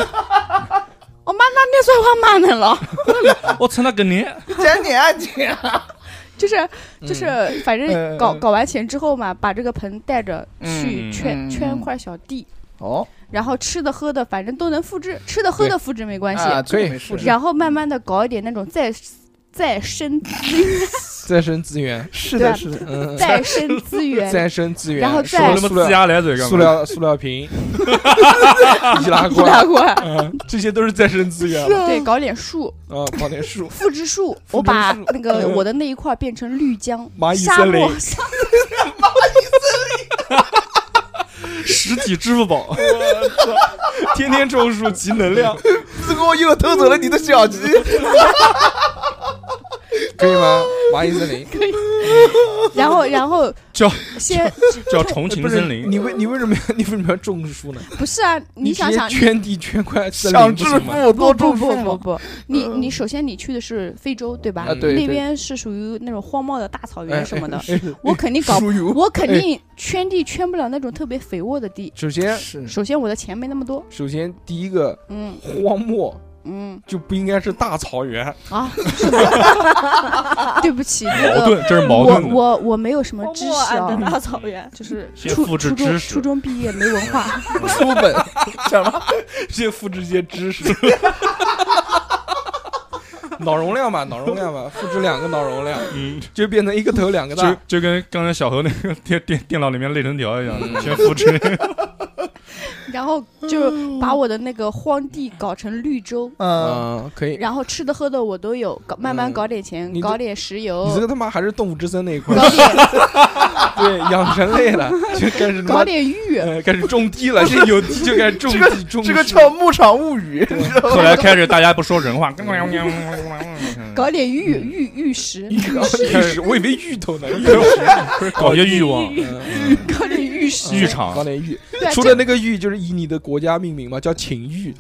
[SPEAKER 9] 我妈那那算话骂人了，
[SPEAKER 6] 我操那个你，
[SPEAKER 9] 哎
[SPEAKER 8] 讲你啊你 啊，
[SPEAKER 9] 就是就是，反正搞
[SPEAKER 8] 嗯
[SPEAKER 9] 搞完钱之后嘛，把这个盆带着
[SPEAKER 6] 嗯
[SPEAKER 9] 去
[SPEAKER 8] 嗯
[SPEAKER 9] 圈圈
[SPEAKER 8] 嗯
[SPEAKER 9] 块小地，
[SPEAKER 8] 哦，
[SPEAKER 9] 然后吃的喝的反正都能复制，吃的喝的复制没关系，
[SPEAKER 8] 啊这个
[SPEAKER 3] 可以
[SPEAKER 8] 没事
[SPEAKER 9] 然后慢慢的搞一点那种再再生
[SPEAKER 3] 再生资源，
[SPEAKER 8] 是
[SPEAKER 9] 对
[SPEAKER 8] 的
[SPEAKER 9] 吧
[SPEAKER 8] 是的，
[SPEAKER 3] 嗯，
[SPEAKER 9] 再生资源，
[SPEAKER 3] 再生资源，
[SPEAKER 9] 然后
[SPEAKER 3] 塑
[SPEAKER 9] 再
[SPEAKER 6] 他
[SPEAKER 3] 塑
[SPEAKER 6] 妈龇
[SPEAKER 3] 料
[SPEAKER 6] 牙咧嘴干嘛？
[SPEAKER 3] 塑料塑料瓶，易拉
[SPEAKER 9] 易拉
[SPEAKER 3] 罐，
[SPEAKER 9] 罐，
[SPEAKER 3] 这些都是再生资源
[SPEAKER 9] 对，搞点树，
[SPEAKER 3] 啊，搞点树，
[SPEAKER 9] 复制树，
[SPEAKER 3] 复
[SPEAKER 9] 我
[SPEAKER 3] 制
[SPEAKER 9] 把
[SPEAKER 3] 树嗯
[SPEAKER 9] 那个我的那一块变成绿江、
[SPEAKER 3] 蚂蚁
[SPEAKER 9] 沙
[SPEAKER 3] 森林
[SPEAKER 9] 漠、沙
[SPEAKER 6] 实体支付宝，天天种树集能量，
[SPEAKER 8] 自贡又偷走了你的小 鸡，
[SPEAKER 3] 可以吗？蚂蚁森林，
[SPEAKER 9] 然后，然后
[SPEAKER 6] 叫
[SPEAKER 9] 先
[SPEAKER 6] 叫重庆
[SPEAKER 3] 不是
[SPEAKER 6] 森林。
[SPEAKER 3] 你为你为什么要你为什么要种树呢？
[SPEAKER 9] 不是啊，你想
[SPEAKER 3] 直接
[SPEAKER 9] 想，
[SPEAKER 3] 圈地圈块森
[SPEAKER 8] 想
[SPEAKER 3] 林不
[SPEAKER 8] 致
[SPEAKER 3] 行吗？嗯
[SPEAKER 8] 富
[SPEAKER 9] 不
[SPEAKER 8] 多
[SPEAKER 9] 不
[SPEAKER 8] 种树
[SPEAKER 9] 不不
[SPEAKER 8] 嘛，
[SPEAKER 9] 不，你你首先你去的是非洲对吧
[SPEAKER 8] 啊？对
[SPEAKER 9] 那
[SPEAKER 8] 对
[SPEAKER 9] 边是属于那种荒漠的大草
[SPEAKER 3] 哎
[SPEAKER 9] 原什么的，
[SPEAKER 3] 哎
[SPEAKER 9] 我肯定搞，
[SPEAKER 8] 输油
[SPEAKER 9] 我肯定圈地圈不了那种特别肥沃的地。
[SPEAKER 3] 首先
[SPEAKER 8] 是
[SPEAKER 9] 首先我的钱没那么多，
[SPEAKER 3] 首先第一个
[SPEAKER 9] 嗯
[SPEAKER 3] 荒漠
[SPEAKER 9] 嗯
[SPEAKER 3] 就不应该是大草原，
[SPEAKER 9] 啊，是的对不起，那
[SPEAKER 6] 矛
[SPEAKER 9] 个
[SPEAKER 6] 盾，这是矛
[SPEAKER 9] 我
[SPEAKER 6] 盾的。
[SPEAKER 9] 我我没有什么知识
[SPEAKER 11] 荒漠岸的
[SPEAKER 9] 啊，
[SPEAKER 11] 大草原，
[SPEAKER 9] 就是
[SPEAKER 6] 先
[SPEAKER 9] 初
[SPEAKER 6] 复制
[SPEAKER 9] 初
[SPEAKER 6] 知
[SPEAKER 9] 中
[SPEAKER 6] 识
[SPEAKER 9] 初中毕业没文 化，
[SPEAKER 8] 书本，讲吧，
[SPEAKER 3] 先复制一些知识， 脑容量吧，脑容量吧，复制两个脑容量，
[SPEAKER 6] 嗯，
[SPEAKER 3] 就变成一个头两个
[SPEAKER 6] 就
[SPEAKER 3] 大。
[SPEAKER 6] 就跟刚才小何那个电电电脑里面累成条一样
[SPEAKER 3] 嗯，
[SPEAKER 6] 先复制。
[SPEAKER 9] 然后就把我的那个荒地搞成绿洲。
[SPEAKER 8] 嗯，
[SPEAKER 3] 嗯，可以。
[SPEAKER 9] 然后吃的喝的我都有，搞慢慢
[SPEAKER 3] 嗯
[SPEAKER 9] 搞点钱，
[SPEAKER 3] 你这
[SPEAKER 9] 搞点石
[SPEAKER 3] 你这
[SPEAKER 9] 油，
[SPEAKER 3] 个他妈还是动物之森那一块儿，
[SPEAKER 9] 哦搞点
[SPEAKER 3] 对，养成类了，就开始他妈
[SPEAKER 9] 搞点玉，
[SPEAKER 3] 呃开始种地了，这有地就开始种
[SPEAKER 8] 这个
[SPEAKER 3] 地种
[SPEAKER 8] 这个
[SPEAKER 3] 树
[SPEAKER 8] 叫《牧场物语》，你知道
[SPEAKER 6] 后
[SPEAKER 8] 吗？
[SPEAKER 6] 来开始大家不说人话，
[SPEAKER 9] 搞点玉
[SPEAKER 6] 嗯
[SPEAKER 9] 玉玉石，
[SPEAKER 3] 玉石，我以为芋头呢，芋
[SPEAKER 6] 搞些欲望，
[SPEAKER 3] 嗯
[SPEAKER 9] 搞点玉石，
[SPEAKER 6] 浴
[SPEAKER 3] 搞
[SPEAKER 6] 场
[SPEAKER 3] 点玉。
[SPEAKER 9] 对啊，
[SPEAKER 3] 除
[SPEAKER 9] 这
[SPEAKER 3] 了那个玉，就是以你的国家命名嘛，叫秦玉。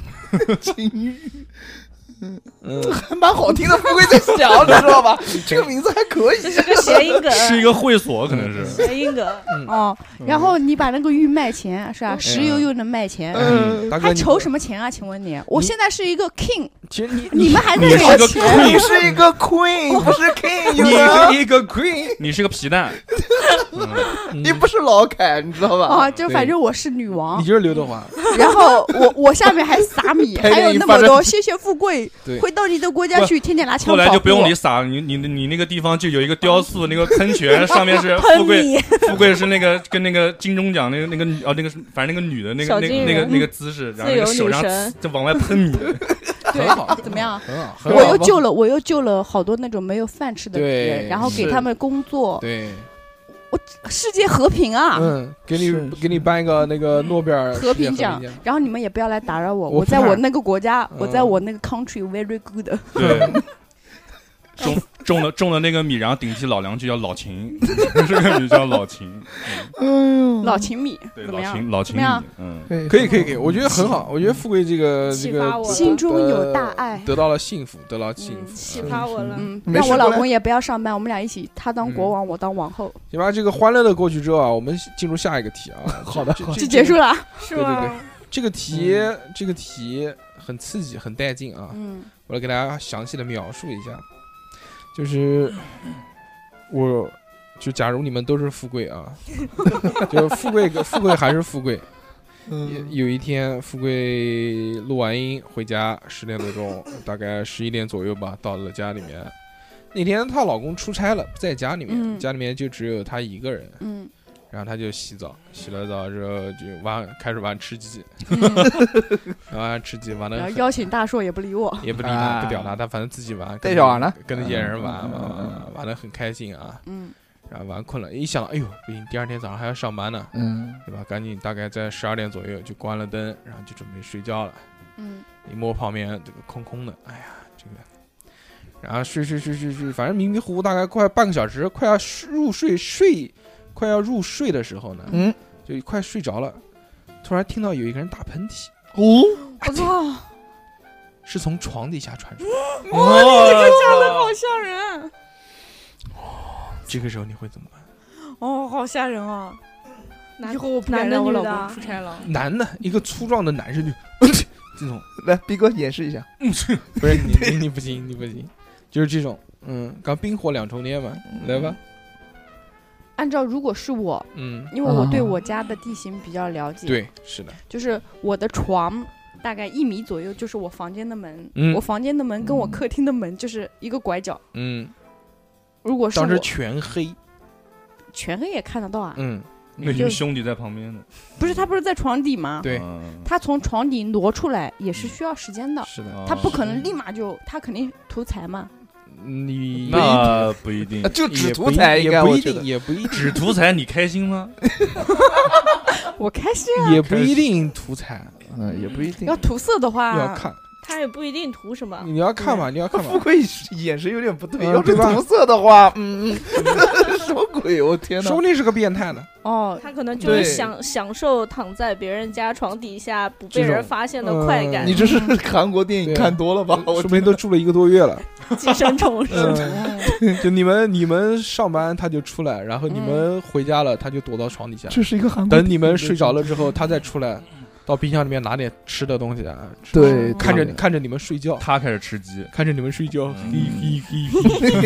[SPEAKER 3] 嗯，
[SPEAKER 8] 还 蛮好听的，富贵在想，你知道吧？这个名字还可以
[SPEAKER 11] 这，是个谐音梗，啊
[SPEAKER 6] 是一个会所，可能是。
[SPEAKER 11] 谐音梗。
[SPEAKER 9] 哦，
[SPEAKER 6] 嗯
[SPEAKER 9] 然后你把那个玉卖钱是吧？石油又能卖钱，
[SPEAKER 3] 嗯，大哥，
[SPEAKER 9] 还
[SPEAKER 3] 你
[SPEAKER 9] 愁什么钱啊？请问你，我
[SPEAKER 3] 你
[SPEAKER 9] 现在是一个 king，
[SPEAKER 3] 其实你
[SPEAKER 9] 你们还在
[SPEAKER 6] 你是
[SPEAKER 9] 给
[SPEAKER 6] 个
[SPEAKER 9] 我钱？
[SPEAKER 8] 你
[SPEAKER 6] queen，
[SPEAKER 8] 是一个 queen，不是 king，
[SPEAKER 3] 你
[SPEAKER 8] 你
[SPEAKER 3] 是一个 queen，
[SPEAKER 6] 你是个皮蛋，
[SPEAKER 3] 嗯
[SPEAKER 8] 你不是老凯，你知道吧？
[SPEAKER 9] 啊，就反正我是女王
[SPEAKER 3] 你，就是刘德 华，
[SPEAKER 9] 然后我我下面还撒 米，
[SPEAKER 8] 拍
[SPEAKER 9] 还
[SPEAKER 8] 电
[SPEAKER 9] 有
[SPEAKER 8] 影
[SPEAKER 9] 那
[SPEAKER 8] 发
[SPEAKER 9] 么
[SPEAKER 8] 展
[SPEAKER 9] 多，谢谢富贵
[SPEAKER 3] 对，
[SPEAKER 9] 回到你的国家
[SPEAKER 6] 不
[SPEAKER 9] 去，天天拿枪
[SPEAKER 6] 后来
[SPEAKER 9] 保
[SPEAKER 6] 就不用
[SPEAKER 9] 护
[SPEAKER 6] 你撒，你你你那个地方就有一个雕塑，那个喷泉上面是富
[SPEAKER 11] 喷
[SPEAKER 6] 贵，
[SPEAKER 11] 你，
[SPEAKER 6] 富贵是那个跟那个金钟奖那个那个女哦那个是反正那个女的那个
[SPEAKER 11] 小
[SPEAKER 6] 那
[SPEAKER 11] 金
[SPEAKER 6] 个那个
[SPEAKER 11] 人
[SPEAKER 6] 那个姿势，然后
[SPEAKER 11] 自
[SPEAKER 6] 那
[SPEAKER 11] 由
[SPEAKER 6] 个手
[SPEAKER 11] 女
[SPEAKER 6] 上
[SPEAKER 11] 神
[SPEAKER 6] 就往外喷 米，
[SPEAKER 3] 很好，
[SPEAKER 9] 怎么样？
[SPEAKER 3] 很好，很
[SPEAKER 9] 我
[SPEAKER 3] 好
[SPEAKER 9] 又。救了，我又救了好多那种没有饭吃的
[SPEAKER 3] 对
[SPEAKER 9] 人，然后给
[SPEAKER 6] 是
[SPEAKER 9] 他们工作，
[SPEAKER 3] 对，
[SPEAKER 9] 世界和平啊，
[SPEAKER 3] 嗯，给
[SPEAKER 8] 是
[SPEAKER 3] 你给你颁一个那个诺贝尔
[SPEAKER 9] 和
[SPEAKER 3] 世界
[SPEAKER 9] 平奖。然后你们也不要来打扰我，
[SPEAKER 3] 我
[SPEAKER 9] 我
[SPEAKER 3] 不
[SPEAKER 9] 在
[SPEAKER 3] 怕
[SPEAKER 9] 我那个国家，我在
[SPEAKER 3] 嗯
[SPEAKER 9] 我那个 country very good。
[SPEAKER 6] 对，种种了种了那个米，然后顶替老梁就叫老秦，这个米叫老秦，嗯
[SPEAKER 2] 哎
[SPEAKER 3] 嗯
[SPEAKER 9] 老秦米
[SPEAKER 6] 对
[SPEAKER 9] 怎
[SPEAKER 6] 老
[SPEAKER 9] 么样？
[SPEAKER 6] 秦老秦
[SPEAKER 9] 怎么样
[SPEAKER 6] 米，嗯，
[SPEAKER 3] 可以可以可以，我觉得很好，我觉得富贵这个这
[SPEAKER 11] 启
[SPEAKER 3] 个
[SPEAKER 11] 发我了，
[SPEAKER 9] 心中有大爱。
[SPEAKER 3] 得到了幸福，得到了幸
[SPEAKER 11] 嗯，
[SPEAKER 3] 福。
[SPEAKER 11] 启发我了。
[SPEAKER 9] 嗯，
[SPEAKER 8] 没
[SPEAKER 9] 让
[SPEAKER 8] 事
[SPEAKER 9] 我老
[SPEAKER 8] 过来
[SPEAKER 9] 公也不要上班，我们俩一起，他当国王，我当王后，
[SPEAKER 3] 行吧，这个欢乐的过去之后啊，我们进入下一个题啊。好 的，
[SPEAKER 9] 就结束了啊。
[SPEAKER 11] 是
[SPEAKER 3] 对对
[SPEAKER 11] 吗？
[SPEAKER 3] 这个题，这个题很刺激，很带劲啊！
[SPEAKER 9] 嗯，
[SPEAKER 3] 我来给大家详细的描述一下， 就是我，就假如你们都是富贵啊， 就是富贵，富贵还是富贵。
[SPEAKER 9] 嗯
[SPEAKER 3] 有一天，富贵录完音回家，十点多钟，大概十一点左右吧，到了家里面。那天她老公出差了，不在家里面，
[SPEAKER 9] 嗯
[SPEAKER 3] 家里面就只有她一个人。
[SPEAKER 9] 嗯，
[SPEAKER 3] 然后她就洗澡，洗了澡之后就玩，开始玩吃鸡，然后玩吃鸡玩的
[SPEAKER 9] 然后邀请大硕也不理我，
[SPEAKER 3] 也不理
[SPEAKER 8] 啊
[SPEAKER 3] 他，不屌他，他反正自己玩，
[SPEAKER 8] 带
[SPEAKER 3] 跟
[SPEAKER 8] 小孩呢
[SPEAKER 3] 跟那些人玩
[SPEAKER 8] 嗯
[SPEAKER 3] 玩玩
[SPEAKER 8] 嗯
[SPEAKER 3] 玩玩的很开心啊。
[SPEAKER 9] 嗯，
[SPEAKER 3] 然后玩困了，一想到哎呦不行，第二天早上还要上班呢，
[SPEAKER 8] 嗯，
[SPEAKER 3] 对吧？赶紧大概在十二点左右就关了灯，然后就准备睡觉了。
[SPEAKER 9] 嗯，
[SPEAKER 3] 一摸旁边这个空空的，哎呀，这个，然后睡睡睡睡睡，反正迷迷糊糊，大概快半个小时，快要入睡睡，快要入睡的时候呢，
[SPEAKER 8] 嗯，
[SPEAKER 3] 就快睡着了，突然听到有一个人打喷嚏，
[SPEAKER 8] 哦，
[SPEAKER 9] 我操，
[SPEAKER 3] 是从床底下传出来。
[SPEAKER 11] 哇，你这个讲的好吓人，
[SPEAKER 3] 这个时候你会怎么办？
[SPEAKER 2] 哦，好吓人啊！
[SPEAKER 11] 男
[SPEAKER 2] 以后我不敢
[SPEAKER 11] 男的
[SPEAKER 2] 让我
[SPEAKER 11] 女
[SPEAKER 2] 老
[SPEAKER 11] 的
[SPEAKER 2] 公
[SPEAKER 11] 啊
[SPEAKER 2] 出差了。
[SPEAKER 3] 男的，一个粗壮的男生就这种，
[SPEAKER 8] 来，逼哥演示一下。，
[SPEAKER 3] 不是你你你不行你不行，就是这种，嗯，刚冰火两重天嘛，来吧，
[SPEAKER 9] 按照如果是我，
[SPEAKER 3] 嗯，
[SPEAKER 9] 因为我对
[SPEAKER 4] 啊
[SPEAKER 9] 我家的地形比较了解，，
[SPEAKER 3] 对，是的，
[SPEAKER 9] 就是我的床大概一米左右就是我房间的门，
[SPEAKER 3] 嗯
[SPEAKER 9] 我房间的门跟我客厅的门就是一个拐角。
[SPEAKER 3] 嗯，
[SPEAKER 9] 如果是我
[SPEAKER 3] 当时全黑，
[SPEAKER 9] 全黑也看得到啊，
[SPEAKER 3] 嗯，
[SPEAKER 6] 那你们兄弟在旁边呢，
[SPEAKER 9] 不是他不是在床底吗？
[SPEAKER 3] 对，
[SPEAKER 6] 嗯
[SPEAKER 9] 他从床底挪出来也是需要时间的，
[SPEAKER 3] 是的，
[SPEAKER 6] 哦
[SPEAKER 9] 他不可能立马就，他肯定图财嘛。
[SPEAKER 3] 你
[SPEAKER 6] 那啊不一定
[SPEAKER 8] 就只
[SPEAKER 3] 也
[SPEAKER 8] 图
[SPEAKER 3] 不一
[SPEAKER 8] 财应
[SPEAKER 3] 也
[SPEAKER 8] 该，
[SPEAKER 3] 不
[SPEAKER 8] 我
[SPEAKER 3] 一
[SPEAKER 8] 觉
[SPEAKER 3] 定，
[SPEAKER 8] 得
[SPEAKER 3] 也不一定，
[SPEAKER 6] 只图财你开心吗？
[SPEAKER 9] 我开心，
[SPEAKER 3] 也不一定图财，
[SPEAKER 8] 嗯，也不一定
[SPEAKER 9] 要。涂色的话，
[SPEAKER 3] 要看，
[SPEAKER 11] 他也不一定图什么。
[SPEAKER 3] 你要看嘛，你要看
[SPEAKER 8] 啊 富
[SPEAKER 3] 嘛，
[SPEAKER 8] 贵眼神有点不对，
[SPEAKER 3] 嗯
[SPEAKER 8] 要是
[SPEAKER 3] 对吧
[SPEAKER 8] 涂色的话，嗯， 什么鬼？我天哪
[SPEAKER 3] 说！不定是个变态呢，
[SPEAKER 9] 哦，
[SPEAKER 11] 他可能就是
[SPEAKER 8] 对
[SPEAKER 11] 享享受躺在别人家床底下不被
[SPEAKER 3] 这种
[SPEAKER 11] 人发现的快感
[SPEAKER 3] 嗯
[SPEAKER 8] 你，这是韩国电影看多了吧？我
[SPEAKER 3] 啊说不定都住了一个多月 了，
[SPEAKER 11] 寄 生虫是吧？
[SPEAKER 3] 嗯，就你们你们上班他就出来，然后你
[SPEAKER 9] 嗯
[SPEAKER 3] 们回家了他就躲到床底下，
[SPEAKER 8] 这是一个韩国。
[SPEAKER 3] 等你们睡着了之后，他再出来，到冰箱里面拿点吃的东西啊，吃
[SPEAKER 8] 对，
[SPEAKER 3] 看着看着你们睡觉，
[SPEAKER 6] 他开始吃鸡，
[SPEAKER 3] 看着你们睡觉，嘿嘿嘿，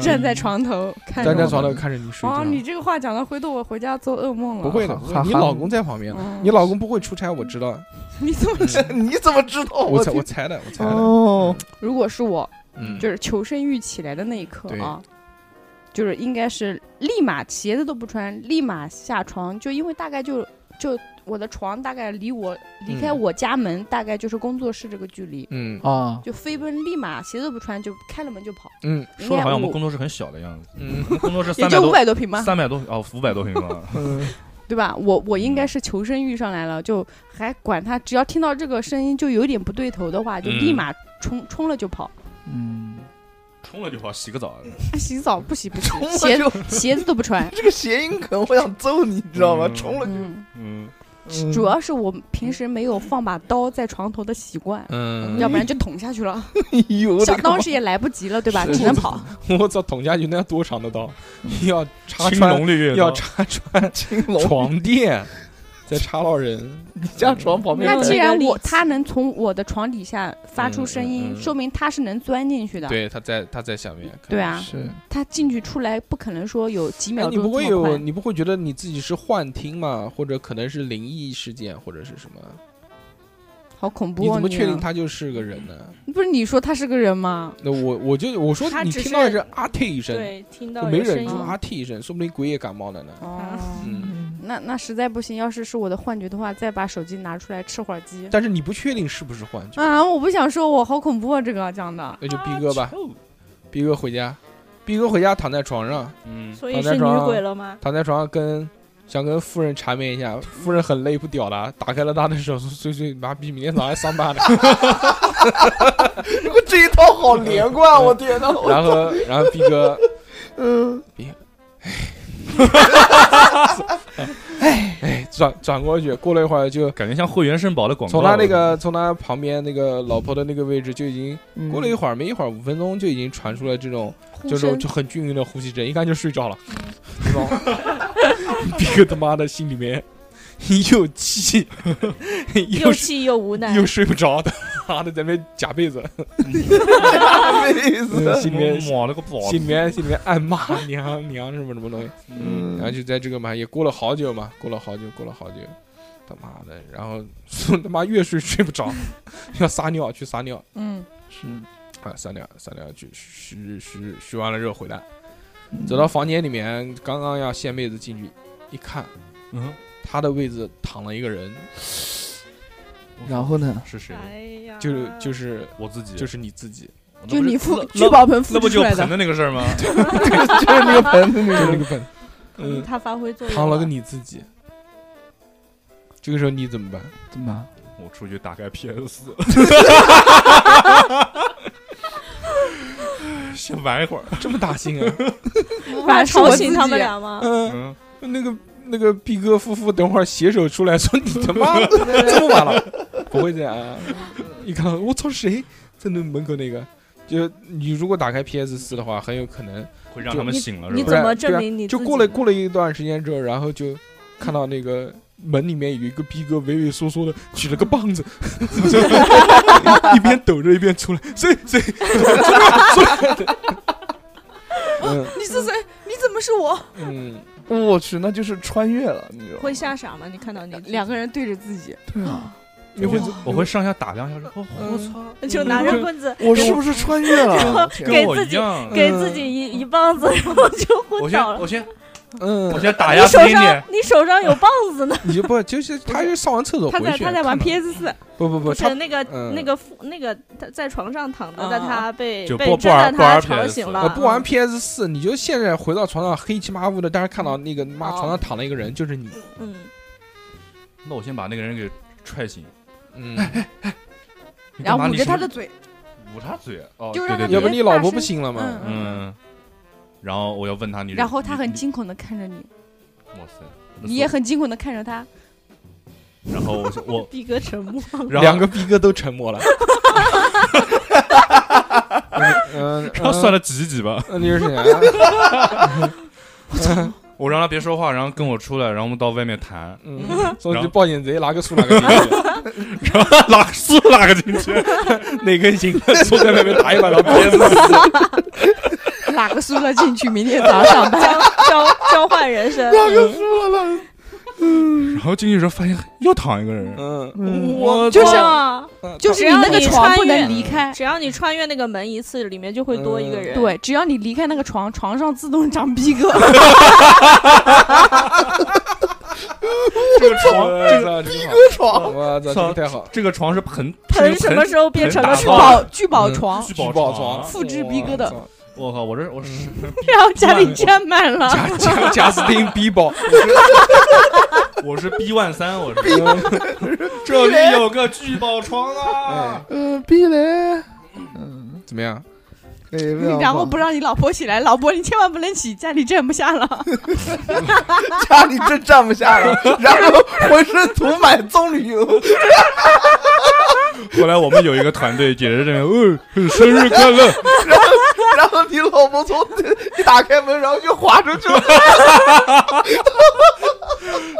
[SPEAKER 9] 站在床头看着
[SPEAKER 3] 嗯
[SPEAKER 9] 我。
[SPEAKER 3] 站在床头看着你睡
[SPEAKER 9] 哦，
[SPEAKER 3] 觉。
[SPEAKER 9] 你这个话讲到，回头我回家做噩梦了。
[SPEAKER 3] 不会的，不会
[SPEAKER 8] 哈哈
[SPEAKER 3] 你老公在旁边，
[SPEAKER 9] 嗯
[SPEAKER 3] 你老公不会出差，我知道，
[SPEAKER 9] 你怎么？
[SPEAKER 8] 你怎么知道？
[SPEAKER 3] 我猜
[SPEAKER 8] 天
[SPEAKER 3] 我猜的，我猜的，
[SPEAKER 8] 哦，
[SPEAKER 9] 如果是我，
[SPEAKER 3] 嗯，
[SPEAKER 9] 就是求生欲起来的那一刻啊，就是应该是立马鞋子都不穿，立马下床，就因为大概就就我的床大概离我离开
[SPEAKER 3] 嗯
[SPEAKER 9] 我家门大概就是工作室这个距离，
[SPEAKER 3] 嗯
[SPEAKER 8] 啊，
[SPEAKER 9] 就飞奔，立马鞋子不穿就开了门就跑，
[SPEAKER 3] 嗯
[SPEAKER 9] 应
[SPEAKER 6] 说的
[SPEAKER 9] 该
[SPEAKER 6] 好像我们
[SPEAKER 9] 五
[SPEAKER 6] 工作室很小的样子，
[SPEAKER 3] 嗯
[SPEAKER 6] 我们工作室
[SPEAKER 9] 也
[SPEAKER 6] 三百
[SPEAKER 9] 就五
[SPEAKER 6] 多
[SPEAKER 9] 百多平吧，
[SPEAKER 6] 三百多哦五百多平方，
[SPEAKER 3] 嗯，
[SPEAKER 9] 对吧？我我应该是求生欲上来了，就还管他，只要听到这个声音就有点不对头的话，就
[SPEAKER 6] 嗯
[SPEAKER 9] 立马冲、冲了就跑。
[SPEAKER 8] 嗯，
[SPEAKER 6] 冲了就跑，洗个澡，
[SPEAKER 3] 嗯
[SPEAKER 9] 洗澡不洗不洗，
[SPEAKER 8] 冲
[SPEAKER 9] 鞋
[SPEAKER 8] 了就。
[SPEAKER 9] 鞋子都不穿
[SPEAKER 8] 这个谐音梗，我想揍你，你知道吗？
[SPEAKER 6] 嗯
[SPEAKER 8] 冲了
[SPEAKER 9] 嗯，
[SPEAKER 6] 嗯，
[SPEAKER 9] 主要是我平时没有放把刀在床头的习惯，
[SPEAKER 3] 嗯，
[SPEAKER 9] 要不然就捅下去了。
[SPEAKER 8] 有我的
[SPEAKER 9] 想
[SPEAKER 8] 个
[SPEAKER 9] 当时也来不及了，对吧？
[SPEAKER 8] 是
[SPEAKER 9] 只能跑。
[SPEAKER 3] 我操，捅下去那要多长的刀，要插
[SPEAKER 6] 青
[SPEAKER 3] 穿，
[SPEAKER 6] 龙绿叶刀
[SPEAKER 3] 要插穿
[SPEAKER 8] 青龙，
[SPEAKER 3] 床垫，再插到人，
[SPEAKER 8] 你家床旁边
[SPEAKER 9] 那
[SPEAKER 11] 有
[SPEAKER 9] 既
[SPEAKER 11] 这
[SPEAKER 8] 的，
[SPEAKER 11] 个
[SPEAKER 9] 然
[SPEAKER 11] 例
[SPEAKER 9] 我
[SPEAKER 11] 子
[SPEAKER 9] 他能从我的床底下发出
[SPEAKER 3] 嗯
[SPEAKER 9] 声
[SPEAKER 3] 嗯
[SPEAKER 9] 音，
[SPEAKER 3] 嗯
[SPEAKER 9] 说明他是能钻进去的。
[SPEAKER 3] 对，他在他在下面，
[SPEAKER 9] 对啊，
[SPEAKER 8] 是
[SPEAKER 9] 他进去出来不可能说有几
[SPEAKER 3] 哎，
[SPEAKER 9] 秒
[SPEAKER 3] 你
[SPEAKER 9] 钟
[SPEAKER 3] 不会
[SPEAKER 9] 这么
[SPEAKER 3] 有，
[SPEAKER 9] 快
[SPEAKER 3] 你不会觉得你自己是幻听吗？或者可能是灵异事件，或者是什么？
[SPEAKER 9] 好恐怖、哦！
[SPEAKER 3] 你怎么确定
[SPEAKER 9] 啊
[SPEAKER 3] 他就是个人呢？
[SPEAKER 9] 不是你啊说他是个人吗？
[SPEAKER 3] 那我我就我说
[SPEAKER 11] 他
[SPEAKER 3] 你
[SPEAKER 11] 只
[SPEAKER 3] 听到的
[SPEAKER 11] 是
[SPEAKER 3] 是啊 T 一声，
[SPEAKER 11] 对，听
[SPEAKER 3] 我
[SPEAKER 11] 到
[SPEAKER 3] 没
[SPEAKER 11] 有声
[SPEAKER 3] 忍
[SPEAKER 11] 音
[SPEAKER 3] 住，啊 T 一声，说不定鬼也感冒了呢。
[SPEAKER 9] 哦，
[SPEAKER 3] 嗯，
[SPEAKER 9] 那那实在不行，要是是我的幻觉的话，再把手机拿出来吃会儿鸡。
[SPEAKER 3] 但是你不确定是不是幻觉，
[SPEAKER 9] 啊，我不想说，我好恐怖啊！这个讲的，
[SPEAKER 3] 那就逼哥
[SPEAKER 8] 啊
[SPEAKER 3] 吧，逼哥回家，逼哥回家躺在床上，
[SPEAKER 6] 嗯，
[SPEAKER 11] 所
[SPEAKER 3] 躺
[SPEAKER 11] 以
[SPEAKER 3] 在
[SPEAKER 11] 是
[SPEAKER 3] 床
[SPEAKER 11] 女
[SPEAKER 3] 上
[SPEAKER 11] 鬼了吗？
[SPEAKER 3] 躺在床上跟想跟夫人缠绵一下，夫人很累不屌了，打开了他的手，说碎碎妈逼，明天早上上班了。
[SPEAKER 8] 我这一套好连
[SPEAKER 3] 嗯
[SPEAKER 8] 贯，啊我天哪！ 我
[SPEAKER 3] 然后然后逼哥，
[SPEAKER 8] 嗯，
[SPEAKER 3] 哎，转转过去，过了一会儿就
[SPEAKER 6] 感觉像会员肾宝的广告，
[SPEAKER 3] 从他那个从他旁边那个老婆的那个位置就已经
[SPEAKER 8] 嗯
[SPEAKER 3] 过了一会儿，没一会儿五分钟就已经传出了这种
[SPEAKER 11] 呼
[SPEAKER 3] 就是
[SPEAKER 11] 声
[SPEAKER 3] 就很均匀的呼吸声，一看就睡着了，知道吗？
[SPEAKER 11] 嗯
[SPEAKER 3] 逼哥他妈的心里面又 气
[SPEAKER 11] 又
[SPEAKER 3] 又是
[SPEAKER 11] 气又无奈，
[SPEAKER 3] 又睡不着的，妈的在那边夹被子，
[SPEAKER 8] 大妹
[SPEAKER 3] 嗯
[SPEAKER 8] 子，
[SPEAKER 3] 心里面
[SPEAKER 6] 抹了个宝，
[SPEAKER 3] 心里面心里面暗骂娘娘什么什么东西，
[SPEAKER 6] 嗯
[SPEAKER 3] 然后就在这个嘛也过了好久嘛，过了好久过了好久，他妈的，然后 他妈越睡睡不着，要撒尿去撒尿。
[SPEAKER 9] 嗯，
[SPEAKER 8] 是
[SPEAKER 3] 啊，三两三两去虚虚虚完了之后回来，走到房间里面，刚刚要掀被子进去，一看
[SPEAKER 6] 嗯，
[SPEAKER 3] 他的位置躺了一个人，
[SPEAKER 8] 然后 呢？
[SPEAKER 6] 是谁？
[SPEAKER 11] 哎呀，
[SPEAKER 3] 就是就是
[SPEAKER 6] 我自己，
[SPEAKER 3] 就是你自己，
[SPEAKER 6] 我那
[SPEAKER 9] 就
[SPEAKER 6] 不是
[SPEAKER 9] 你复
[SPEAKER 6] 那
[SPEAKER 9] 聚宝盆复
[SPEAKER 6] 那不
[SPEAKER 9] 制
[SPEAKER 6] 就
[SPEAKER 9] 出来
[SPEAKER 6] 盆
[SPEAKER 9] 的，
[SPEAKER 6] 的那个事 儿吗？
[SPEAKER 8] 就是那个盆子，那
[SPEAKER 3] 就是
[SPEAKER 8] 个
[SPEAKER 3] 那个 本，嗯，
[SPEAKER 11] 他发挥作用
[SPEAKER 3] 躺了个 你自己。这个时候你怎么办？
[SPEAKER 8] 怎么办？
[SPEAKER 6] 我出去打开 PS，先玩一会儿。
[SPEAKER 3] 这么大心 啊？
[SPEAKER 11] 把
[SPEAKER 9] 是我
[SPEAKER 11] 吵
[SPEAKER 9] 自己
[SPEAKER 11] 醒他们
[SPEAKER 2] 啊
[SPEAKER 11] 俩吗？
[SPEAKER 3] 嗯，
[SPEAKER 6] 嗯，
[SPEAKER 3] 那个那个毕哥夫妇等会儿携手出来说你他妈这么晚了，不会这样啊？一看我操谁？正对门口那个。就你如果打开 PS 四的话，很有可能
[SPEAKER 6] 会让他们
[SPEAKER 3] 就
[SPEAKER 6] 醒了，
[SPEAKER 3] 不
[SPEAKER 6] 是
[SPEAKER 3] 是
[SPEAKER 6] 吧？
[SPEAKER 3] 对啊就过了过了一段时间之后，然后就看到那个门里面有一个逼哥畏畏缩缩的举了个棒子，一边抖着一边出来，谁谁谁谁，嗯
[SPEAKER 2] 你是谁？你怎么是我？
[SPEAKER 3] 嗯，
[SPEAKER 8] 我去，那就是穿越 了，你知道吗？
[SPEAKER 11] 会吓傻吗？你看到你
[SPEAKER 9] 两个人对着自己，
[SPEAKER 8] 对啊，
[SPEAKER 6] 我会我会上下打量一下，说哦我
[SPEAKER 3] 嗯
[SPEAKER 6] 操，
[SPEAKER 11] 就拿着棍子，
[SPEAKER 8] 我是不是穿越
[SPEAKER 11] 然
[SPEAKER 8] 了
[SPEAKER 11] 后？
[SPEAKER 8] 天
[SPEAKER 6] 跟
[SPEAKER 11] 给
[SPEAKER 6] 我
[SPEAKER 11] 自
[SPEAKER 6] 一
[SPEAKER 11] 己
[SPEAKER 6] 样
[SPEAKER 11] 给自己一一棒子，然后就
[SPEAKER 6] 我
[SPEAKER 11] 昏
[SPEAKER 6] 先
[SPEAKER 11] 倒了
[SPEAKER 6] 我。先
[SPEAKER 3] 嗯，
[SPEAKER 6] 我先打
[SPEAKER 11] 你
[SPEAKER 6] 压
[SPEAKER 11] 手
[SPEAKER 6] 自己
[SPEAKER 11] 上
[SPEAKER 6] 脸，
[SPEAKER 11] 你手上有棒子呢，
[SPEAKER 3] 你就不就是他就上完厕所
[SPEAKER 11] 他
[SPEAKER 3] 回
[SPEAKER 11] 在
[SPEAKER 3] 去，
[SPEAKER 11] 他在玩
[SPEAKER 3] 看到
[SPEAKER 11] PS 四，
[SPEAKER 3] 不不不，
[SPEAKER 11] 不
[SPEAKER 3] 他
[SPEAKER 11] 是那个
[SPEAKER 3] 嗯
[SPEAKER 11] 那个父那个他在床上躺着的
[SPEAKER 2] 啊
[SPEAKER 11] 他被
[SPEAKER 6] 就
[SPEAKER 11] 被
[SPEAKER 6] 不不
[SPEAKER 11] 震
[SPEAKER 6] 玩
[SPEAKER 11] 撼
[SPEAKER 6] 不玩
[SPEAKER 11] 他吵
[SPEAKER 6] PS4
[SPEAKER 11] 醒
[SPEAKER 6] 啊
[SPEAKER 11] 了
[SPEAKER 3] 呃，不玩 PS 四，你就现在回到床上黑漆麻乌的，但是看到那个妈
[SPEAKER 2] 哦
[SPEAKER 3] 床上躺了一个人，就是你，
[SPEAKER 11] 嗯，
[SPEAKER 6] 那我先把那个人给踹醒，
[SPEAKER 3] 嗯，
[SPEAKER 6] 你
[SPEAKER 2] 然
[SPEAKER 6] 干嘛
[SPEAKER 2] 后捂
[SPEAKER 6] 你
[SPEAKER 2] 着
[SPEAKER 6] 是
[SPEAKER 2] 他的嘴，
[SPEAKER 6] 捂他嘴，哦，
[SPEAKER 2] 就
[SPEAKER 6] 对
[SPEAKER 2] 让他
[SPEAKER 6] 对对
[SPEAKER 3] 要不
[SPEAKER 2] 别
[SPEAKER 3] 你老
[SPEAKER 2] 大
[SPEAKER 3] 婆不
[SPEAKER 2] 声
[SPEAKER 3] 醒了嘛？
[SPEAKER 2] 嗯
[SPEAKER 6] 嗯，然后我要问他你，
[SPEAKER 9] 然后他
[SPEAKER 6] 你
[SPEAKER 9] 很，惊恐的看着你，你也，很惊恐的看着他，
[SPEAKER 6] 哇塞 然后我就我
[SPEAKER 11] 逼哥沉默，
[SPEAKER 6] 然后
[SPEAKER 3] 两个逼哥都沉默了。嗯，
[SPEAKER 6] 然后算了挤一挤吧，
[SPEAKER 3] 嗯，你是谁啊？，
[SPEAKER 6] 我让他别说话，然后跟我出来，然后我们到外面谈
[SPEAKER 3] 嗯，说你报警贼拿个树拿个钉子，
[SPEAKER 6] 然后哪个树哪个进 去，
[SPEAKER 3] 哪根 筋坐在外面打一把，然后憋死。
[SPEAKER 9] 哪个宿舍进去，明天早 上上班。
[SPEAKER 11] 交交交换人生，
[SPEAKER 6] 然后进去时候发现又躺一个人，
[SPEAKER 3] 嗯，
[SPEAKER 6] 我
[SPEAKER 9] 就是
[SPEAKER 11] 哇
[SPEAKER 9] 就是你那个床不能离开。
[SPEAKER 11] 只要你穿越那个门一次，里面就会多一个人。，
[SPEAKER 9] 对，只要你离开那个床，床上自动长逼格。
[SPEAKER 6] 这个床哎这个
[SPEAKER 3] 逼哥
[SPEAKER 8] 床，
[SPEAKER 3] 我操，这个太好，
[SPEAKER 6] 这个床是 盆
[SPEAKER 11] 盆什么时候变成了
[SPEAKER 6] 盆
[SPEAKER 9] 聚
[SPEAKER 6] 嗯打炮
[SPEAKER 9] 宝聚宝床，
[SPEAKER 6] 聚
[SPEAKER 3] 聚
[SPEAKER 6] 宝嗯
[SPEAKER 3] 宝床，
[SPEAKER 9] 复制逼哥的
[SPEAKER 6] 我靠，我这我是
[SPEAKER 9] 然后家里占满了。
[SPEAKER 3] 贾贾贾斯汀逼宝，
[SPEAKER 6] 我是 B 万三，我是 这里有个聚宝床啊，
[SPEAKER 8] 嗯，避雷，嗯，
[SPEAKER 3] 怎么样？
[SPEAKER 8] 可以非 常
[SPEAKER 9] 然后
[SPEAKER 8] 棒
[SPEAKER 9] 不让你啊老婆起来，老婆你千万不能起，家里站不下了。
[SPEAKER 8] 家里真站不下 了，然后浑身涂满棕榈 油，
[SPEAKER 6] 后来我们有一个团队也是这边，嗯、 生日快乐，
[SPEAKER 8] 然后你老婆从一打开门，然后就滑出去了。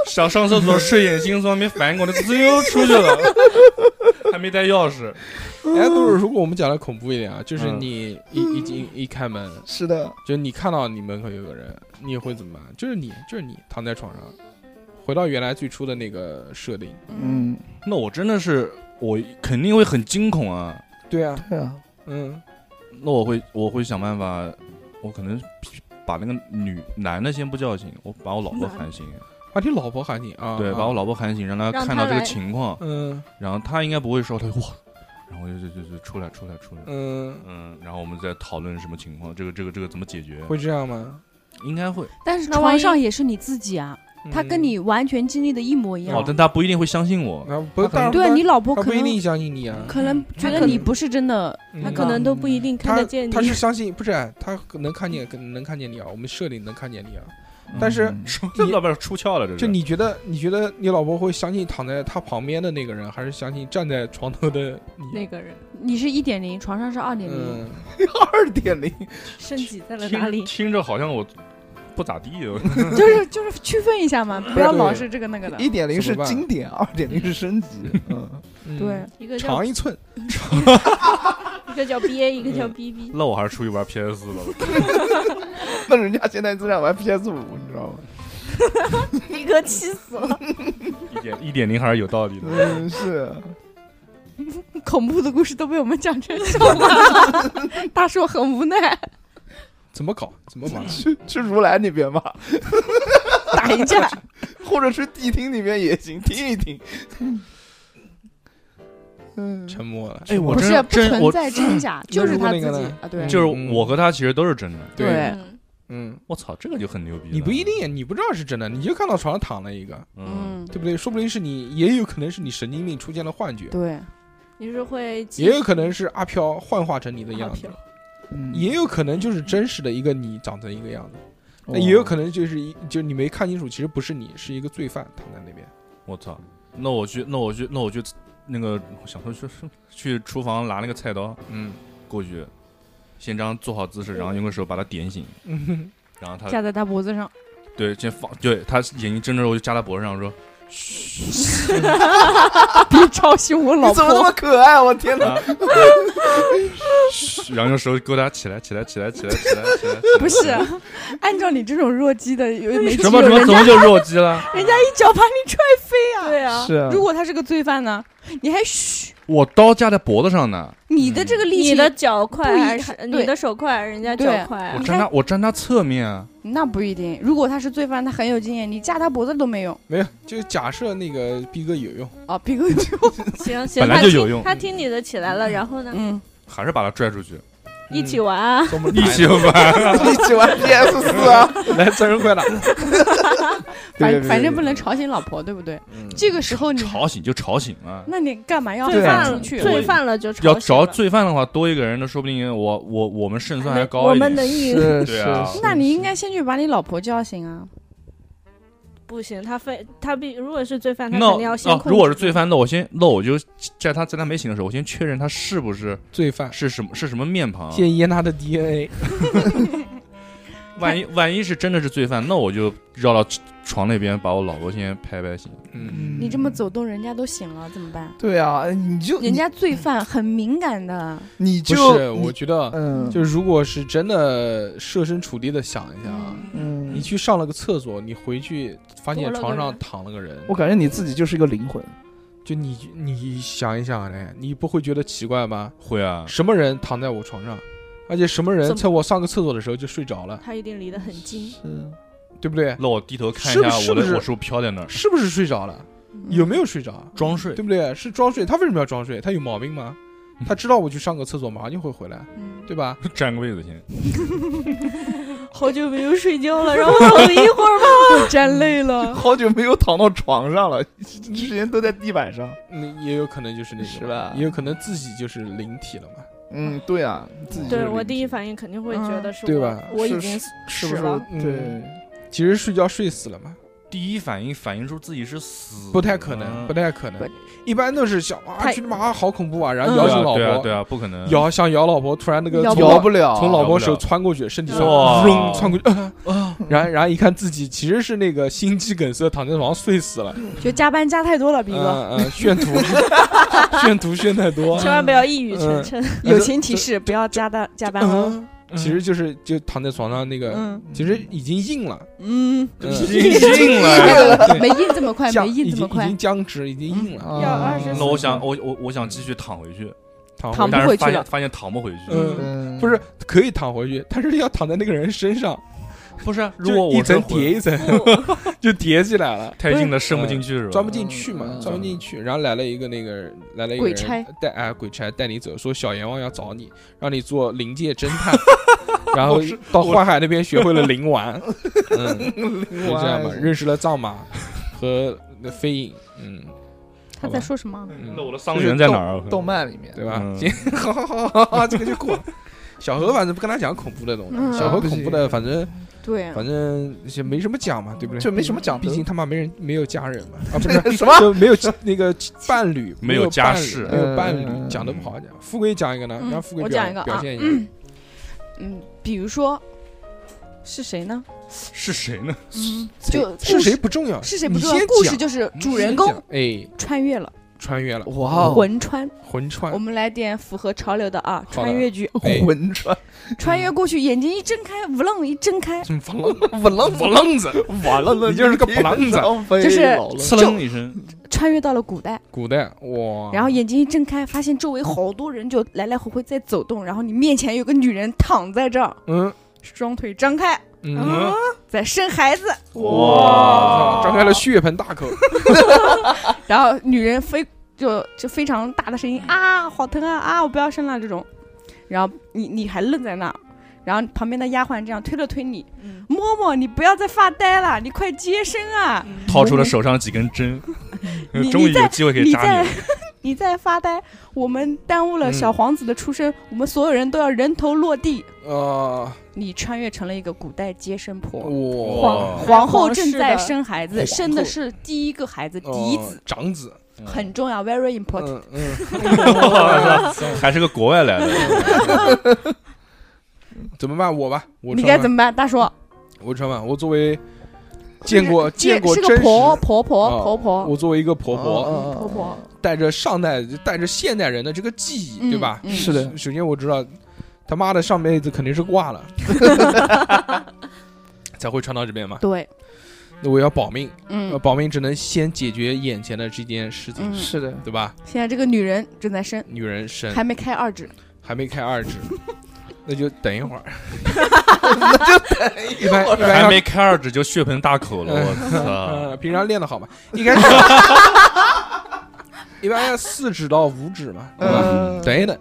[SPEAKER 6] 想上厕所睡眼惺忪没反应过来，滋溜出去 了，还没带钥匙，
[SPEAKER 3] 哎，都是如果我们讲的恐怖一点啊，就是
[SPEAKER 8] 嗯
[SPEAKER 3] 你一一进一开门，
[SPEAKER 8] 是的，
[SPEAKER 3] 就是你看到你门口有个人，你也会怎么办？就是你，就是你躺在床上，回到原来最初的那个设定。
[SPEAKER 8] 嗯，
[SPEAKER 6] 那我真的是我肯定会很惊恐啊，
[SPEAKER 3] 对啊，
[SPEAKER 8] 对啊，
[SPEAKER 3] 嗯，
[SPEAKER 6] 那我会我会想办法，我可能把那个女男的先不叫醒，我把我老婆喊醒，
[SPEAKER 3] 把你老婆喊你啊，
[SPEAKER 6] 对，
[SPEAKER 3] 啊
[SPEAKER 6] 把我，老婆喊醒，让她
[SPEAKER 11] 让她
[SPEAKER 6] 看到这个
[SPEAKER 11] 来
[SPEAKER 6] 情况，
[SPEAKER 3] 嗯
[SPEAKER 6] 然后嗯她应该不会说，她就哇，然后就就就就出来出来出来，
[SPEAKER 3] 嗯，
[SPEAKER 6] 嗯，然后我们再讨论什么情况，这个这个这个怎么解决，
[SPEAKER 3] 会这样吗？
[SPEAKER 6] 应该会。
[SPEAKER 9] 但是
[SPEAKER 11] 那万
[SPEAKER 9] 床
[SPEAKER 11] 一
[SPEAKER 9] 上也是你自己啊，
[SPEAKER 3] 嗯
[SPEAKER 9] 他跟你完全经历的一模一
[SPEAKER 6] 哦，
[SPEAKER 9] 样。
[SPEAKER 6] 但他不一定会相信我
[SPEAKER 3] 嗯，。那不，
[SPEAKER 8] 他可能
[SPEAKER 3] 当然
[SPEAKER 9] 对你老婆
[SPEAKER 3] 他
[SPEAKER 9] 可
[SPEAKER 3] 不一定
[SPEAKER 9] 能
[SPEAKER 3] 相信你啊，
[SPEAKER 9] 可能觉得你不是真的，
[SPEAKER 3] 嗯
[SPEAKER 11] 他可能都不一定看
[SPEAKER 3] 他
[SPEAKER 11] 得见你
[SPEAKER 3] 他。是相信，不是他能看见，可能能看见你啊，我们设定能看见你啊，但是
[SPEAKER 8] 嗯
[SPEAKER 6] 这
[SPEAKER 3] 你
[SPEAKER 6] 老板出窍了，这是
[SPEAKER 3] 就你觉得，你觉得你老婆会相信躺在她旁边的那个人，还是相信站在床头的你？
[SPEAKER 11] 那个人
[SPEAKER 9] 你是一点零，床上是二点零，
[SPEAKER 3] 嗯，
[SPEAKER 8] 二点零，
[SPEAKER 11] 升级在了哪
[SPEAKER 6] 听
[SPEAKER 11] 里？
[SPEAKER 6] 听着好像我不咋地， 啊
[SPEAKER 9] 就是就是区分一下嘛，不要
[SPEAKER 3] 对
[SPEAKER 9] 老是这个那个的。
[SPEAKER 8] 一点零是
[SPEAKER 3] 怎么办
[SPEAKER 8] 经典，二点零是升级。嗯，
[SPEAKER 3] 嗯
[SPEAKER 9] 对，，
[SPEAKER 11] 一个叫
[SPEAKER 3] 长一寸，
[SPEAKER 11] 一个叫 BA，一个叫 BB。
[SPEAKER 6] 那我还是出去玩 PS 了。
[SPEAKER 8] 那人家现在正在玩 PS 五，你知道吗？
[SPEAKER 11] 逼哥气死了，
[SPEAKER 6] 一点一点零还是有道理的。
[SPEAKER 8] 嗯，是。
[SPEAKER 9] 恐怖的故事都被我们讲成笑话了，大叔很无奈，
[SPEAKER 3] 怎么搞？怎么玩？
[SPEAKER 8] 去去如来那边吧，
[SPEAKER 9] 打一架。
[SPEAKER 8] 或者去迪厅那边也行，听一听。嗯，
[SPEAKER 3] 沉默了。
[SPEAKER 6] 哎，我
[SPEAKER 9] 不是
[SPEAKER 6] 真
[SPEAKER 9] 不
[SPEAKER 6] 真我
[SPEAKER 9] 存在真假，就是他自
[SPEAKER 3] 那如果那个
[SPEAKER 9] 己
[SPEAKER 3] 呢
[SPEAKER 9] 啊，对，
[SPEAKER 6] 就是我和他其实都是真的。
[SPEAKER 9] 对，
[SPEAKER 11] 嗯
[SPEAKER 3] 嗯，
[SPEAKER 6] 我操，这个就很牛逼了。
[SPEAKER 3] 你不一定，你不知道是真的，你就看到床上躺了一个，
[SPEAKER 6] 嗯，
[SPEAKER 9] 嗯，
[SPEAKER 3] 对不对？说不定是你，也有可能是你神经病出现了幻觉，
[SPEAKER 9] 对，
[SPEAKER 11] 你是会
[SPEAKER 3] 也有可能是阿飘幻化成你的样子
[SPEAKER 11] 阿，
[SPEAKER 8] 嗯
[SPEAKER 3] 也有可能就是真实的一个你长成一个样子，
[SPEAKER 8] 哦
[SPEAKER 3] 那也有可能就是一就你没看清楚，其实不是你，是一个罪犯躺在那边。
[SPEAKER 6] 我操，那我去，那我去，那我去那个想说去 去厨房拿那个菜刀，
[SPEAKER 3] 嗯，
[SPEAKER 6] 过去，先这样做好姿势，然后用个手把他点醒，
[SPEAKER 9] 嗯
[SPEAKER 6] 然后
[SPEAKER 9] 哼，架
[SPEAKER 6] 他
[SPEAKER 9] 在他脖子上，
[SPEAKER 6] 对先放，对他眼睛睁着，我就夹他脖子上说，
[SPEAKER 9] 别吵醒我老婆。
[SPEAKER 8] 你怎么那么可爱？我天哪！
[SPEAKER 6] 啊然后用手勾他起来，起来，起来，起来，起来，起来，
[SPEAKER 9] 不是，按照你这种弱鸡的，有没
[SPEAKER 6] 什么什么怎么就弱鸡了？
[SPEAKER 9] 人家一脚把你踹飞啊！对
[SPEAKER 11] 啊
[SPEAKER 8] 是啊
[SPEAKER 9] 如果他是个罪犯呢，你还嘘，
[SPEAKER 6] 我刀架在脖子上呢，
[SPEAKER 9] 你的这个力气，
[SPEAKER 11] 你的脚
[SPEAKER 9] 不
[SPEAKER 11] 快
[SPEAKER 9] 一
[SPEAKER 11] 还是
[SPEAKER 9] 对
[SPEAKER 11] 你的手快，人家脚
[SPEAKER 9] 对
[SPEAKER 11] 快
[SPEAKER 6] 我
[SPEAKER 11] 啊？
[SPEAKER 6] 站他，我站他侧面啊，
[SPEAKER 9] 那不一定。如果他是罪犯，他很有经验，你架他脖子都没用。
[SPEAKER 3] 没有，就假设那个逼哥有用，
[SPEAKER 9] 哦，逼哥有用，
[SPEAKER 11] 行行，
[SPEAKER 6] 本来
[SPEAKER 11] 他
[SPEAKER 6] 就
[SPEAKER 11] 听
[SPEAKER 6] 有用
[SPEAKER 11] 他听你的起来了，然后呢，
[SPEAKER 9] 嗯，
[SPEAKER 6] 还是把他拽出去，
[SPEAKER 11] 一起玩啊，
[SPEAKER 3] 跟我们
[SPEAKER 6] 一起玩，
[SPEAKER 8] 一起 玩 PS 四啊！
[SPEAKER 3] 来真人快打，
[SPEAKER 9] 反反正不能吵醒老婆，对不对？这个时候你，
[SPEAKER 6] 吵醒就吵醒啊。
[SPEAKER 9] 那你干嘛要
[SPEAKER 11] 罪犯
[SPEAKER 9] 放
[SPEAKER 11] 了
[SPEAKER 9] 出去？
[SPEAKER 11] 罪犯了就吵
[SPEAKER 6] 要
[SPEAKER 11] 醒
[SPEAKER 6] 找
[SPEAKER 11] 了
[SPEAKER 6] 罪犯的话，多一个人，那说不定我我我们胜算还
[SPEAKER 11] 我
[SPEAKER 6] 高一
[SPEAKER 11] 们
[SPEAKER 6] 点。
[SPEAKER 11] 能赢
[SPEAKER 8] 是
[SPEAKER 6] 对
[SPEAKER 8] 是
[SPEAKER 6] 啊，
[SPEAKER 8] 是
[SPEAKER 9] 那你应该先去把你老婆叫醒啊！
[SPEAKER 11] 不行，他非他必如果是罪犯，他
[SPEAKER 6] 那
[SPEAKER 11] 肯定要先
[SPEAKER 6] 啊
[SPEAKER 11] 控，制
[SPEAKER 6] 如果是罪犯，那我先那我就在他在他没醒的时候，我先确认他是不是
[SPEAKER 3] 罪犯
[SPEAKER 6] 是什么是什么面庞。
[SPEAKER 3] 先验他的 DNA，
[SPEAKER 6] 万一万一是真的是罪犯，那我就绕到床那边把我老婆先拍拍醒。
[SPEAKER 3] 嗯，
[SPEAKER 9] 你这么走动，人家都醒了，怎么办？
[SPEAKER 8] 对啊，你就
[SPEAKER 9] 人家罪犯很敏感的，
[SPEAKER 8] 你你
[SPEAKER 3] 不，
[SPEAKER 8] 就是你
[SPEAKER 3] 我觉得
[SPEAKER 8] 嗯
[SPEAKER 3] 就如果是真的设身处地的想一下啊，
[SPEAKER 8] 嗯
[SPEAKER 3] 你去上了个厕所，你回去发现
[SPEAKER 11] 多了个
[SPEAKER 3] 床上
[SPEAKER 11] 人
[SPEAKER 3] 躺了个人，
[SPEAKER 8] 我感觉你自己就是一个灵魂，
[SPEAKER 3] 就你你想一想嘞，你不会觉得奇怪吗？
[SPEAKER 6] 会啊，
[SPEAKER 3] 什么人躺在我床上，而且什么人
[SPEAKER 11] 怎么
[SPEAKER 3] 趁我上个厕所的时候就睡着了，
[SPEAKER 11] 他一定离得很近。
[SPEAKER 8] 是
[SPEAKER 3] 对不对？
[SPEAKER 6] 那我低头看
[SPEAKER 3] 是
[SPEAKER 6] 一
[SPEAKER 3] 不
[SPEAKER 6] 下
[SPEAKER 3] 是
[SPEAKER 6] 我的
[SPEAKER 3] 是不是
[SPEAKER 6] 我是不是飘在那儿
[SPEAKER 3] 是不是睡着了？
[SPEAKER 8] 嗯
[SPEAKER 9] 嗯
[SPEAKER 3] 有没有睡着？
[SPEAKER 6] 装睡
[SPEAKER 3] 对？不对？是装睡，他为什么要装睡？他有毛病吗？他知道我去上个厕所，马上就会回来，
[SPEAKER 9] 嗯
[SPEAKER 3] 对吧？
[SPEAKER 6] 占个位子先。
[SPEAKER 11] 好久没有睡觉 了，让我躺一会儿吧。
[SPEAKER 9] 我站累 了。
[SPEAKER 8] 好久没有躺到床上了， 之前都在地板上。
[SPEAKER 3] 那也有可能就是那个，
[SPEAKER 8] 是吧
[SPEAKER 3] 也有可能自己就是灵体了嘛，
[SPEAKER 8] 嗯，对啊，你自己就是
[SPEAKER 11] 对
[SPEAKER 8] 灵
[SPEAKER 11] 我
[SPEAKER 8] 体
[SPEAKER 11] 第一反应肯定会觉
[SPEAKER 6] 嗯
[SPEAKER 11] 得是我，
[SPEAKER 3] 对吧？
[SPEAKER 11] 我
[SPEAKER 8] 是
[SPEAKER 11] 已经
[SPEAKER 8] 是不
[SPEAKER 11] 死了
[SPEAKER 3] 嗯
[SPEAKER 8] 是？对，
[SPEAKER 3] 其实睡觉睡死了嘛，
[SPEAKER 6] 第一反应反映出自己是死，
[SPEAKER 3] 不太可能，不太可
[SPEAKER 9] 不
[SPEAKER 3] 能。一般都是想啊，
[SPEAKER 9] 太
[SPEAKER 3] 去妈好恐怖啊，然后
[SPEAKER 6] 对
[SPEAKER 3] 摇醒
[SPEAKER 6] 啊
[SPEAKER 3] 老
[SPEAKER 6] 对啊对
[SPEAKER 3] 婆，
[SPEAKER 6] 啊，不可能。
[SPEAKER 3] 摇想摇老婆，突然那个
[SPEAKER 9] 摇
[SPEAKER 3] 从
[SPEAKER 8] 摇不了，
[SPEAKER 3] 从老婆
[SPEAKER 6] 摇
[SPEAKER 3] 手
[SPEAKER 6] 不了
[SPEAKER 3] 穿过去，身体上
[SPEAKER 6] 哇
[SPEAKER 3] 嗡穿过去，啊然后然后一看自己其实是那个心肌梗塞，躺在床上睡死了，
[SPEAKER 9] 就加班加太多了，逼哥。
[SPEAKER 3] 嗯嗯，炫图，炫图炫太多，
[SPEAKER 11] 千万不要一语
[SPEAKER 6] 嗯
[SPEAKER 11] 成谶。
[SPEAKER 9] 友情提示：不要加的加班哦。
[SPEAKER 3] 嗯，其实就是就躺在床上那个，
[SPEAKER 9] 嗯
[SPEAKER 3] 其实已经硬了，
[SPEAKER 9] 嗯，
[SPEAKER 3] 嗯
[SPEAKER 6] 硬了。
[SPEAKER 9] 没印这么 快，
[SPEAKER 3] 僵
[SPEAKER 9] 没
[SPEAKER 3] 已
[SPEAKER 9] 印这
[SPEAKER 3] 经
[SPEAKER 9] 么
[SPEAKER 3] 已
[SPEAKER 9] 快
[SPEAKER 3] 经。僵直，已经硬了，
[SPEAKER 11] 要
[SPEAKER 8] 啊
[SPEAKER 11] 24
[SPEAKER 6] 那我想，我我我想继续躺回去，
[SPEAKER 3] 躺
[SPEAKER 9] 躺
[SPEAKER 3] 回
[SPEAKER 9] 啊不
[SPEAKER 6] 但
[SPEAKER 9] 回
[SPEAKER 6] 是
[SPEAKER 9] 去
[SPEAKER 6] 发现
[SPEAKER 9] 了
[SPEAKER 6] 发现躺不回去。
[SPEAKER 3] 嗯，
[SPEAKER 8] 嗯
[SPEAKER 3] 不是可以躺回去，但是要躺在那个人身上，
[SPEAKER 6] 不是，啊如
[SPEAKER 3] 就
[SPEAKER 6] 果
[SPEAKER 3] 一
[SPEAKER 6] 我是
[SPEAKER 3] 层
[SPEAKER 6] 回
[SPEAKER 3] 叠一层 就叠起来 了。
[SPEAKER 6] 太近了，伸不进去是吧
[SPEAKER 3] 钻？不进去嘛，
[SPEAKER 8] 嗯
[SPEAKER 3] 钻不进去。然后来了一个那个来了一个
[SPEAKER 9] 鬼
[SPEAKER 3] 人
[SPEAKER 9] 差
[SPEAKER 3] 带哎鬼差带你走，说小阎王要找你，让你做灵界侦探， 然后到花海那边学会了灵 丸，嗯，就这样吧，认识了藏马和那飞影，嗯，
[SPEAKER 9] 他在说什么？
[SPEAKER 3] 嗯
[SPEAKER 6] 那我的伤员在哪儿啊？
[SPEAKER 8] 动漫里面
[SPEAKER 3] 对吧？
[SPEAKER 6] 嗯
[SPEAKER 3] 行，好好好好好，这个就过。小何反正不跟他讲恐怖的东
[SPEAKER 9] 嗯
[SPEAKER 3] 西，小何恐怖的反正
[SPEAKER 9] 对，啊
[SPEAKER 3] 反正也没什么讲嘛，对不对？
[SPEAKER 8] 就没什么讲头，
[SPEAKER 3] 毕竟他妈没人没有家人 嘛，啊不是
[SPEAKER 8] 什么
[SPEAKER 3] 就没有那个伴侣，
[SPEAKER 6] 没有
[SPEAKER 3] 有伴
[SPEAKER 6] 家
[SPEAKER 3] 侣
[SPEAKER 6] 室
[SPEAKER 3] 没有伴侣，
[SPEAKER 8] 嗯
[SPEAKER 3] 讲的不好讲。富贵讲一个呢，
[SPEAKER 9] 嗯
[SPEAKER 3] 让富贵
[SPEAKER 9] 我
[SPEAKER 3] 表
[SPEAKER 9] 讲一个
[SPEAKER 3] 表
[SPEAKER 9] 啊
[SPEAKER 3] 现一下。
[SPEAKER 9] 嗯，比如说是谁呢？
[SPEAKER 6] 是谁呢？
[SPEAKER 9] 嗯，就故
[SPEAKER 3] 是
[SPEAKER 9] 事
[SPEAKER 3] 谁不重要，
[SPEAKER 9] 是谁不
[SPEAKER 3] 你
[SPEAKER 9] 重要
[SPEAKER 3] 先，
[SPEAKER 9] 故
[SPEAKER 3] 讲
[SPEAKER 9] 事就是
[SPEAKER 3] 你
[SPEAKER 9] 主
[SPEAKER 3] 先
[SPEAKER 9] 人公
[SPEAKER 3] 讲哎
[SPEAKER 9] 穿越了，
[SPEAKER 3] 穿越了，
[SPEAKER 8] 哇哦，
[SPEAKER 9] 魂穿。
[SPEAKER 3] 魂穿
[SPEAKER 9] 我们来点符合潮流的啊，
[SPEAKER 3] 好的
[SPEAKER 9] 穿越剧，
[SPEAKER 3] 哎
[SPEAKER 8] 魂穿
[SPEAKER 9] 穿越过去，眼睛一睁开，无楞一睁开，
[SPEAKER 3] 什么防狼
[SPEAKER 8] 不愣
[SPEAKER 3] 不愣子，
[SPEAKER 8] 完了，
[SPEAKER 3] 你就是个不愣子。
[SPEAKER 9] 就是
[SPEAKER 6] 刺楞一声，
[SPEAKER 9] 穿越到了古代，
[SPEAKER 3] 古代哇，
[SPEAKER 9] 然后眼睛一睁开，发现周围好多人就来来回回在走动，然后你面前有个女人躺在这儿，
[SPEAKER 3] 嗯
[SPEAKER 9] 双腿张开，啊
[SPEAKER 3] 嗯，
[SPEAKER 9] 在生孩子，
[SPEAKER 3] 哇，张开了血盆大口，
[SPEAKER 9] 然后女人非就就非常大的声音啊，好疼啊啊，我不要生了这种，然后你你还愣在那儿，然后旁边的丫鬟这样推了推你，
[SPEAKER 11] 嗯
[SPEAKER 9] 嬷嬷你不要再发呆了，你快接生啊，
[SPEAKER 6] 掏出了手上几根针
[SPEAKER 9] 你，
[SPEAKER 6] 终于
[SPEAKER 9] 你在
[SPEAKER 6] 有机会可以
[SPEAKER 9] 你
[SPEAKER 6] 扎
[SPEAKER 9] 在
[SPEAKER 6] 你了。
[SPEAKER 9] 你再发呆，我们耽
[SPEAKER 3] 嗯
[SPEAKER 9] 误了小皇子的出生，我们所有人都要人头落地。
[SPEAKER 3] 呃，
[SPEAKER 9] 你穿越成了一个古代接生婆，
[SPEAKER 3] 哇，
[SPEAKER 9] 皇
[SPEAKER 6] 哇
[SPEAKER 9] 皇后正
[SPEAKER 11] 皇
[SPEAKER 9] 在
[SPEAKER 11] 室的
[SPEAKER 9] 生孩子，
[SPEAKER 3] 哎
[SPEAKER 9] 生的是第一个孩子
[SPEAKER 3] 呃
[SPEAKER 9] 嫡子，
[SPEAKER 3] 长子，
[SPEAKER 9] 很重要，very
[SPEAKER 3] 嗯
[SPEAKER 9] important。
[SPEAKER 6] 我操还是个国外 来的，
[SPEAKER 3] 怎么办？我吧，我
[SPEAKER 9] 你
[SPEAKER 3] 承
[SPEAKER 9] 该
[SPEAKER 3] 认
[SPEAKER 9] 怎么办，大叔？
[SPEAKER 3] 我承认，我作为见过
[SPEAKER 9] 是
[SPEAKER 3] 见过
[SPEAKER 9] 是
[SPEAKER 3] 真
[SPEAKER 9] 个
[SPEAKER 3] 实，
[SPEAKER 9] 婆婆婆
[SPEAKER 3] 啊
[SPEAKER 9] 婆婆
[SPEAKER 3] 我作为一个
[SPEAKER 8] 哦
[SPEAKER 3] 婆
[SPEAKER 9] 嗯
[SPEAKER 3] 婆，
[SPEAKER 9] 婆婆，
[SPEAKER 3] 带着上代带着现代人的这个记忆，
[SPEAKER 9] 嗯
[SPEAKER 3] 对吧？
[SPEAKER 9] 嗯是
[SPEAKER 3] 的，首先我知道他妈的上辈子肯定是 挂了，才会穿到这边嘛。
[SPEAKER 9] 对，
[SPEAKER 3] 那我要保命，
[SPEAKER 9] 嗯
[SPEAKER 3] 呃保命只能先解决眼前的这件事情，
[SPEAKER 9] 嗯是的
[SPEAKER 3] 对吧？
[SPEAKER 9] 现在这个女人正在生，
[SPEAKER 3] 女人生
[SPEAKER 9] 还没开二指，
[SPEAKER 3] 还没开 二指，那就等一 会儿。
[SPEAKER 9] 那就
[SPEAKER 3] 一般一般要
[SPEAKER 6] 还没开二指就血盆 大口了，
[SPEAKER 9] 啊
[SPEAKER 6] 我
[SPEAKER 3] 嗯，平常练 的好嘛，一开始一般要四指到五指嘛，对吧
[SPEAKER 6] 嗯？
[SPEAKER 3] 等一等，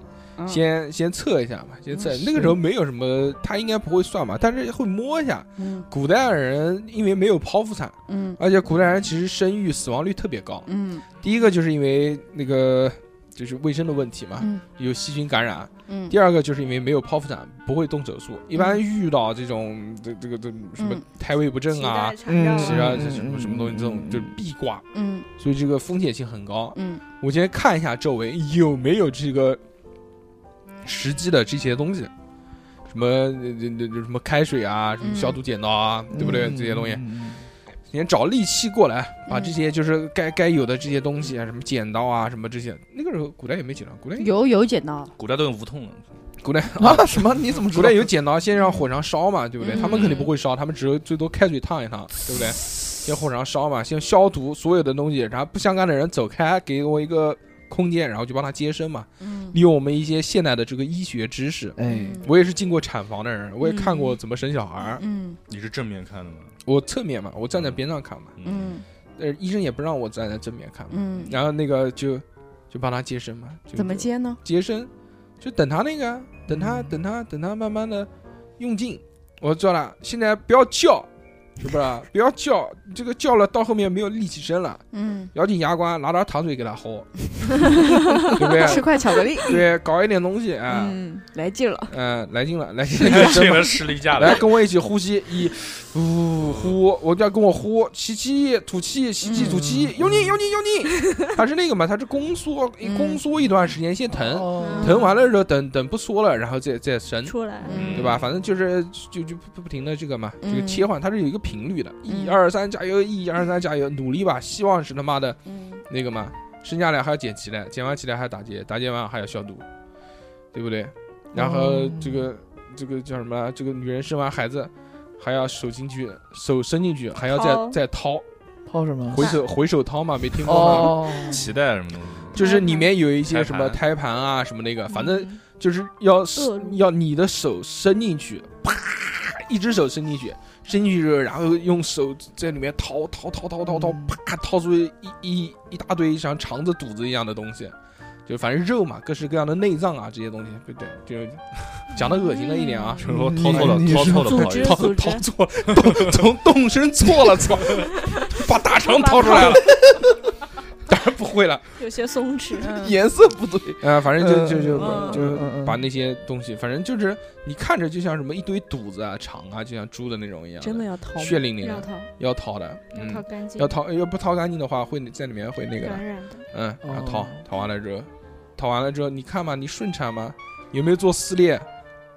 [SPEAKER 3] 先先测一下嘛，先测
[SPEAKER 6] 嗯。
[SPEAKER 3] 那个时候
[SPEAKER 6] 是
[SPEAKER 3] 没有什么，他应该不会算嘛，但是会摸一下。
[SPEAKER 9] 嗯
[SPEAKER 3] 古代人因为没有剖腹产，
[SPEAKER 9] 嗯
[SPEAKER 3] 而且古代人其实生育死亡率特别高。
[SPEAKER 9] 嗯
[SPEAKER 3] 第一个就是因为那个就是卫生的问题嘛，
[SPEAKER 9] 嗯
[SPEAKER 3] 有细菌感染。
[SPEAKER 9] 嗯
[SPEAKER 3] 啊第二个就是因为没有剖腹产，不会动手术。一般遇到这种这这个这什么
[SPEAKER 9] 嗯
[SPEAKER 3] 胎位不正啊，
[SPEAKER 9] 脐带缠绕啊
[SPEAKER 6] 嗯
[SPEAKER 3] 其他这什么什么东西这种就是必挂。
[SPEAKER 9] 嗯
[SPEAKER 3] 所以这个风险性很高。
[SPEAKER 9] 嗯
[SPEAKER 3] 我先看一下周围有没有这个实际的这些东西，什么呃这这这什么开水啊，什么
[SPEAKER 6] 嗯
[SPEAKER 3] 消毒剪刀啊，对不对？
[SPEAKER 6] 嗯
[SPEAKER 3] 这些东西，先找利器过来，把这些就是该该有的这些东西啊，什么剪刀啊，什么这些。那个时候古代也没剪刀，古代
[SPEAKER 9] 有有剪刀，
[SPEAKER 6] 古代都用无痛了，
[SPEAKER 3] 古代 啊什么？你 怎么古代有剪刀，先让火上烧嘛，对不对？
[SPEAKER 6] 嗯
[SPEAKER 3] 他们肯定不会烧，他们只有最多开水烫一烫，对不对？先火上烧嘛，先消毒所有的东西，然后不相干的人走开，给我一个空间，然后就帮他接生嘛。
[SPEAKER 9] 嗯
[SPEAKER 3] 利用我们一些现代的这个医学知识，哎，我也是进过产房的人，我也看过怎么生小孩儿，
[SPEAKER 9] 嗯，
[SPEAKER 6] 你是正面看的吗？
[SPEAKER 3] 我侧面嘛，我站在边上看嘛，
[SPEAKER 9] 嗯
[SPEAKER 3] 呃，医生也不让我站在正面看嘛，
[SPEAKER 9] 嗯
[SPEAKER 3] 然后那个就就帮他接生嘛，就
[SPEAKER 9] 怎么接呢？
[SPEAKER 3] 接生，就等他那个啊，等他，
[SPEAKER 9] 嗯
[SPEAKER 3] 等他，等他慢慢的用劲。我说了，现在不要叫，是不 是？不要叫，这个叫了到后面没有力气声了。
[SPEAKER 9] 嗯
[SPEAKER 3] 咬紧牙关，拿点糖水给他喝， 对不对？
[SPEAKER 9] 吃块巧克力
[SPEAKER 3] 对，搞一点东西啊，
[SPEAKER 9] 嗯，来劲了，
[SPEAKER 3] 嗯，来劲了， 来劲了，
[SPEAKER 6] 这个实力架了
[SPEAKER 3] 来跟我一起呼吸，一，呼呼，我就要跟我呼，吸气吐气，吸气吐气，
[SPEAKER 9] 嗯
[SPEAKER 3] 用力用力用力， 它是那个嘛，它是宫缩，一宫缩一段时间先
[SPEAKER 4] 嗯
[SPEAKER 3] 疼，
[SPEAKER 8] 哦
[SPEAKER 9] 嗯
[SPEAKER 3] 疼完了之后等等不缩了，然后再再伸
[SPEAKER 11] 出来
[SPEAKER 9] 嗯
[SPEAKER 3] 对吧？反正就是就就不不停的这个嘛，这个
[SPEAKER 11] 嗯
[SPEAKER 3] 切换它是有一个频率的，一
[SPEAKER 11] 嗯
[SPEAKER 3] 二三加油，一二三加油，努力吧，希望是他妈的
[SPEAKER 9] 嗯
[SPEAKER 3] 那个嘛，生下来还要捡脐带，捡完脐带还要打结，打结完还要消毒，对不对？然后
[SPEAKER 6] 哦
[SPEAKER 3] 这个这个叫什么？啊这个女人生完孩子还要手进去，手伸进去，还要
[SPEAKER 6] 掏
[SPEAKER 3] 再再掏，
[SPEAKER 4] 掏什么
[SPEAKER 3] 回手回手掏嘛，没听过
[SPEAKER 4] 哦
[SPEAKER 3] 吗？
[SPEAKER 6] 脐带什么东西？
[SPEAKER 3] 就是里面有一些
[SPEAKER 6] 胎
[SPEAKER 3] 什么
[SPEAKER 6] 盘
[SPEAKER 3] 胎盘啊什么那
[SPEAKER 11] 嗯
[SPEAKER 3] 个，反正就是要
[SPEAKER 6] 恶露
[SPEAKER 3] 要你的手伸进去，啪，一只手伸进去，伸进去之后，然后用手在里面掏掏掏掏掏掏，啪，掏出一一一大堆像肠子、肚子一样的东西，就反正肉嘛，各式各样的内脏啊这些东西，对对，就讲的恶心了一点啊，
[SPEAKER 6] 嗯我掏错了你掏错了不好意思
[SPEAKER 3] 掏
[SPEAKER 6] 嗯组织
[SPEAKER 3] 掏错， 动从动身错了，操，把大肠掏出来了， 当然不会了。
[SPEAKER 11] 有些松弛，
[SPEAKER 8] 嗯
[SPEAKER 3] 颜色不对，呃，反正就就就
[SPEAKER 11] 嗯
[SPEAKER 3] 就
[SPEAKER 4] 嗯嗯
[SPEAKER 3] 把那些东西，反正就是你看着就像什么一堆肚子啊、肠啊，就像猪的那种一样，
[SPEAKER 11] 真的要掏吗
[SPEAKER 3] 血淋淋的，
[SPEAKER 11] 嗯要掏
[SPEAKER 3] 要掏的，嗯，
[SPEAKER 11] 掏干净
[SPEAKER 3] 要掏，要不掏干净的话，会在里面会那个
[SPEAKER 11] 感染的
[SPEAKER 3] 嗯，然后掏
[SPEAKER 11] 哦
[SPEAKER 3] 掏完了之后，掏完了之后，你看嘛，你顺产吗？有没有做撕裂？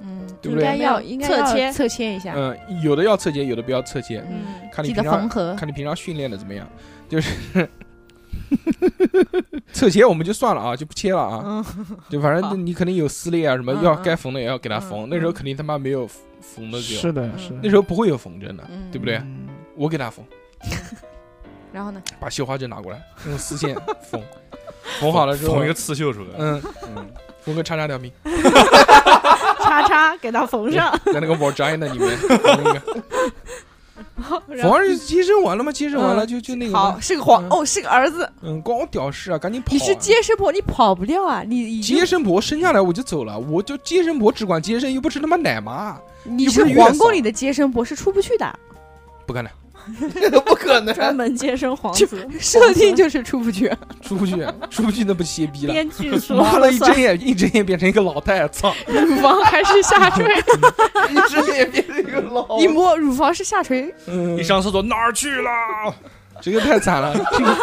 [SPEAKER 9] 嗯，
[SPEAKER 3] 对不
[SPEAKER 9] 应
[SPEAKER 3] 对
[SPEAKER 9] 该要应该要
[SPEAKER 11] 侧切
[SPEAKER 9] 侧切一下，
[SPEAKER 3] 嗯，有的要侧切，有的不要侧切，
[SPEAKER 9] 啊嗯
[SPEAKER 3] 看你
[SPEAKER 9] 记得
[SPEAKER 3] 平常
[SPEAKER 9] 缝合
[SPEAKER 3] 看你平常训练的怎么样，就是 侧切我们就算了啊，就不切了啊，就反正你肯定有撕裂啊什么，
[SPEAKER 6] 嗯
[SPEAKER 3] 要
[SPEAKER 6] 嗯
[SPEAKER 3] 该缝的也要给它缝，那时候肯定他妈没有缝的就，
[SPEAKER 4] 是的是的
[SPEAKER 3] 那时候不会有缝针的，对不
[SPEAKER 8] 啊
[SPEAKER 3] 对
[SPEAKER 4] 嗯？
[SPEAKER 3] 我给他缝，
[SPEAKER 9] 然后呢？
[SPEAKER 3] 把绣花针拿过来，用丝线 缝，缝好了之后
[SPEAKER 6] 缝一个刺绣出来
[SPEAKER 3] 嗯嗯，缝个叉叉两米，
[SPEAKER 11] 叉叉给它缝上，
[SPEAKER 3] 在那个 vagina 里面缝一个。缝完就接生完了吗？接生完了就就那个吗
[SPEAKER 9] 好，是个皇哦，是个儿子。
[SPEAKER 3] 嗯，关我屌事啊！赶紧跑啊！
[SPEAKER 9] 你是接生婆，你跑不掉啊！你已经
[SPEAKER 3] 接生婆生下来我就走了，我就接生婆只管接生，又不是他妈奶妈，
[SPEAKER 9] 你
[SPEAKER 3] 又不
[SPEAKER 9] 是
[SPEAKER 3] 月
[SPEAKER 9] 皇宫
[SPEAKER 3] 嫂
[SPEAKER 9] 里的接生婆，是出不去的。
[SPEAKER 3] 不可能，
[SPEAKER 9] 不可能，
[SPEAKER 11] 专门接生皇
[SPEAKER 9] 就
[SPEAKER 11] 子，
[SPEAKER 9] 设定就是出不去。
[SPEAKER 3] 出不去，出不去那不歇逼了。
[SPEAKER 11] 编剧说
[SPEAKER 3] 妈
[SPEAKER 11] 了
[SPEAKER 3] 了，一
[SPEAKER 11] 算
[SPEAKER 3] 睁眼一睁眼变成一个老太，操！
[SPEAKER 9] 乳房还是下 垂，
[SPEAKER 4] 一只也变成一个老
[SPEAKER 9] 一摸乳房是下垂，
[SPEAKER 3] 嗯
[SPEAKER 6] 一上厕所哪儿去了？
[SPEAKER 3] 这个太惨了，这个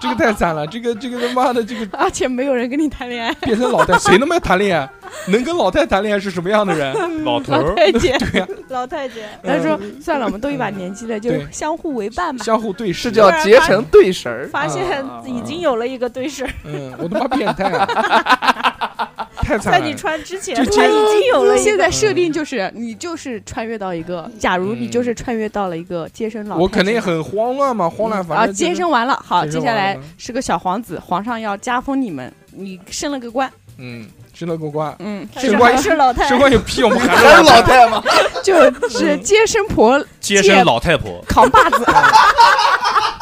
[SPEAKER 3] 这个太惨了，这个这个他妈的这个
[SPEAKER 9] 而且没有人跟你谈恋爱，
[SPEAKER 3] 变成老太，谁他妈谈恋爱？能跟老太谈恋爱是什么样的 人？老头
[SPEAKER 11] 老
[SPEAKER 3] 儿，
[SPEAKER 11] 太监，
[SPEAKER 3] 对呀，
[SPEAKER 11] 老太监，
[SPEAKER 9] 哎 他说算了，我们都一把年纪了，就
[SPEAKER 3] 嗯对
[SPEAKER 9] 相互为伴吧。
[SPEAKER 3] 相互对视
[SPEAKER 8] 这叫结成对神儿。
[SPEAKER 11] 发现已经有了一个对手，
[SPEAKER 3] 嗯，我他妈变态啊！太惨
[SPEAKER 11] 在
[SPEAKER 3] 了，
[SPEAKER 11] 你穿之前，
[SPEAKER 3] 就
[SPEAKER 11] 他
[SPEAKER 3] 接
[SPEAKER 11] 已经有了一
[SPEAKER 9] 现
[SPEAKER 11] 个。
[SPEAKER 9] 在设定就是你就是穿越到一个，假如你就是穿越到了一个接生老太监，
[SPEAKER 3] 嗯我肯定很慌乱嘛，慌乱，反
[SPEAKER 9] 啊，
[SPEAKER 3] 正就是
[SPEAKER 9] 接生完了，好，
[SPEAKER 3] 接
[SPEAKER 9] 接
[SPEAKER 3] 生
[SPEAKER 9] 下
[SPEAKER 3] 完
[SPEAKER 9] 来
[SPEAKER 3] 了
[SPEAKER 9] 是个小皇子，皇上要加封你们，你升了个官，
[SPEAKER 3] 嗯，升了个官，
[SPEAKER 9] 嗯，
[SPEAKER 11] 但
[SPEAKER 9] 是
[SPEAKER 11] 是
[SPEAKER 3] 这关
[SPEAKER 11] 还是老太
[SPEAKER 3] 升官有屁用？我们还
[SPEAKER 8] 还是老太吗？
[SPEAKER 9] 就是接生婆
[SPEAKER 6] 接生老太婆，
[SPEAKER 9] 扛把子，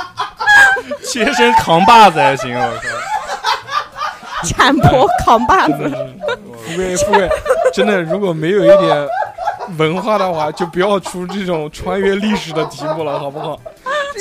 [SPEAKER 6] 接生扛把子还行，我靠。
[SPEAKER 9] 产婆扛把子，
[SPEAKER 3] 富贵富贵，真的如果没有一点文化的话，就不要出这种穿越历史的题目了，好不好？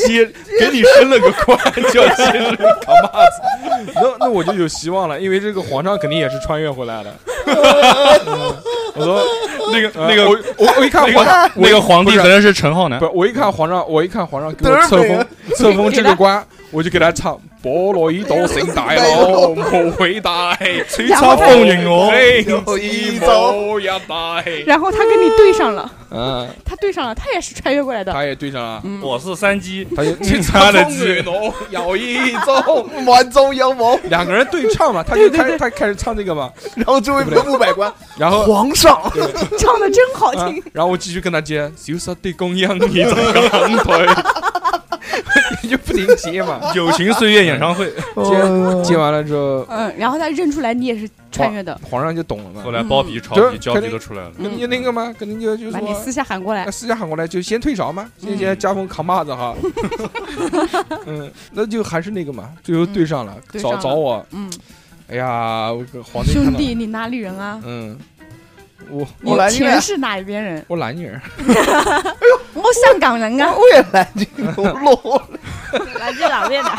[SPEAKER 6] 接给你升了个官，叫接生扛把子。
[SPEAKER 3] 那那我就有希望了，因为这个皇上肯定也是穿越回来的。嗯我说
[SPEAKER 6] 那个
[SPEAKER 3] 呃
[SPEAKER 6] 那个
[SPEAKER 3] 我我我一看
[SPEAKER 6] 那
[SPEAKER 3] 皇
[SPEAKER 6] 个那个皇帝
[SPEAKER 3] 不是
[SPEAKER 6] 可能是陈浩南
[SPEAKER 3] 不，是，我一看皇上，我一看皇上给
[SPEAKER 8] 德
[SPEAKER 3] 我
[SPEAKER 8] 尔
[SPEAKER 3] 册
[SPEAKER 8] 斐
[SPEAKER 3] 封
[SPEAKER 8] 啊
[SPEAKER 3] 册封这个官，我就给他唱“菠萝一朵盛大咯，莫回大
[SPEAKER 6] 吹
[SPEAKER 9] 然后
[SPEAKER 6] 插
[SPEAKER 9] 他
[SPEAKER 6] 风云我。
[SPEAKER 3] 嘿，
[SPEAKER 8] 有一
[SPEAKER 3] 一
[SPEAKER 8] 招
[SPEAKER 3] 一大。
[SPEAKER 9] 然后他跟你对上了，
[SPEAKER 3] 嗯，
[SPEAKER 9] 他对上了，他也是穿越过来 的，
[SPEAKER 3] 他也对上了，
[SPEAKER 9] 嗯，
[SPEAKER 6] 我是山鸡，
[SPEAKER 3] 他就
[SPEAKER 6] 你插了鸡，
[SPEAKER 3] 龙有一招，
[SPEAKER 8] 玩中央王，
[SPEAKER 3] 两个人对唱嘛，他就开他开始唱这个嘛，
[SPEAKER 8] 然后周围文武百官，
[SPEAKER 3] 然后
[SPEAKER 8] 皇上
[SPEAKER 9] 唱的真好
[SPEAKER 3] 啊
[SPEAKER 9] 听，，
[SPEAKER 3] 然后我继续跟他接，就是对公羊一 整个狼腿，就不停接嘛，
[SPEAKER 6] 友情岁月演唱会。
[SPEAKER 3] 接
[SPEAKER 8] 哦
[SPEAKER 3] 接完了之后，
[SPEAKER 9] 嗯，然后他认出来你也是穿越的，
[SPEAKER 3] 皇上就懂了嘛
[SPEAKER 6] 后，来包皮、炒皮、胶皮都出来了。
[SPEAKER 3] 肯定就那个嘛，肯定就嗯就
[SPEAKER 9] 把你
[SPEAKER 3] 说
[SPEAKER 9] 私下喊过来
[SPEAKER 3] 那，私下喊过来就先退潮嘛，先先加封扛把子 哈，嗯，那就还是那个嘛，最后对上了，
[SPEAKER 9] 对上
[SPEAKER 3] 找
[SPEAKER 9] 了
[SPEAKER 3] 找我，
[SPEAKER 9] 嗯，
[SPEAKER 3] 哎呀，我跟皇帝看
[SPEAKER 9] 兄
[SPEAKER 3] 到了，
[SPEAKER 9] 弟，你哪里人啊？
[SPEAKER 3] 嗯，我
[SPEAKER 9] 你
[SPEAKER 8] 我来你
[SPEAKER 9] 钱
[SPEAKER 8] 俩
[SPEAKER 9] 是哪一边人？
[SPEAKER 3] 我南宁人，
[SPEAKER 9] 我香港人啊，
[SPEAKER 8] 未来这个落
[SPEAKER 11] 来自哪边的？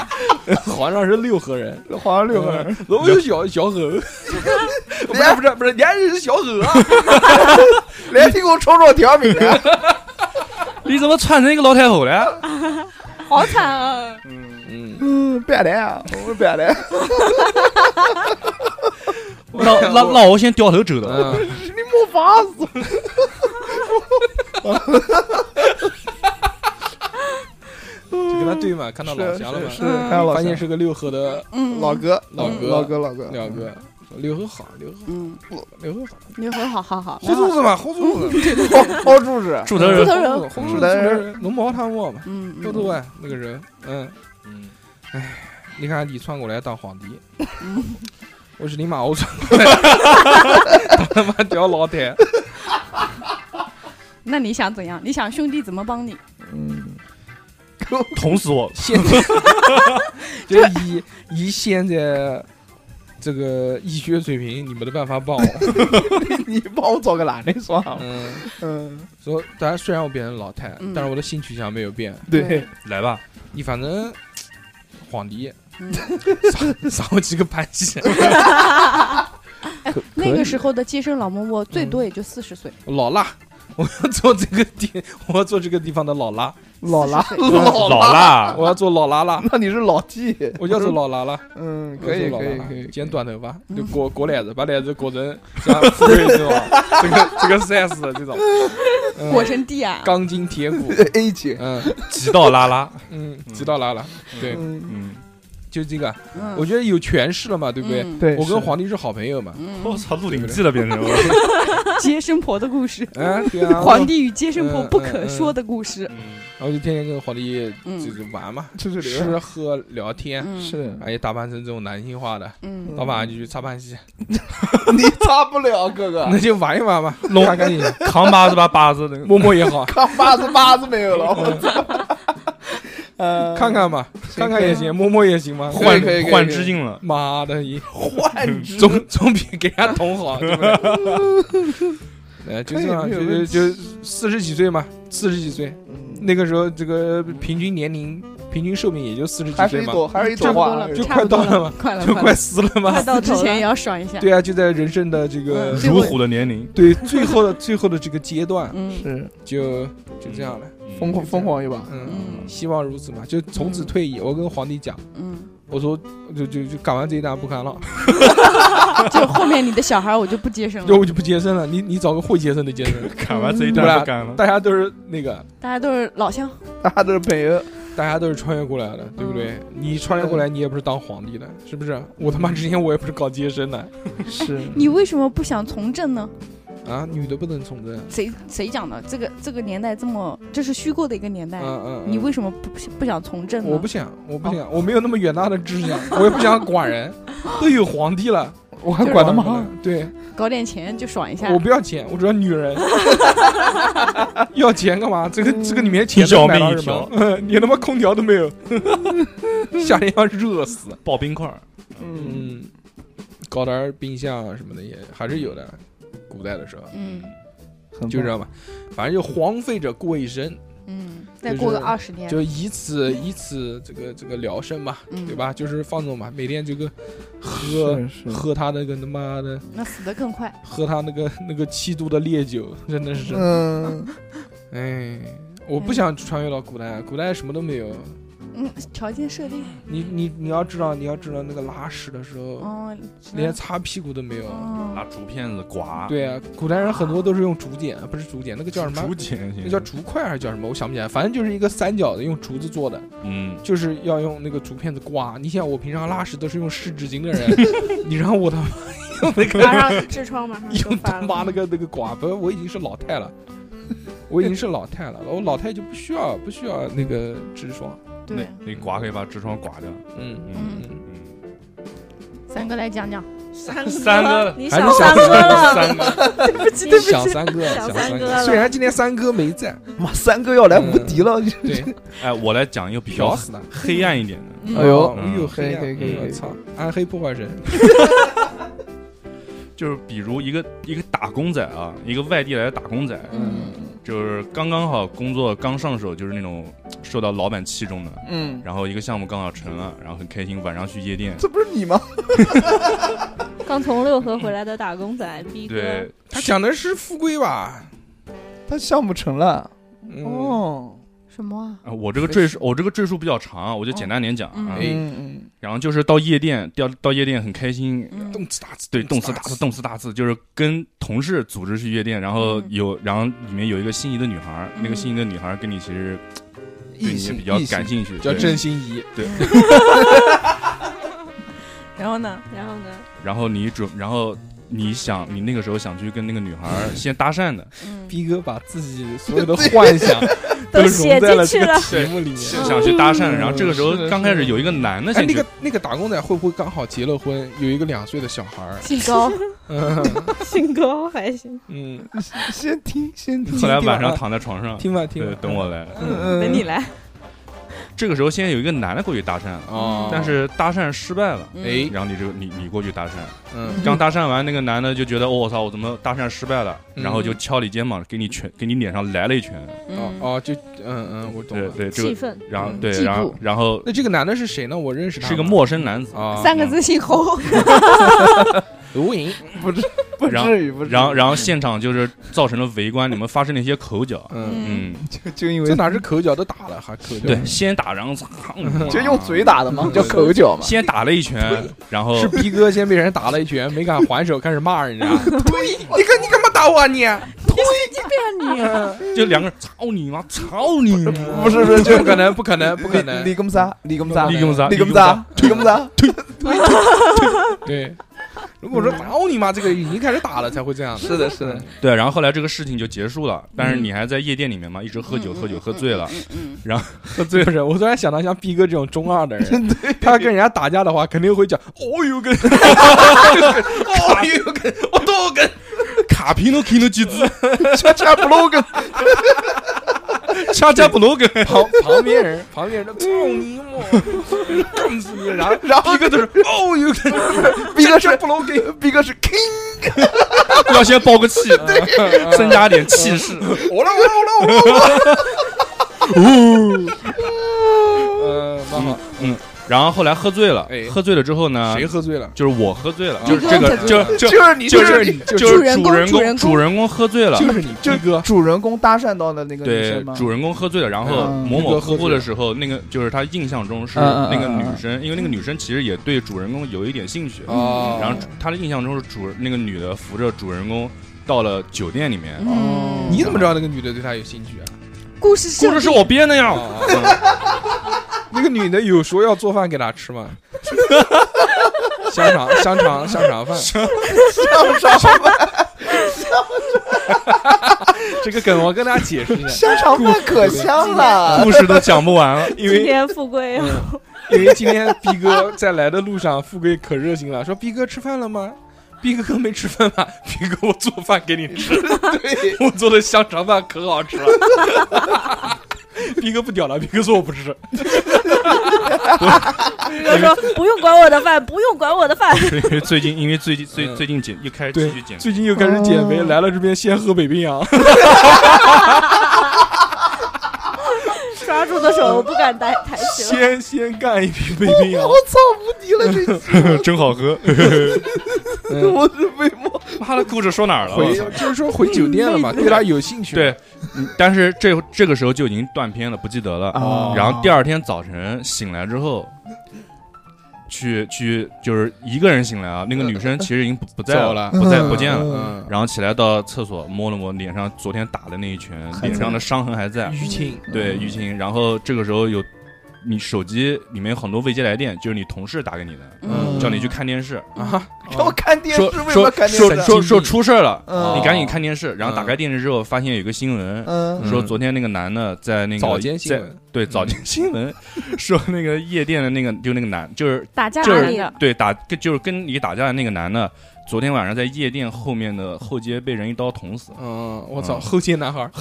[SPEAKER 3] 皇上是六合人，嗯
[SPEAKER 8] 皇上六个人，
[SPEAKER 3] 人，我是小小猴， 不是不是不是，人家是小猴啊，
[SPEAKER 8] 连听我闯闯调米的，
[SPEAKER 6] 你怎么穿成一个老太婆了？
[SPEAKER 9] 好惨啊！
[SPEAKER 3] 嗯。
[SPEAKER 8] 嗯，不要来啊，我们不要来，
[SPEAKER 6] 那那那我先掉头走了。
[SPEAKER 3] 嗯，
[SPEAKER 8] 你莫法死，
[SPEAKER 3] 就跟他对嘛，看到老
[SPEAKER 8] 是
[SPEAKER 3] 乡了嘛，
[SPEAKER 8] 是，还有老
[SPEAKER 3] 发现
[SPEAKER 8] 乡
[SPEAKER 3] 是个六合的
[SPEAKER 9] 嗯，
[SPEAKER 8] 老哥，
[SPEAKER 3] 老
[SPEAKER 8] 嗯
[SPEAKER 3] 哥
[SPEAKER 8] 老哥，老哥，
[SPEAKER 3] 廖哥，六合好，六合
[SPEAKER 9] 嗯，
[SPEAKER 3] 六合好，
[SPEAKER 9] 你会好好好，
[SPEAKER 3] 好柱子嘛，好柱子，
[SPEAKER 8] 包包住址，
[SPEAKER 6] 住头
[SPEAKER 9] 猪
[SPEAKER 6] 人
[SPEAKER 9] 头
[SPEAKER 3] 好
[SPEAKER 9] 人，
[SPEAKER 3] 柱
[SPEAKER 8] 是
[SPEAKER 3] 子
[SPEAKER 8] 的
[SPEAKER 3] 就是龙毛汤沃嘛，
[SPEAKER 9] 嗯，嗯
[SPEAKER 3] 豆豆啊那个人，嗯，你看你窜过来当皇 帝，我是你妈，我窜 过来当他妈屌老太，
[SPEAKER 9] 那你想怎样？你想兄弟怎么帮你？
[SPEAKER 8] 嗯，
[SPEAKER 6] 捅死我！
[SPEAKER 3] 现在就以以现在这个医学水平，你没得办法帮我，
[SPEAKER 8] 嗯你帮我找个男的算了，
[SPEAKER 3] 嗯。
[SPEAKER 8] 嗯，
[SPEAKER 3] 说，当然虽然我变成老太，
[SPEAKER 9] 嗯
[SPEAKER 3] 但是我的性取向没有变。
[SPEAKER 8] 对，
[SPEAKER 6] 来吧，
[SPEAKER 3] 你反正皇帝
[SPEAKER 9] 嗯，
[SPEAKER 3] 赏赏我几个盘鸡，
[SPEAKER 9] 那个时候的接生老嬷嬷最多也就四十岁，
[SPEAKER 3] 老辣，我要做这个地，我要做这个地方的老辣，
[SPEAKER 8] 老拉
[SPEAKER 9] 40岁
[SPEAKER 8] 老
[SPEAKER 6] 老
[SPEAKER 8] 拉，
[SPEAKER 6] 辣，
[SPEAKER 3] 我要做老辣辣，
[SPEAKER 8] 那你是老弟，
[SPEAKER 3] 我要做老辣辣，
[SPEAKER 8] 嗯，
[SPEAKER 3] 我
[SPEAKER 8] 可以
[SPEAKER 3] 要做
[SPEAKER 8] 可
[SPEAKER 3] 老
[SPEAKER 8] 以
[SPEAKER 3] 辣辣
[SPEAKER 8] 可以，
[SPEAKER 3] 剪短头发，
[SPEAKER 9] 嗯
[SPEAKER 3] 就裹裹奶子，把奶子裹成像富贵这种， 这个这个 size 的这种，嗯
[SPEAKER 9] 裹成地啊，
[SPEAKER 3] 钢筋铁 骨，
[SPEAKER 8] A 姐，
[SPEAKER 3] 嗯
[SPEAKER 6] 极道拉拉。
[SPEAKER 3] 嗯，知道辣辣，对，
[SPEAKER 8] 嗯，
[SPEAKER 6] 嗯，
[SPEAKER 3] 就这个，
[SPEAKER 9] 嗯
[SPEAKER 3] 我觉得有权势了嘛，对不对？
[SPEAKER 9] 嗯
[SPEAKER 8] 对，
[SPEAKER 3] 我
[SPEAKER 8] 是
[SPEAKER 3] 跟皇帝是好朋友嘛，
[SPEAKER 6] 我
[SPEAKER 9] 嗯，
[SPEAKER 6] 操，《鹿鼎记》了变成我。
[SPEAKER 9] 接生婆的故事，
[SPEAKER 3] 嗯，对啊，
[SPEAKER 9] 皇帝与接生婆
[SPEAKER 3] 嗯
[SPEAKER 9] 不
[SPEAKER 3] 嗯
[SPEAKER 9] 可
[SPEAKER 3] 嗯
[SPEAKER 9] 说的故事，
[SPEAKER 3] 然后就天天跟皇帝
[SPEAKER 9] 嗯
[SPEAKER 3] 就是玩嘛，
[SPEAKER 8] 吃吃
[SPEAKER 3] 吃喝聊天，
[SPEAKER 9] 嗯，
[SPEAKER 8] 是的，
[SPEAKER 3] 哎，打扮成这种男性化的，
[SPEAKER 9] 嗯，
[SPEAKER 3] 到晚上就去擦盘戏，
[SPEAKER 8] 你擦不了，哥哥
[SPEAKER 3] 那，就玩一玩吧，
[SPEAKER 6] 弄
[SPEAKER 3] 擦干净，
[SPEAKER 6] 扛把子把把子那个
[SPEAKER 3] 摸摸也好，
[SPEAKER 8] 看 八字八字没有了，我操，呃
[SPEAKER 3] 看看吧，看看也行，摸摸也行嘛。
[SPEAKER 8] 可以
[SPEAKER 6] 换
[SPEAKER 8] 可以可以
[SPEAKER 6] 换支镜了。
[SPEAKER 3] 妈的，一
[SPEAKER 8] 换只
[SPEAKER 3] 总总比给人家捅好，对不对？呃，就这样，
[SPEAKER 8] 可以没有
[SPEAKER 3] 就
[SPEAKER 8] 问
[SPEAKER 3] 就四十几岁嘛，四十几岁，
[SPEAKER 8] 嗯
[SPEAKER 3] 那个时候这个平均年龄、平均寿命也就四十几
[SPEAKER 8] 还是
[SPEAKER 3] 岁
[SPEAKER 8] 一
[SPEAKER 3] 嘛，
[SPEAKER 8] 朵，还是一朵
[SPEAKER 9] 差不多
[SPEAKER 8] 花
[SPEAKER 9] 了，，嗯
[SPEAKER 3] 就
[SPEAKER 9] 差不
[SPEAKER 3] 快
[SPEAKER 9] 多
[SPEAKER 3] 到了嘛，
[SPEAKER 9] 快了，
[SPEAKER 3] 就
[SPEAKER 9] 快
[SPEAKER 3] 快
[SPEAKER 9] 了，
[SPEAKER 3] 死了嘛。
[SPEAKER 9] 快到之
[SPEAKER 11] 头了
[SPEAKER 9] 前也要爽一下，
[SPEAKER 3] 对啊，就在人生的这个
[SPEAKER 9] 嗯
[SPEAKER 6] 如虎的年龄，
[SPEAKER 3] 对最后的最后的这个阶段，
[SPEAKER 9] 嗯，
[SPEAKER 8] 是
[SPEAKER 3] 就就这样了。
[SPEAKER 6] 嗯
[SPEAKER 8] 疯狂疯狂一把。
[SPEAKER 3] 嗯，希望如此嘛，就从此退役。我跟皇帝讲，
[SPEAKER 9] 嗯，
[SPEAKER 3] 我说就就就赶完这一单不干了，
[SPEAKER 9] 嗯 就后面你的小孩我就不接生
[SPEAKER 3] 就
[SPEAKER 9] 了，
[SPEAKER 3] 我就不接生了。你你找个会接生的接生，
[SPEAKER 9] 嗯
[SPEAKER 6] 砍完这一
[SPEAKER 3] 对
[SPEAKER 6] 单
[SPEAKER 3] 吧
[SPEAKER 6] 不干了。
[SPEAKER 3] 大家都是那个，
[SPEAKER 9] 大家都是老乡，
[SPEAKER 8] 大家都是朋友，
[SPEAKER 3] 大家都是穿越过来的，
[SPEAKER 9] 嗯
[SPEAKER 3] 对不对？你穿越过来，你也不是当皇帝的，是不是？我他妈之前我也不是搞接生的
[SPEAKER 8] 是
[SPEAKER 9] 你为什么不想从政呢？
[SPEAKER 3] 啊，女的不能从政。
[SPEAKER 9] 谁谁讲的？这个这个年代这么，这是虚构的一个年代，
[SPEAKER 3] 嗯嗯，
[SPEAKER 9] 你
[SPEAKER 3] 嗯
[SPEAKER 9] 为什么不不想从政呢？哦
[SPEAKER 3] 我不想，我不想，我没有那么远大的志向，我也不想 管人，都有皇帝了，
[SPEAKER 8] 我还管他
[SPEAKER 3] 什么
[SPEAKER 8] 吗？
[SPEAKER 3] 呢？对，
[SPEAKER 9] 搞点钱就爽一下
[SPEAKER 3] 我，不要钱，我主要 女人。要钱干嘛？这个
[SPEAKER 9] 嗯
[SPEAKER 3] 这个里面钱
[SPEAKER 6] 一条
[SPEAKER 3] 能买到
[SPEAKER 6] 命一
[SPEAKER 3] 什么？你他妈空调都 没有，夏天要热死。
[SPEAKER 6] 刨冰块儿，
[SPEAKER 8] 嗯，
[SPEAKER 3] 嗯，搞点儿冰箱啊什么的也还是有的，古代的时候
[SPEAKER 9] 嗯
[SPEAKER 8] 很棒
[SPEAKER 3] 就这样吧，反正就荒废着过一生，
[SPEAKER 9] 嗯，再
[SPEAKER 3] 就是
[SPEAKER 9] 过个二十年，
[SPEAKER 3] 就以此以此这个这个疗伤吧，
[SPEAKER 9] 嗯
[SPEAKER 3] 对？吧？就是放纵吧，每天这个喝
[SPEAKER 8] 是是
[SPEAKER 3] 喝他那个他妈的。
[SPEAKER 9] 嗯那死得更快，
[SPEAKER 3] 喝他那个那个七度的烈酒， 真的是，
[SPEAKER 8] 嗯，
[SPEAKER 3] 哎，我不想穿越到古代，啊古代什么都没有。
[SPEAKER 9] 嗯，条件设定，
[SPEAKER 3] 你你你要知道，你要知道那个拉屎的时候，
[SPEAKER 9] 哦，
[SPEAKER 3] 连擦屁股都没有。
[SPEAKER 6] 拿
[SPEAKER 9] 哦，
[SPEAKER 6] 竹片子刮，，
[SPEAKER 3] 对啊，古代人很多都是用竹简，不是竹简，那个叫什么
[SPEAKER 6] 竹？简行，
[SPEAKER 3] 那叫竹筷还是叫什么？我想不起来，反正就是一个三角的，用竹子做的，
[SPEAKER 6] 嗯，
[SPEAKER 3] 就是要用那个竹片子刮。你想，我平常拉屎都是用湿纸巾的人， 你让我他妈用那个
[SPEAKER 11] 马上痔疮马上就
[SPEAKER 3] 用
[SPEAKER 11] 犯
[SPEAKER 3] 他 妈
[SPEAKER 11] 了。
[SPEAKER 3] 那个那个瓜，不，我已经是老太了， 我已经是老太了，我老太就不需要不需要那个痔疮，
[SPEAKER 6] 那
[SPEAKER 9] 对，啊
[SPEAKER 6] 那刮可以把痔疮刮掉，
[SPEAKER 3] 嗯
[SPEAKER 6] 嗯
[SPEAKER 3] 嗯，
[SPEAKER 6] 嗯，
[SPEAKER 9] 三哥来讲讲，
[SPEAKER 11] 三
[SPEAKER 6] 三哥
[SPEAKER 11] 你
[SPEAKER 3] 还是
[SPEAKER 11] 想三哥了，
[SPEAKER 3] 三哥，想三哥，
[SPEAKER 11] 想
[SPEAKER 3] 三
[SPEAKER 11] 三哥
[SPEAKER 3] 哥，
[SPEAKER 11] 了
[SPEAKER 3] 虽然今天三哥没在，
[SPEAKER 8] 妈，三哥要来无敌了，
[SPEAKER 3] 对，
[SPEAKER 6] 哎，我来讲一个比
[SPEAKER 3] 屌
[SPEAKER 6] 较
[SPEAKER 3] 死他，
[SPEAKER 6] 黑暗一点的，
[SPEAKER 8] 哎呦
[SPEAKER 3] 哦哎呦，
[SPEAKER 8] 可
[SPEAKER 3] 黑
[SPEAKER 8] 以
[SPEAKER 3] 暗
[SPEAKER 8] 可以可以可以
[SPEAKER 3] 我操，暗黑破坏神，
[SPEAKER 6] 就是比如一个一个打工仔啊，一个外地来的打工仔，
[SPEAKER 8] 嗯
[SPEAKER 6] 就是刚刚好工作刚上手，就是那种受到老板器重的，
[SPEAKER 8] 嗯，
[SPEAKER 6] 然后一个项目刚好成了，然后很开心，晚上去夜店，
[SPEAKER 8] 这不是你吗？
[SPEAKER 11] 刚从六合回来的打工仔逼哥，
[SPEAKER 6] 对，
[SPEAKER 3] 他讲的是富贵吧？
[SPEAKER 8] 他项目成了，
[SPEAKER 3] 嗯，
[SPEAKER 8] 哦，
[SPEAKER 9] 什么啊？
[SPEAKER 6] 啊我这个赘述，我这个赘述比较长啊，我就简单点讲啊
[SPEAKER 9] 嗯。
[SPEAKER 8] 嗯嗯，
[SPEAKER 6] 然后就是到夜店，到到夜店很开心，
[SPEAKER 9] 嗯
[SPEAKER 3] 动次打次，
[SPEAKER 6] 对，动次打次，动次打次，就是跟同事组织去夜店，然后
[SPEAKER 9] 嗯
[SPEAKER 6] 有，然后里面有一个心仪的女孩儿，那个
[SPEAKER 9] 嗯
[SPEAKER 6] 心仪的女孩儿跟你其实对
[SPEAKER 8] 异
[SPEAKER 6] 你也
[SPEAKER 8] 性
[SPEAKER 6] 比较
[SPEAKER 8] 异性
[SPEAKER 6] 感兴趣，
[SPEAKER 3] 叫
[SPEAKER 6] 对
[SPEAKER 3] 郑欣宜，
[SPEAKER 9] 然后呢？
[SPEAKER 11] 然后呢，
[SPEAKER 6] 然后你准，然后你想，你那个时候想去跟那个女孩儿先搭讪的，
[SPEAKER 9] 嗯，
[SPEAKER 3] 逼哥把自己所有的幻 想
[SPEAKER 11] 都
[SPEAKER 3] 融
[SPEAKER 11] 写
[SPEAKER 3] 在了
[SPEAKER 11] 进
[SPEAKER 3] 这
[SPEAKER 11] 去了
[SPEAKER 3] 个。题目里面，
[SPEAKER 6] 是想去搭讪，
[SPEAKER 8] 嗯
[SPEAKER 6] 然后这个时
[SPEAKER 8] 是
[SPEAKER 6] 候
[SPEAKER 8] 的
[SPEAKER 6] 刚开始有一个男的
[SPEAKER 3] 哎，
[SPEAKER 6] 先
[SPEAKER 3] 那
[SPEAKER 6] 去
[SPEAKER 3] 个，那个打工仔会不会刚好结了婚，有一个两岁的小孩儿？
[SPEAKER 9] 姓高，
[SPEAKER 3] 嗯
[SPEAKER 11] 性高还行，
[SPEAKER 3] 嗯，
[SPEAKER 8] 先听先听，
[SPEAKER 6] 后来晚上躺在床上，
[SPEAKER 3] 听吧听
[SPEAKER 6] 对
[SPEAKER 3] 吧，，
[SPEAKER 6] 等我来。
[SPEAKER 8] 嗯
[SPEAKER 11] 等你来，
[SPEAKER 6] 这个时候先有一个男的过去搭讪了，
[SPEAKER 3] 哦，
[SPEAKER 6] 但是搭讪失败了，
[SPEAKER 11] 嗯
[SPEAKER 3] 哎，
[SPEAKER 6] 然后你这个你你过去搭讪，
[SPEAKER 3] 嗯
[SPEAKER 6] 刚搭讪完，那个男的就觉得哦我操，我怎么搭讪失败了？
[SPEAKER 3] 嗯
[SPEAKER 6] 然后就敲你肩膀，给你拳，给你脸上来了一拳。
[SPEAKER 3] 哦
[SPEAKER 9] 嗯，
[SPEAKER 3] 哦，就嗯嗯，我懂
[SPEAKER 6] 对
[SPEAKER 3] 了。
[SPEAKER 6] 对，这
[SPEAKER 11] 气
[SPEAKER 6] 个，
[SPEAKER 11] 愤，
[SPEAKER 6] 然后
[SPEAKER 3] 嗯
[SPEAKER 6] 对，
[SPEAKER 9] 嫉妒
[SPEAKER 6] 然后然后
[SPEAKER 3] 那这个男的是谁呢？我认识他吗，
[SPEAKER 6] 是一个陌生男子，
[SPEAKER 3] 啊，
[SPEAKER 9] 三个字姓侯，
[SPEAKER 3] 卢颖，
[SPEAKER 8] 不
[SPEAKER 6] 然
[SPEAKER 8] 至于不至于，
[SPEAKER 6] 然后然后现场就是造成了围观，你们发生了一些口角。
[SPEAKER 3] 嗯，
[SPEAKER 6] 嗯，
[SPEAKER 8] 就就因
[SPEAKER 3] 这
[SPEAKER 8] 为
[SPEAKER 3] 哪是口角都打了，还口角？
[SPEAKER 6] 对，先打，然后操
[SPEAKER 8] 就用嘴打的嘛，
[SPEAKER 3] 嗯
[SPEAKER 8] 叫口角嘛，
[SPEAKER 6] 先打了一拳，然后
[SPEAKER 3] 是逼哥先被人打了一拳，没敢还手，开始骂人家。对，你看你干嘛打我啊你？
[SPEAKER 6] 就两个人操你妈，操你妈，
[SPEAKER 8] 不是不是，就
[SPEAKER 3] 不可能，不可能，不可 能
[SPEAKER 8] 李。李根啥？李
[SPEAKER 3] 啊
[SPEAKER 8] 根啥？
[SPEAKER 6] 你给我啥？
[SPEAKER 8] 李
[SPEAKER 6] 你给
[SPEAKER 8] 根
[SPEAKER 6] 我
[SPEAKER 8] 啥？李根啥？
[SPEAKER 3] 对，如果说打我你妈，这个已经开始打了才会这样的。
[SPEAKER 8] 是的，是的，
[SPEAKER 6] 对，然后后来这个事情就结束了，但是你还在夜店里面
[SPEAKER 3] 嗯
[SPEAKER 6] 嘛，一直喝酒，喝酒，喝醉了，
[SPEAKER 3] 喝醉了，我突然想到像逼哥这种中二的人，他跟人家打架的话，肯定会讲哦呦跟，哦呦跟，我都跟，
[SPEAKER 6] 卡皮诺基诺基兹，
[SPEAKER 8] 恰恰不露根，
[SPEAKER 6] 恰恰不露 根，
[SPEAKER 3] 旁旁边人旁边人都操你妈，干死你！然后
[SPEAKER 8] 然后
[SPEAKER 3] 逼哥都是哦呦跟，
[SPEAKER 8] 逼哥
[SPEAKER 3] 这
[SPEAKER 8] 是
[SPEAKER 3] 不能给，
[SPEAKER 8] 逼哥是 king，
[SPEAKER 6] 要先爆个 气，增加点气势。
[SPEAKER 3] 我了我 了我了我了，哦，嗯，蛮好，
[SPEAKER 6] 嗯，然后后来喝醉了，喝醉了之后呢，
[SPEAKER 3] 哎谁喝醉了？
[SPEAKER 6] 就是我喝醉了，
[SPEAKER 3] 嗯你
[SPEAKER 6] 就是这个，
[SPEAKER 3] 哥喝
[SPEAKER 6] 就
[SPEAKER 3] 醉
[SPEAKER 6] 就
[SPEAKER 3] 了就是你
[SPEAKER 6] 就是
[SPEAKER 3] 就是
[SPEAKER 6] 就
[SPEAKER 3] 主
[SPEAKER 6] 是
[SPEAKER 3] 人
[SPEAKER 6] 主
[SPEAKER 3] 公
[SPEAKER 6] 人
[SPEAKER 3] 主人
[SPEAKER 6] 公
[SPEAKER 3] 公
[SPEAKER 6] 主人公喝醉了，
[SPEAKER 3] 就是你
[SPEAKER 6] 就
[SPEAKER 8] 哥主人公搭讪到的那个女
[SPEAKER 6] 对
[SPEAKER 8] 生吗？
[SPEAKER 6] 主人公喝醉了，然后
[SPEAKER 8] 嗯
[SPEAKER 6] 模
[SPEAKER 8] 一
[SPEAKER 6] 模
[SPEAKER 8] 个
[SPEAKER 6] 糊
[SPEAKER 8] 喝醉
[SPEAKER 6] 糊
[SPEAKER 8] 了
[SPEAKER 6] 的时候，那个就是他印象中是
[SPEAKER 8] 嗯嗯嗯
[SPEAKER 6] 那个
[SPEAKER 8] 嗯
[SPEAKER 6] 女
[SPEAKER 8] 嗯
[SPEAKER 6] 生，因为那个女生其实也对主人公有一点兴趣，
[SPEAKER 3] 哦
[SPEAKER 6] 然后他的印象中是主那个女的扶着主人公到了酒店里面，
[SPEAKER 8] 嗯
[SPEAKER 3] 你怎么知道那个女的对他有兴趣啊？
[SPEAKER 9] 故事
[SPEAKER 6] 故事是我编的呀，
[SPEAKER 3] 那个女的有说要做饭给他吃吗？ 香肠香肠香肠饭，
[SPEAKER 8] 香肠
[SPEAKER 3] 这个梗我跟大家解释一下，
[SPEAKER 8] 香肠饭可香了，
[SPEAKER 6] 故事都讲不 完了，
[SPEAKER 3] 因为
[SPEAKER 11] 天富贵啊，
[SPEAKER 3] 因为今天逼哥在来的路上，富贵可热心了，说逼哥吃饭了吗？逼哥没吃饭吧？逼哥我做饭给你吃，
[SPEAKER 8] 对，
[SPEAKER 3] 我做的香肠饭可好吃了。逼哥不屌了，逼哥说我不吃，
[SPEAKER 11] 比哥说不用管我的饭，不用管我的饭，
[SPEAKER 6] 因为最近因为最近最
[SPEAKER 3] 嗯
[SPEAKER 6] 最近减又开始继
[SPEAKER 3] 对
[SPEAKER 6] 续减，肥，
[SPEAKER 3] 最近又开始减
[SPEAKER 8] 嗯
[SPEAKER 3] 肥，来了这边先喝北冰洋。
[SPEAKER 11] 抓住的手不敢抬抬起了。
[SPEAKER 3] 先先干一瓶北冰洋
[SPEAKER 8] 我，操，无敌了这期，
[SPEAKER 6] 真好 喝。
[SPEAKER 3] 嗯
[SPEAKER 8] 我是被摸，
[SPEAKER 6] 妈的，故事说哪儿了？
[SPEAKER 3] 回嗯
[SPEAKER 6] 我操
[SPEAKER 3] 就是说回酒店了嘛，对他有兴趣。
[SPEAKER 6] 对，嗯但是这这个时候就已经断片了，不记得了。
[SPEAKER 8] 哦
[SPEAKER 6] 啊然后第二天早晨醒来之后，去去就是一个人醒来啊，那个女生其实已经不不在
[SPEAKER 3] 走了
[SPEAKER 6] 不在不见了。
[SPEAKER 3] 嗯，
[SPEAKER 6] 然后起来到厕所摸了摸脸上昨天打的那一拳，
[SPEAKER 8] 还
[SPEAKER 6] 脸上
[SPEAKER 8] 在
[SPEAKER 6] 的伤痕还在。
[SPEAKER 3] 淤青，
[SPEAKER 6] 对淤青，然后这个时候有你手机里面有很多未接来电，就是你同事打给你的，
[SPEAKER 3] 嗯
[SPEAKER 6] 叫你去看电视，
[SPEAKER 3] 啊，
[SPEAKER 8] 让我看嗯电视，
[SPEAKER 6] 说
[SPEAKER 8] 为什么要
[SPEAKER 6] 说
[SPEAKER 8] 看电
[SPEAKER 6] 说
[SPEAKER 8] 视？
[SPEAKER 6] 说说出事儿了，
[SPEAKER 8] 嗯
[SPEAKER 6] 你赶紧看电视。然后打
[SPEAKER 3] 嗯
[SPEAKER 6] 开电视之后，发现有一个新闻，
[SPEAKER 8] 嗯
[SPEAKER 6] 说昨天那个男的在那个
[SPEAKER 3] 早间新
[SPEAKER 6] 在
[SPEAKER 3] 闻，。
[SPEAKER 6] 对早间新闻说那个夜店的那个就那个男就是
[SPEAKER 9] 打架
[SPEAKER 6] 就
[SPEAKER 9] 打
[SPEAKER 6] 是
[SPEAKER 9] 的，
[SPEAKER 6] 对打跟就是跟你打架的那个男的，昨天晚上在夜店后面的后街被人一刀捅死
[SPEAKER 3] 嗯，我操，
[SPEAKER 6] 嗯
[SPEAKER 3] 后街男孩 儿，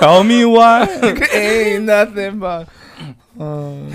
[SPEAKER 6] Tell me why？
[SPEAKER 8] Ain't nothing but，嗯，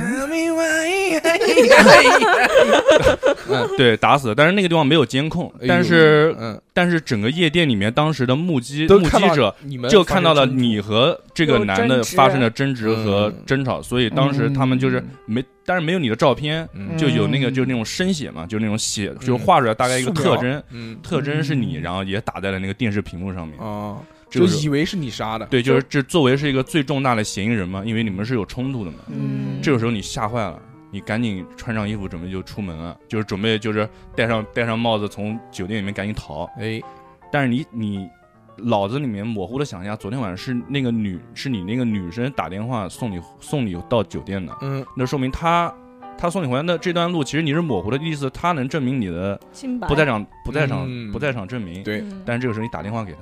[SPEAKER 6] 对，打死了，但是那个地方没有监控，但是
[SPEAKER 3] 嗯，
[SPEAKER 6] 但是整个夜店里面当时的目击
[SPEAKER 3] 都
[SPEAKER 6] 目
[SPEAKER 3] 看
[SPEAKER 6] 击
[SPEAKER 3] 到
[SPEAKER 6] 者
[SPEAKER 3] 你们
[SPEAKER 6] 就看到了
[SPEAKER 3] 发生冲
[SPEAKER 6] 你和这个男的发生了争执和
[SPEAKER 3] 嗯
[SPEAKER 6] 争吵，所以当时他们就是没，但是没有你的照片，
[SPEAKER 3] 嗯
[SPEAKER 6] 就有那个就是那种生血嘛，就是那种血，就画出来大概一个
[SPEAKER 3] 素描
[SPEAKER 6] 特征，
[SPEAKER 3] 突，嗯，
[SPEAKER 6] 特征是你，然后也打在了那个电视屏幕上面，
[SPEAKER 3] 哦，
[SPEAKER 6] 就
[SPEAKER 3] 就是以为是你杀的，
[SPEAKER 6] 对，就是这作为是一个最重大的嫌疑人嘛，因为你们是有冲突的嘛，
[SPEAKER 8] 嗯
[SPEAKER 6] 这个时候你吓坏了。你赶紧穿上衣服，准备就出门了，就是准备就是戴上戴上帽子，从酒店里面赶紧逃。
[SPEAKER 3] 哎，
[SPEAKER 6] 但是你你脑子里面模糊的想一下，昨天晚上是那个女是你那个女生打电话送你送你到酒店的，
[SPEAKER 3] 嗯，
[SPEAKER 6] 那说明她她送你回来的这段路其实你是模糊的，意思她能证明你的
[SPEAKER 11] 清白
[SPEAKER 6] 不在场不在场、
[SPEAKER 3] 嗯
[SPEAKER 6] 不在场证明。
[SPEAKER 3] 对，
[SPEAKER 11] 嗯
[SPEAKER 6] 但是这个时候你打电话给她，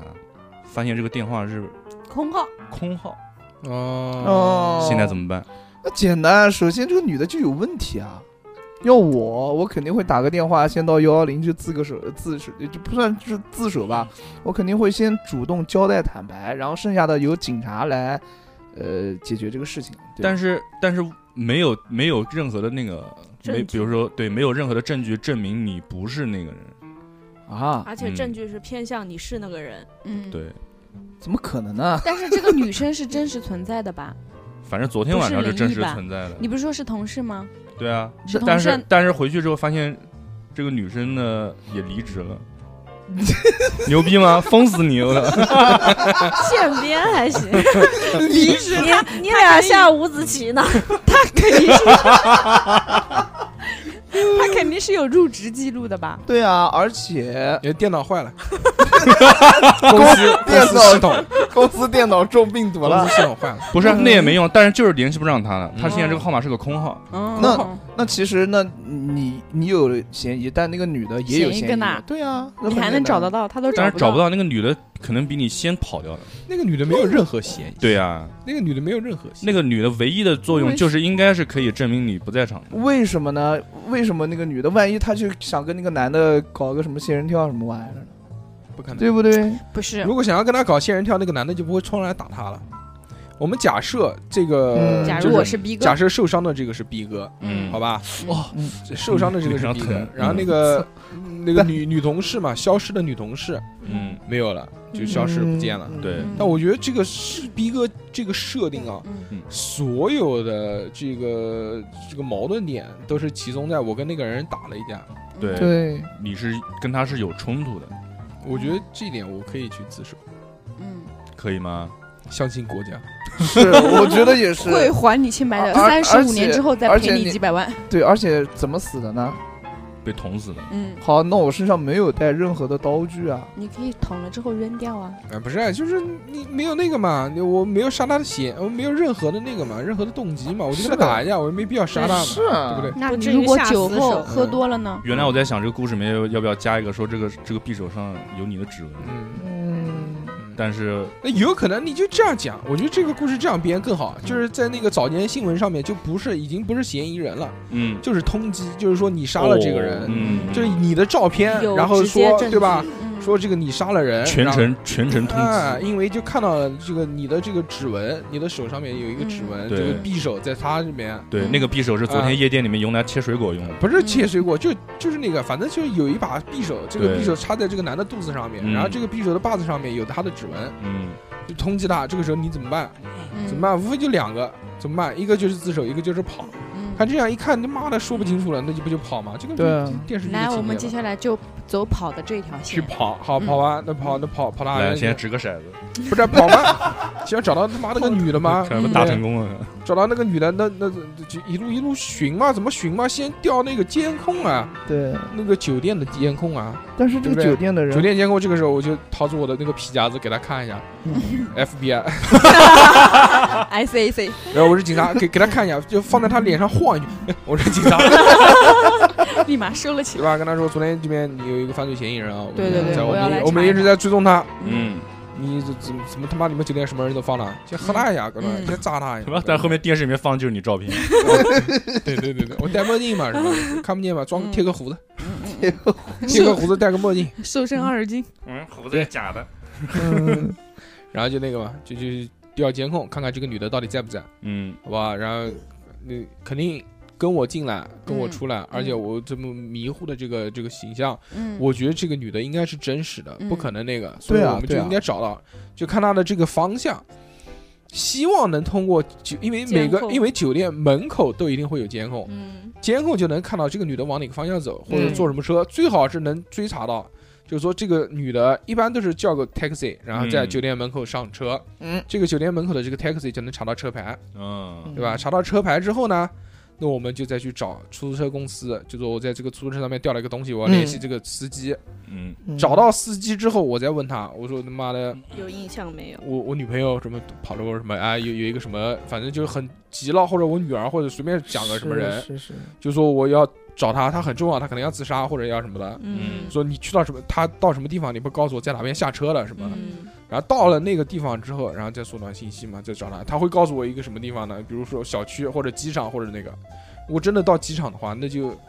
[SPEAKER 6] 发现这个电话是
[SPEAKER 9] 空号，
[SPEAKER 6] 空号，
[SPEAKER 3] 哦，
[SPEAKER 8] 哦，
[SPEAKER 6] 嗯现在怎么办？
[SPEAKER 8] 那简单，首先这个女的就有问题啊。要我，我肯定会打个电话，先到幺幺零去自个首自首，就不算是自首吧，我肯定会先主动交代坦白，然后剩下的由警察来，呃，解决这个事情。
[SPEAKER 6] 但
[SPEAKER 8] 是，
[SPEAKER 6] 是但是没有没有任何的那个没，
[SPEAKER 11] 证据
[SPEAKER 6] 比如说对，没有任何的证据证明你不是那个人，
[SPEAKER 8] 啊，
[SPEAKER 11] 而且
[SPEAKER 6] 嗯
[SPEAKER 11] 证据是偏向你是那个人，
[SPEAKER 9] 嗯，
[SPEAKER 6] 对。
[SPEAKER 8] 怎么可能呢？
[SPEAKER 9] 但是这个女生是真实存在的吧？
[SPEAKER 6] 反正昨天晚上
[SPEAKER 9] 不是
[SPEAKER 6] 是真
[SPEAKER 9] 灵异
[SPEAKER 6] 实
[SPEAKER 9] 吧
[SPEAKER 6] 存在的。
[SPEAKER 9] 你不是说是同事吗？
[SPEAKER 6] 对啊，
[SPEAKER 9] 是同
[SPEAKER 6] 但
[SPEAKER 9] 事
[SPEAKER 6] 是但是回去之后发现，这个女生呢也离 职了，牛逼吗？封死你！我操！
[SPEAKER 11] 现编还行，哎离职你你俩像伍子棋呢，
[SPEAKER 9] 她肯定是，她肯定是有入职记录的吧？
[SPEAKER 8] 对啊，而且
[SPEAKER 3] 你的哎电脑坏了，
[SPEAKER 8] 公司
[SPEAKER 3] 电
[SPEAKER 8] 电
[SPEAKER 3] 脑系
[SPEAKER 8] 脑
[SPEAKER 3] 统，
[SPEAKER 8] 公司电脑中病毒
[SPEAKER 3] 公
[SPEAKER 8] 了
[SPEAKER 3] 司。系统坏了，
[SPEAKER 6] 不是那也没用，但是就是联系不上她了。她现在这
[SPEAKER 9] 嗯
[SPEAKER 6] 个号码是个空号，
[SPEAKER 9] 嗯，
[SPEAKER 8] 那 那其实那你你有嫌疑，但那个女的也有
[SPEAKER 9] 嫌疑
[SPEAKER 8] 嫌
[SPEAKER 9] 更
[SPEAKER 8] 疑
[SPEAKER 9] 大，
[SPEAKER 8] 对啊，那
[SPEAKER 9] 你
[SPEAKER 8] 很
[SPEAKER 9] 还
[SPEAKER 8] 简
[SPEAKER 9] 能
[SPEAKER 8] 单
[SPEAKER 9] 找得到？她都
[SPEAKER 6] 但是找不
[SPEAKER 9] 到。
[SPEAKER 6] 到那个女的，可能比你先跑掉了。
[SPEAKER 3] 那个女的没有任何嫌疑，
[SPEAKER 6] 对呀，
[SPEAKER 3] 那个女的没有任何嫌疑，
[SPEAKER 6] 那个女的唯一的作用就是应该是可以证明你不在场的。
[SPEAKER 8] 为什么呢？为什么那个女的，万一她就想跟那个男的搞个什么仙人跳什么玩意儿呢，
[SPEAKER 3] 不可能。
[SPEAKER 8] 对不对？
[SPEAKER 9] 不是
[SPEAKER 3] 如果想要跟他搞仙人跳，那个男的就不会冲上来打他了。我们假设这个，
[SPEAKER 8] 嗯
[SPEAKER 9] 假
[SPEAKER 3] 就
[SPEAKER 9] 如我是逼哥
[SPEAKER 3] 假，设受伤的这个是逼哥，
[SPEAKER 6] 嗯
[SPEAKER 3] 好吧，哦
[SPEAKER 8] 嗯，
[SPEAKER 3] 受伤的这个是逼
[SPEAKER 6] 嗯
[SPEAKER 3] 哥
[SPEAKER 6] 嗯，
[SPEAKER 3] 然后那个 那 个女女同事嘛，消失的女同事
[SPEAKER 6] 嗯，
[SPEAKER 3] 没有了，就消失不见了。
[SPEAKER 8] 嗯
[SPEAKER 6] 对，
[SPEAKER 3] 但我觉得这个是逼哥这个设定啊，
[SPEAKER 6] 嗯
[SPEAKER 3] 所有的这个这个矛盾点都是集中在我跟那个人打了一架，
[SPEAKER 6] 对，
[SPEAKER 8] 对，
[SPEAKER 6] 你是跟他是有冲突的，
[SPEAKER 3] 我觉得这一点我可以去自首，
[SPEAKER 2] 嗯，
[SPEAKER 6] 可以吗？
[SPEAKER 3] 相信国家。
[SPEAKER 8] 是，我觉得也是。
[SPEAKER 9] 会还你清白的，
[SPEAKER 8] 而
[SPEAKER 9] 三十
[SPEAKER 8] 而
[SPEAKER 9] 五年
[SPEAKER 8] 且
[SPEAKER 9] 之后再
[SPEAKER 8] 而
[SPEAKER 9] 赔
[SPEAKER 8] 且
[SPEAKER 9] 你
[SPEAKER 8] 你
[SPEAKER 9] 几百万。
[SPEAKER 8] 对，而且怎么死的呢？
[SPEAKER 6] 被捅死的，
[SPEAKER 9] 嗯，
[SPEAKER 8] 好，那我身上没有带任何的刀具啊。
[SPEAKER 9] 你可以捅了之后扔掉啊。
[SPEAKER 3] 啊，不是啊，就是你没有那个嘛，你我没有杀他的血，我没有任何的那个嘛，任何的动机嘛，我就跟他
[SPEAKER 8] 是的
[SPEAKER 3] 打一架，我也没必要杀他嘛，
[SPEAKER 8] 是啊
[SPEAKER 3] 对不对？
[SPEAKER 9] 那
[SPEAKER 11] 不
[SPEAKER 9] 你
[SPEAKER 11] 至
[SPEAKER 9] 如
[SPEAKER 11] 于
[SPEAKER 9] 果
[SPEAKER 11] 下
[SPEAKER 9] 酒
[SPEAKER 11] 死
[SPEAKER 9] 后
[SPEAKER 11] 手
[SPEAKER 9] 喝
[SPEAKER 3] 嗯
[SPEAKER 9] 多了呢？
[SPEAKER 6] 原来我在想这个故事里面要要不要加一个说这个这个匕首上有你的指纹，
[SPEAKER 3] 嗯，
[SPEAKER 8] 嗯，
[SPEAKER 6] 但是
[SPEAKER 3] 那有可能你就这样讲，我觉得这个故事这样编更
[SPEAKER 6] 嗯
[SPEAKER 3] 好，就是在那个早年新闻上面就不是已经不是嫌疑人了，
[SPEAKER 6] 嗯，
[SPEAKER 3] 就是通缉，就是说你杀了这个人，
[SPEAKER 6] 哦嗯，
[SPEAKER 3] 就是你的照片，
[SPEAKER 11] 有
[SPEAKER 3] 然后
[SPEAKER 11] 直接
[SPEAKER 3] 说
[SPEAKER 11] 证
[SPEAKER 3] 对吧？
[SPEAKER 11] 据？
[SPEAKER 9] 嗯
[SPEAKER 3] 说这个你杀了人，
[SPEAKER 6] 全
[SPEAKER 3] 然后
[SPEAKER 6] 程全程通
[SPEAKER 3] 啊，
[SPEAKER 6] 缉，
[SPEAKER 3] 因为就看到了这个你的这个指纹，你的手上面有一个指纹，
[SPEAKER 6] 嗯
[SPEAKER 3] 这个
[SPEAKER 6] 对
[SPEAKER 3] 匕首在他这边，
[SPEAKER 6] 对，那个匕首是昨
[SPEAKER 3] 啊
[SPEAKER 6] 天夜店里面用来切水果用的，
[SPEAKER 3] 不是切水
[SPEAKER 11] 嗯
[SPEAKER 3] 果，就就是那个，反正就是有一把匕首，这个
[SPEAKER 6] 对
[SPEAKER 3] 匕首插在这个男的肚子上面，
[SPEAKER 6] 嗯
[SPEAKER 3] 然后这个匕首的把子上面有他的指纹，
[SPEAKER 6] 嗯，
[SPEAKER 3] 就通缉他。这个时候你怎么办？
[SPEAKER 2] 嗯
[SPEAKER 3] 怎么？办？无非就两个，怎么办？一个就是自首，一个就是跑。
[SPEAKER 2] 嗯
[SPEAKER 3] 看这样一看，他妈的说不清楚了，那就不就跑吗？这个
[SPEAKER 8] 对啊
[SPEAKER 3] 就电视剧
[SPEAKER 9] 来，我们接
[SPEAKER 3] 继续
[SPEAKER 9] 下来就走跑的这一条
[SPEAKER 3] 去
[SPEAKER 9] 线。
[SPEAKER 3] 跑，好
[SPEAKER 2] 嗯
[SPEAKER 3] 跑吧，那跑啊那跑跑哪
[SPEAKER 6] 来
[SPEAKER 3] 里
[SPEAKER 6] 先掷个骰子，
[SPEAKER 3] 不是跑吗？先找到他妈那嗯个女的吗？
[SPEAKER 6] 骰子打成功了，
[SPEAKER 3] 找到那个女的，那那那就一路一路寻嘛，怎么寻嘛？先调那个监控啊，
[SPEAKER 8] 对。
[SPEAKER 3] 那个酒店的监控啊。
[SPEAKER 8] 但是
[SPEAKER 3] 对
[SPEAKER 8] 这
[SPEAKER 3] 不
[SPEAKER 8] 个
[SPEAKER 3] 对
[SPEAKER 8] 酒店的
[SPEAKER 3] 酒
[SPEAKER 8] 人，
[SPEAKER 3] 店监控，这个时候我就掏出我的那个皮夹子给他看一下，FBI，
[SPEAKER 9] I C A C，
[SPEAKER 3] 然后我是警察，给给他看一下，就放在他脸上晃一句，哎我是警察，
[SPEAKER 9] 立马收了起
[SPEAKER 3] 对
[SPEAKER 9] 来。
[SPEAKER 3] 吧？跟他说昨天这边有一个犯罪嫌疑人啊，我们
[SPEAKER 9] 对对对
[SPEAKER 3] 在我
[SPEAKER 9] 我要
[SPEAKER 3] 们
[SPEAKER 9] 来
[SPEAKER 3] 我们
[SPEAKER 9] 查
[SPEAKER 3] 一
[SPEAKER 9] 一
[SPEAKER 3] 直
[SPEAKER 9] 查
[SPEAKER 3] 在追踪他，
[SPEAKER 6] 嗯，
[SPEAKER 3] 你怎怎怎么他妈你们酒店什么人都放了，先喝他一下，哥们儿，
[SPEAKER 2] 嗯
[SPEAKER 3] 先炸他一
[SPEAKER 6] 然后
[SPEAKER 3] 下，
[SPEAKER 6] 但后面电视里面放的就是你照片，
[SPEAKER 3] 对对对对，我戴墨镜嘛，是吧？看不见嘛，装
[SPEAKER 2] 嗯
[SPEAKER 3] 贴个胡子，贴个胡子，戴个墨镜，
[SPEAKER 9] 瘦身二十斤，
[SPEAKER 6] 嗯，胡子是假的，
[SPEAKER 8] 嗯，
[SPEAKER 3] 然后就那个嘛，就就调监控，看看这个女的到底在不在。
[SPEAKER 6] 嗯
[SPEAKER 3] 好吧？然后你肯定跟我进来，跟我
[SPEAKER 2] 嗯
[SPEAKER 3] 出来，而且我这么迷糊的这个这个形象，
[SPEAKER 2] 嗯，
[SPEAKER 3] 我觉得这个女的应该是真实的，
[SPEAKER 2] 嗯
[SPEAKER 3] 不可能那个，所以
[SPEAKER 8] 对啊
[SPEAKER 3] 我们就
[SPEAKER 8] 对啊
[SPEAKER 3] 应该找到，就看她的这个方向。希望能通过酒，因为每
[SPEAKER 11] 监
[SPEAKER 3] 个
[SPEAKER 11] 控
[SPEAKER 3] 因为酒店门口都一定会有监控，
[SPEAKER 11] 嗯，
[SPEAKER 3] 监控就能看到这个女的往哪个方向走，或者
[SPEAKER 8] 嗯
[SPEAKER 3] 坐什么车，最好是能追查到。就是说，这个女的一般都是叫个 taxi，然后在
[SPEAKER 6] 嗯
[SPEAKER 3] 酒店门口上车，
[SPEAKER 8] 嗯，
[SPEAKER 3] 这个酒店门口的这个 taxi 就能查到车牌，
[SPEAKER 6] 嗯
[SPEAKER 3] 对吧？查到车牌之后呢，那我们就再去找出租车公司，就说我在这个出租车上面掉了一个东西，我要联系这个司机。
[SPEAKER 6] 嗯，
[SPEAKER 8] 嗯
[SPEAKER 3] 找到司机之后，我再问他，我说他妈的，
[SPEAKER 11] 有印象没有？
[SPEAKER 3] 我我女朋友什么跑了我什么啊，有有一个什么，反正就是很急了，或者我女儿或者随便讲个什么人，
[SPEAKER 8] 是是是
[SPEAKER 3] 就说我要找他，他很重要，他可能要自杀或者要什么的。
[SPEAKER 6] 嗯
[SPEAKER 3] 说你去到什么，他到什么地方，你不告诉我在哪边下车了什么的。
[SPEAKER 11] 嗯
[SPEAKER 3] 然后到了那个地方之后，然后再缩短信息嘛，再找他，他会告诉我一个什么地方呢？比如说小区或者机场或者那个。我真的到机场的话，那就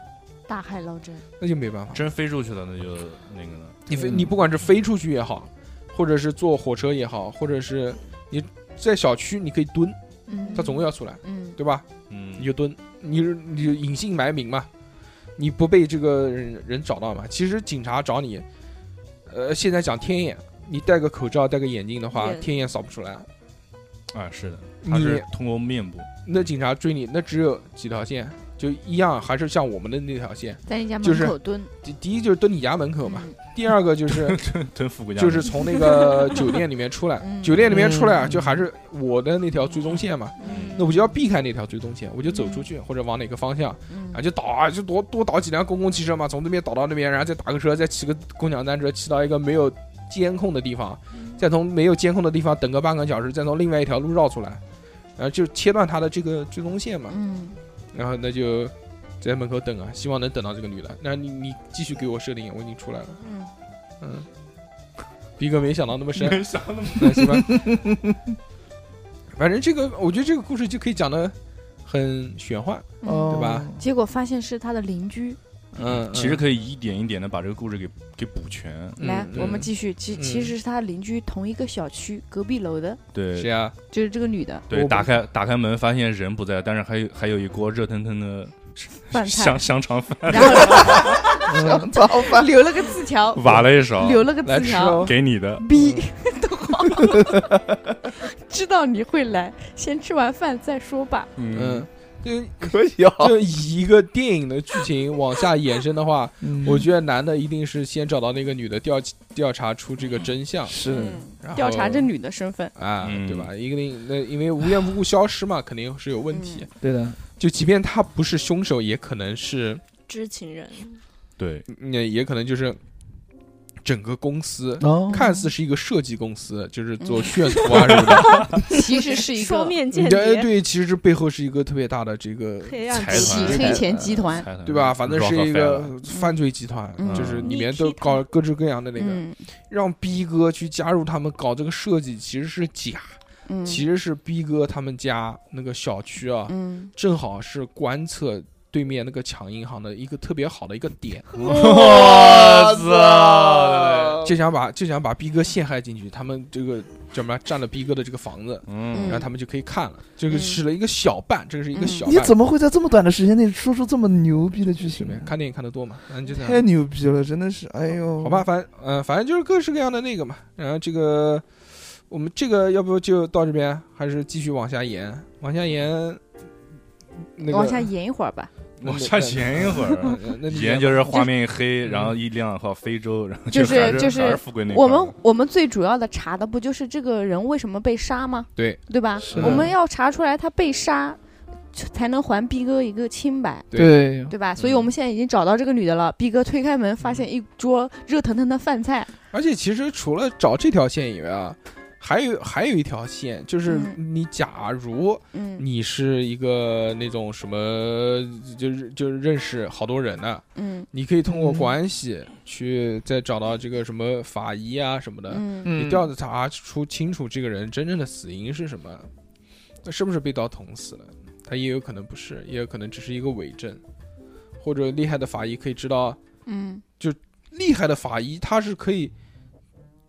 [SPEAKER 9] 大海捞针。
[SPEAKER 3] 那就没办法。
[SPEAKER 6] 真飞出去了那就那个了，
[SPEAKER 3] 你飞，
[SPEAKER 8] 嗯
[SPEAKER 3] 你不管是飞出去也好，或者是坐火车也好，或者是你在小区你可以蹲，
[SPEAKER 2] 嗯
[SPEAKER 3] 他总归要出来，
[SPEAKER 2] 嗯
[SPEAKER 3] 对吧？
[SPEAKER 6] 嗯
[SPEAKER 3] 你就蹲，你你就隐姓埋名嘛，你不被这个人人找到嘛？其实警察找你，呃，现在讲天眼，你戴个口罩、戴个眼镜的话，
[SPEAKER 11] 眼
[SPEAKER 3] 天眼扫不出来。
[SPEAKER 6] 啊是的，
[SPEAKER 3] 你
[SPEAKER 6] 他是通过面 部，
[SPEAKER 3] 那警察追你，那只有几条线，就一样，还是像我们的那条线。
[SPEAKER 2] 在人家
[SPEAKER 3] 就是
[SPEAKER 2] 门口蹲，
[SPEAKER 3] 第第一就是蹲你家门口
[SPEAKER 9] 嗯
[SPEAKER 3] 嘛，第二个就是
[SPEAKER 6] 真富贵家
[SPEAKER 3] 就是从那个酒店里面出来，
[SPEAKER 2] 嗯
[SPEAKER 3] 酒店里面出来啊
[SPEAKER 8] 嗯
[SPEAKER 3] 就还是我的那条追踪线嘛，
[SPEAKER 2] 嗯
[SPEAKER 3] 那我就要避开那条追踪线，我就走出去或者往哪个方向
[SPEAKER 2] 嗯
[SPEAKER 3] 啊，就倒啊，就多多倒几辆公共汽车嘛，从这边倒到那边，然后再打个车，再骑个共享单车，骑到一个没有监控的地方，再从没有监控的地方等个半个小时，再从另外一条路绕出来，然后就切断他的这个追踪线嘛，
[SPEAKER 2] 嗯
[SPEAKER 3] 然后那就在门口等啊，希望能等到这个女的。那你你继续给我设定，我已经出来了。
[SPEAKER 2] 嗯
[SPEAKER 3] 嗯，逼哥没想到那么深，
[SPEAKER 6] 没想那么
[SPEAKER 3] 那行吧。 反正这个，我觉得这个故事就可以讲的很玄幻，
[SPEAKER 8] 哦
[SPEAKER 3] 对吧？
[SPEAKER 2] 结果发现是他的邻居，
[SPEAKER 3] 嗯
[SPEAKER 6] 其实可以一点一点的把这个故事给给补全。
[SPEAKER 9] 来，
[SPEAKER 6] 嗯
[SPEAKER 9] 我们继续。其
[SPEAKER 6] 嗯
[SPEAKER 9] 其实是他邻居同一个小区隔壁楼的，
[SPEAKER 6] 对
[SPEAKER 3] 谁啊？
[SPEAKER 9] 就是这个女 的。
[SPEAKER 6] 对，打开打开门，发现人不在，但是还有还有一锅热腾腾的
[SPEAKER 9] 饭菜
[SPEAKER 6] 香香肠饭，
[SPEAKER 9] 然后 留了个字条，
[SPEAKER 3] 哦
[SPEAKER 6] 挖了一勺，
[SPEAKER 9] 留了个字条，
[SPEAKER 6] 给你的。
[SPEAKER 9] 逼
[SPEAKER 3] 嗯
[SPEAKER 9] 逗号， 知道你会来，先吃完饭再说吧。
[SPEAKER 3] 嗯，就
[SPEAKER 8] 可以啊。
[SPEAKER 3] 就以一个电影的剧情往下延伸的话，
[SPEAKER 6] 嗯
[SPEAKER 8] 嗯
[SPEAKER 3] 我觉得男的一定是先找到那个女的调调查出这个真相，
[SPEAKER 8] 是
[SPEAKER 3] 然
[SPEAKER 9] 嗯
[SPEAKER 3] 后
[SPEAKER 9] 调查这女的身份，
[SPEAKER 3] 啊，
[SPEAKER 6] 嗯
[SPEAKER 3] 对吧？一个那因为无缘无故消失嘛，肯定是有问
[SPEAKER 9] 嗯
[SPEAKER 3] 题。
[SPEAKER 8] 对的，
[SPEAKER 3] 就即便他不是凶手，也可能是，
[SPEAKER 11] 知情人，
[SPEAKER 6] 对，
[SPEAKER 3] 那也可能就是。整个公司、
[SPEAKER 9] 嗯
[SPEAKER 8] 哦
[SPEAKER 3] 看似是一个设计公司，就是做炫图啊什么 的，
[SPEAKER 9] 其实是一个
[SPEAKER 11] 双面 间
[SPEAKER 3] 你这哎
[SPEAKER 11] 谍，
[SPEAKER 3] 对，其实背后是一个特别大的这个
[SPEAKER 11] 黑暗
[SPEAKER 6] 财
[SPEAKER 11] 集
[SPEAKER 6] 团
[SPEAKER 9] 洗黑钱集团，
[SPEAKER 6] 财团
[SPEAKER 3] 对吧？反正是一个
[SPEAKER 11] 嗯
[SPEAKER 6] Rockefeller
[SPEAKER 3] 犯罪集团，
[SPEAKER 9] 嗯
[SPEAKER 3] 就是里面都搞各式各样的那个，
[SPEAKER 9] 嗯
[SPEAKER 3] 让逼哥去加入他们搞这个设计，其实是假，
[SPEAKER 9] 嗯
[SPEAKER 3] 其实是逼哥他们家那个小区啊，
[SPEAKER 9] 嗯，
[SPEAKER 3] 正好是观测对面那个抢银行的一个特别好的一个点，
[SPEAKER 6] 我操！
[SPEAKER 3] 就想把就想把逼哥陷害进去，他们这个叫什么占了逼哥的这个房子，
[SPEAKER 6] 嗯
[SPEAKER 3] 然后他们就可以看了，这个使了一个小办，这个是一个小
[SPEAKER 8] 你
[SPEAKER 3] 办。
[SPEAKER 8] 怎么会在这么短的时间内说出这么牛逼的剧情呢？
[SPEAKER 3] 看电影看得多嘛？那你就这样
[SPEAKER 8] 太牛逼了，真的是，哎呦，
[SPEAKER 3] 好吧，，反嗯、呃，反正就是各式各样的那个嘛。然后这个，我们这个要不就到这边，还是继续往下延？往下延，那个
[SPEAKER 9] 往下延一会儿吧。
[SPEAKER 6] 往下 延一 会儿。
[SPEAKER 3] 呃那你
[SPEAKER 6] 盐就是画面一黑，然后一亮好非洲，然后
[SPEAKER 9] 就
[SPEAKER 6] 还是
[SPEAKER 9] 就
[SPEAKER 6] 还
[SPEAKER 9] 是
[SPEAKER 6] 是富贵那块
[SPEAKER 9] 我
[SPEAKER 6] 儿
[SPEAKER 9] 们我们最主要的查的不就是这个人为什么被杀吗？
[SPEAKER 3] 对
[SPEAKER 9] 对吧？
[SPEAKER 8] 是的
[SPEAKER 9] 我们要查出来他被杀，就才能还逼哥一个清白。
[SPEAKER 8] 对，
[SPEAKER 9] 对吧？所以我们现在已经找到这个女的了。逼哥推开门，发现一桌热腾腾的饭菜。
[SPEAKER 3] 而且其实除了找这条线以外啊，还有还有一条线，就是你假如
[SPEAKER 9] 嗯
[SPEAKER 3] 你是一个那种什么，就是就是认识好多人的、啊
[SPEAKER 9] 嗯
[SPEAKER 3] 你可以通过
[SPEAKER 8] 嗯
[SPEAKER 3] 关系去再找到这个什么法医啊什么的，
[SPEAKER 9] 嗯
[SPEAKER 8] 嗯
[SPEAKER 3] 你调查出清楚这个人真正的死因是什么，那是不是被刀捅死了？他也有可能不是，也有可能只是一个伪证，或者厉害的法医可以知道，
[SPEAKER 9] 嗯
[SPEAKER 3] 厉害的法医他是可以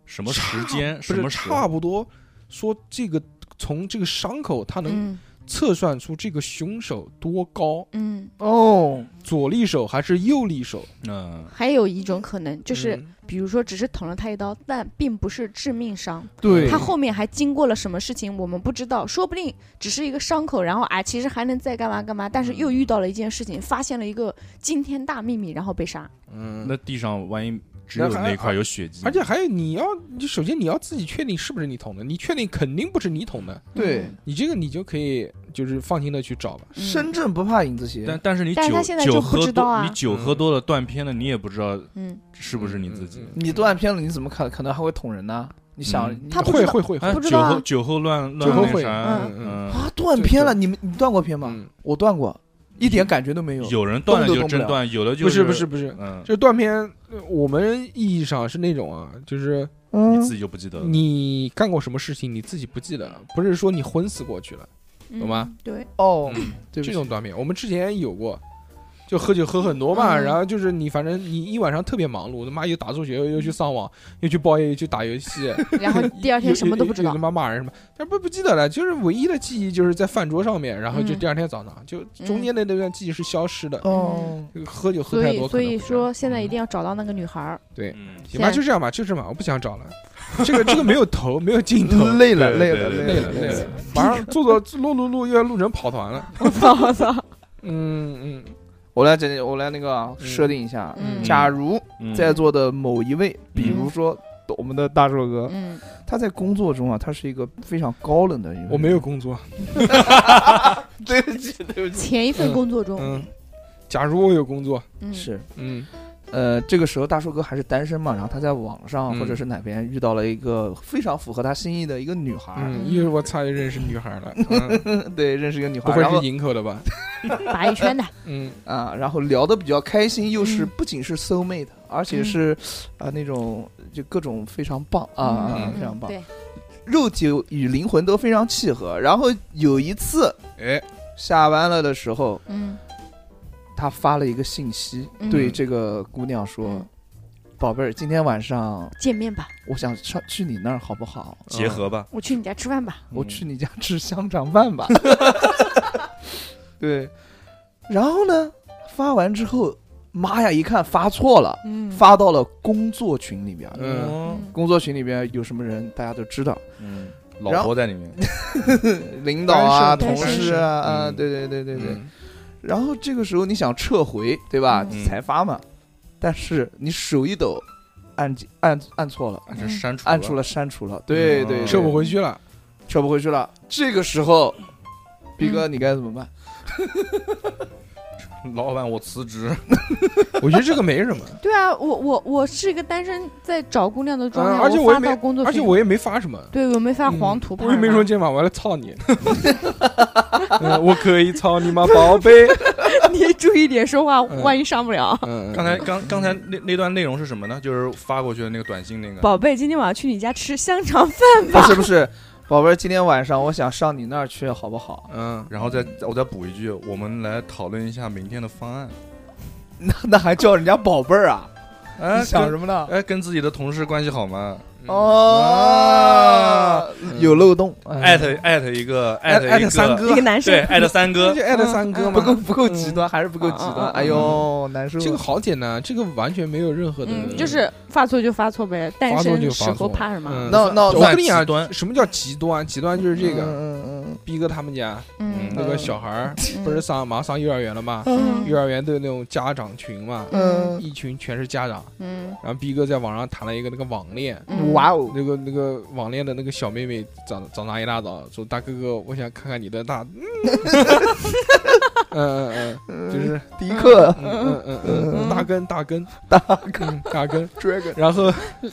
[SPEAKER 6] 什么时间，
[SPEAKER 3] 不
[SPEAKER 6] 什
[SPEAKER 3] 是
[SPEAKER 6] 么时候
[SPEAKER 3] 差不多说这个从这个伤口他能
[SPEAKER 9] 嗯
[SPEAKER 3] 测算出这个凶手多高，
[SPEAKER 9] 嗯。
[SPEAKER 8] 哦，
[SPEAKER 3] 左利手还是右利手，
[SPEAKER 6] 嗯，
[SPEAKER 9] 还有一种可能就是，
[SPEAKER 3] 嗯
[SPEAKER 9] 比如说只是捅了他一刀，但并不是致命伤。
[SPEAKER 8] 对，
[SPEAKER 9] 他后面还经过了什么事情，我们不知道，说不定只是一个伤口，然后啊，其实还能再干嘛干嘛，但是
[SPEAKER 3] 嗯
[SPEAKER 9] 又遇到了一件事情，发现了一个惊天大秘密，然后被杀。
[SPEAKER 3] 嗯
[SPEAKER 6] 那地上万一只有那块有血迹，
[SPEAKER 3] 而且还有你要，你首先你要自己确定是不是你捅的，你确定肯定不是你捅的，
[SPEAKER 8] 对，
[SPEAKER 3] 你这个你就可以就是放心的去找吧。
[SPEAKER 9] 嗯
[SPEAKER 8] 深圳不怕影子斜，
[SPEAKER 6] 但但是你
[SPEAKER 9] 但是他
[SPEAKER 6] 酒
[SPEAKER 9] 现在
[SPEAKER 6] 酒
[SPEAKER 9] 就不
[SPEAKER 6] 喝
[SPEAKER 9] 知道
[SPEAKER 6] 多，
[SPEAKER 9] 啊
[SPEAKER 6] 你酒喝多了断片了，你也不知道
[SPEAKER 9] 嗯，
[SPEAKER 6] 是不是你自己
[SPEAKER 3] 嗯。
[SPEAKER 8] 你断片了，你怎么可可能还会捅人呢？你想，
[SPEAKER 6] 嗯
[SPEAKER 8] 你
[SPEAKER 9] 他不
[SPEAKER 3] 会
[SPEAKER 9] 知道
[SPEAKER 3] 会会
[SPEAKER 6] 哎，
[SPEAKER 9] 不知
[SPEAKER 6] 酒
[SPEAKER 9] 道啊
[SPEAKER 6] 后酒后乱乱
[SPEAKER 3] 酒后
[SPEAKER 6] 那
[SPEAKER 3] 会
[SPEAKER 6] 啥，
[SPEAKER 3] 嗯
[SPEAKER 6] 嗯，
[SPEAKER 8] 啊，断片了，你们你断过片吗？
[SPEAKER 3] 嗯，
[SPEAKER 8] 我断过，一点感觉都没
[SPEAKER 4] 嗯
[SPEAKER 8] 有。
[SPEAKER 6] 有人断了
[SPEAKER 8] 动
[SPEAKER 6] 就
[SPEAKER 8] 都动不
[SPEAKER 6] 真
[SPEAKER 8] 了
[SPEAKER 6] 断，有的就
[SPEAKER 3] 不是不是，不是，
[SPEAKER 6] 嗯，
[SPEAKER 3] 就断片，呃我们意义上是那种啊，就是
[SPEAKER 6] 你
[SPEAKER 8] 嗯
[SPEAKER 6] 自己就不记得了。
[SPEAKER 3] 你干过什么事情你自己不记得了，不是说你昏死过去了，懂吗？
[SPEAKER 9] 嗯对，
[SPEAKER 8] 哦，
[SPEAKER 3] 这
[SPEAKER 8] 对不起，
[SPEAKER 3] 种断片我们之前有过。就喝酒喝很多嘛，
[SPEAKER 9] 嗯
[SPEAKER 3] 然后就是你反正你一晚上特别忙碌，他妈又打桌球，又又去上网，又去包夜，又去打游戏，
[SPEAKER 9] 然后第二天
[SPEAKER 3] 有
[SPEAKER 9] 什么都不知
[SPEAKER 3] 有
[SPEAKER 9] 道
[SPEAKER 3] 他。妈骂人什么，但不不记得了，就是唯一的记忆就是在饭桌上面，然后就
[SPEAKER 9] 嗯
[SPEAKER 3] 第二天早上，就中间的那段记忆是消失的。
[SPEAKER 8] 哦，
[SPEAKER 3] 这个喝酒喝
[SPEAKER 9] 所
[SPEAKER 3] 太
[SPEAKER 9] 以，
[SPEAKER 3] 多，
[SPEAKER 9] 所以说现
[SPEAKER 3] 嗯
[SPEAKER 9] 在一定要找到那个女孩 儿。
[SPEAKER 6] 嗯，
[SPEAKER 3] 行吧，
[SPEAKER 9] 现在
[SPEAKER 3] 就这样吧，就这样吧，我不想找了。这个这个没有头，没有尽 头，
[SPEAKER 8] 累了，累
[SPEAKER 6] 对
[SPEAKER 8] 了，
[SPEAKER 6] 对
[SPEAKER 3] 累
[SPEAKER 8] 了，
[SPEAKER 3] 了累
[SPEAKER 8] 了
[SPEAKER 3] 了，，马上做做录录录又要录成跑团了。
[SPEAKER 9] 我操我操！
[SPEAKER 3] 嗯嗯，
[SPEAKER 8] 我来整，我来那个啊设定一下，
[SPEAKER 9] 嗯
[SPEAKER 8] 假如
[SPEAKER 6] 嗯
[SPEAKER 8] 在座的某一
[SPEAKER 3] 嗯
[SPEAKER 8] 位，比如说我们的大硕哥，
[SPEAKER 9] 嗯，
[SPEAKER 8] 他在工作中啊，他是一个非常高冷的人。
[SPEAKER 3] 我没有，工作，
[SPEAKER 8] 对不起，对不起，
[SPEAKER 9] 前一份工作中，
[SPEAKER 3] 嗯，假如我有工作，
[SPEAKER 9] 嗯，
[SPEAKER 8] 是。
[SPEAKER 3] 嗯
[SPEAKER 8] 呃，这个时候大硕哥还是单身嘛，然后他在网上
[SPEAKER 3] 嗯
[SPEAKER 8] 或者是哪边遇到了一个非常符合他心意的一个女孩儿，
[SPEAKER 3] 嗯，一会儿我差点认识女孩 了，嗯
[SPEAKER 8] 对，认识一个女孩
[SPEAKER 3] 不
[SPEAKER 8] 儿，
[SPEAKER 3] 会
[SPEAKER 8] 然后
[SPEAKER 3] 是营口的吧？
[SPEAKER 9] 打一圈的，
[SPEAKER 3] 嗯
[SPEAKER 8] 啊，然后聊得比较开心，又是
[SPEAKER 9] 嗯
[SPEAKER 8] 不仅是 soul mate，而且是啊那种就各种非常棒啊啊
[SPEAKER 9] 嗯，
[SPEAKER 8] 非常棒，
[SPEAKER 9] 对，
[SPEAKER 8] 肉体与灵魂都非常契合。然后有一次
[SPEAKER 3] 哎，
[SPEAKER 8] 下班了的时候，
[SPEAKER 9] 嗯
[SPEAKER 8] 他发了一个信息，
[SPEAKER 2] 嗯
[SPEAKER 8] 对这个姑娘说：“宝贝儿，今天晚上
[SPEAKER 2] 见面吧，
[SPEAKER 8] 我想上去你那儿好不好？
[SPEAKER 6] 结合吧，
[SPEAKER 2] 我去你家吃饭吧。
[SPEAKER 3] 嗯
[SPEAKER 8] 我去你家吃香肠饭吧。 对，然后呢，发完之后，妈呀，一看发错了，
[SPEAKER 2] 嗯
[SPEAKER 8] 发到了工作群里边。
[SPEAKER 3] 嗯
[SPEAKER 6] 哦
[SPEAKER 8] 工作群里边有什么人，大家都知道，
[SPEAKER 6] 嗯，老婆在里面，
[SPEAKER 8] 领导啊、
[SPEAKER 3] 单
[SPEAKER 8] 同
[SPEAKER 3] 身
[SPEAKER 8] 事啊，啊，
[SPEAKER 6] 嗯
[SPEAKER 8] 对对对对对。
[SPEAKER 3] 嗯
[SPEAKER 8] 然后这个时候你想撤回，对吧？
[SPEAKER 6] 嗯
[SPEAKER 8] 才发嘛，但是你手一抖，按按按错了，
[SPEAKER 6] 这删除
[SPEAKER 8] 按出
[SPEAKER 6] 了，
[SPEAKER 8] 了删除了，对对，对
[SPEAKER 3] 撤不回去了，
[SPEAKER 8] 撤不回去了。这个时候，逼哥你该怎么办？
[SPEAKER 6] 老板我辞职，
[SPEAKER 3] 我觉得这个没 什么，
[SPEAKER 2] 对啊，我我我是一个单身在找姑娘的状态，
[SPEAKER 3] 嗯而且我
[SPEAKER 2] 我
[SPEAKER 3] 也
[SPEAKER 2] 发
[SPEAKER 3] 没
[SPEAKER 2] 到工作
[SPEAKER 3] 而
[SPEAKER 2] 群
[SPEAKER 3] 且
[SPEAKER 2] 里，
[SPEAKER 3] 我也没发什么。
[SPEAKER 2] 对我没发
[SPEAKER 3] 嗯
[SPEAKER 2] 黄图吧，
[SPEAKER 3] 我也 没说今晚我要来操你，嗯我可以操你吗，宝贝？
[SPEAKER 9] 你注意点说话，
[SPEAKER 3] 嗯
[SPEAKER 9] 万一上不了。
[SPEAKER 3] 嗯，
[SPEAKER 6] 刚才刚刚才那那段内容是什么呢？就是发过去的那个短信那个，
[SPEAKER 9] 宝贝，今天晚上去你家吃香肠饭。
[SPEAKER 8] 不是不是， 宝贝儿，今天晚上我想上你那儿去，好不好？
[SPEAKER 3] 嗯，
[SPEAKER 6] 然后再我再补一句，我们来讨论一下明天的方案。
[SPEAKER 8] 那那还叫人家宝贝儿啊？啊
[SPEAKER 6] 哎，
[SPEAKER 8] 你想
[SPEAKER 6] 跟
[SPEAKER 8] 什么呢？
[SPEAKER 6] 哎，跟自己的同事关系好吗？
[SPEAKER 8] 哦，有漏洞，
[SPEAKER 6] 艾特艾特一个，艾特
[SPEAKER 3] 哎艾
[SPEAKER 6] 一
[SPEAKER 3] 特
[SPEAKER 6] 个
[SPEAKER 3] 三哥
[SPEAKER 9] 一个男生
[SPEAKER 6] 对，艾特三
[SPEAKER 3] 那
[SPEAKER 6] 哥
[SPEAKER 3] 就，艾特三哥
[SPEAKER 8] 不
[SPEAKER 3] 嘛嗯
[SPEAKER 8] 够。不够极端，还是不够极
[SPEAKER 9] 啊啊
[SPEAKER 8] 端
[SPEAKER 9] 啊。
[SPEAKER 8] 哎呦，难受。
[SPEAKER 3] 这个好简单，啊这个完全没有任何的，
[SPEAKER 9] 嗯，就是发错就发错呗，单
[SPEAKER 3] 发错就
[SPEAKER 9] 身
[SPEAKER 3] 发
[SPEAKER 9] 时候
[SPEAKER 3] 错
[SPEAKER 9] 怕什么？
[SPEAKER 3] 嗯
[SPEAKER 8] 那那
[SPEAKER 3] 我跟你
[SPEAKER 6] 算
[SPEAKER 3] 讲
[SPEAKER 6] 极，端
[SPEAKER 3] 什么叫极端？极端就是这个，
[SPEAKER 8] 嗯嗯
[SPEAKER 3] 逼哥他们家
[SPEAKER 2] 嗯，
[SPEAKER 3] 那个小孩儿
[SPEAKER 9] 嗯
[SPEAKER 3] 不是上马上上幼儿园了吗？
[SPEAKER 2] 嗯
[SPEAKER 3] 幼儿园都有那种家长群嘛，
[SPEAKER 8] 嗯
[SPEAKER 3] 一群全是家长。
[SPEAKER 2] 嗯
[SPEAKER 3] 然后逼哥在网上谈了一个那个网恋，
[SPEAKER 8] 嗯，
[SPEAKER 2] 嗯
[SPEAKER 8] 哇哦，
[SPEAKER 3] 那个那个网恋的那个小妹妹早早上一大早说：“大哥哥，我想看看你的大。” 嗯嗯嗯嗯，就是
[SPEAKER 8] 迪克
[SPEAKER 3] 嗯嗯嗯嗯，大根大根
[SPEAKER 8] 大
[SPEAKER 3] 根大根，
[SPEAKER 8] dragon，
[SPEAKER 3] 然后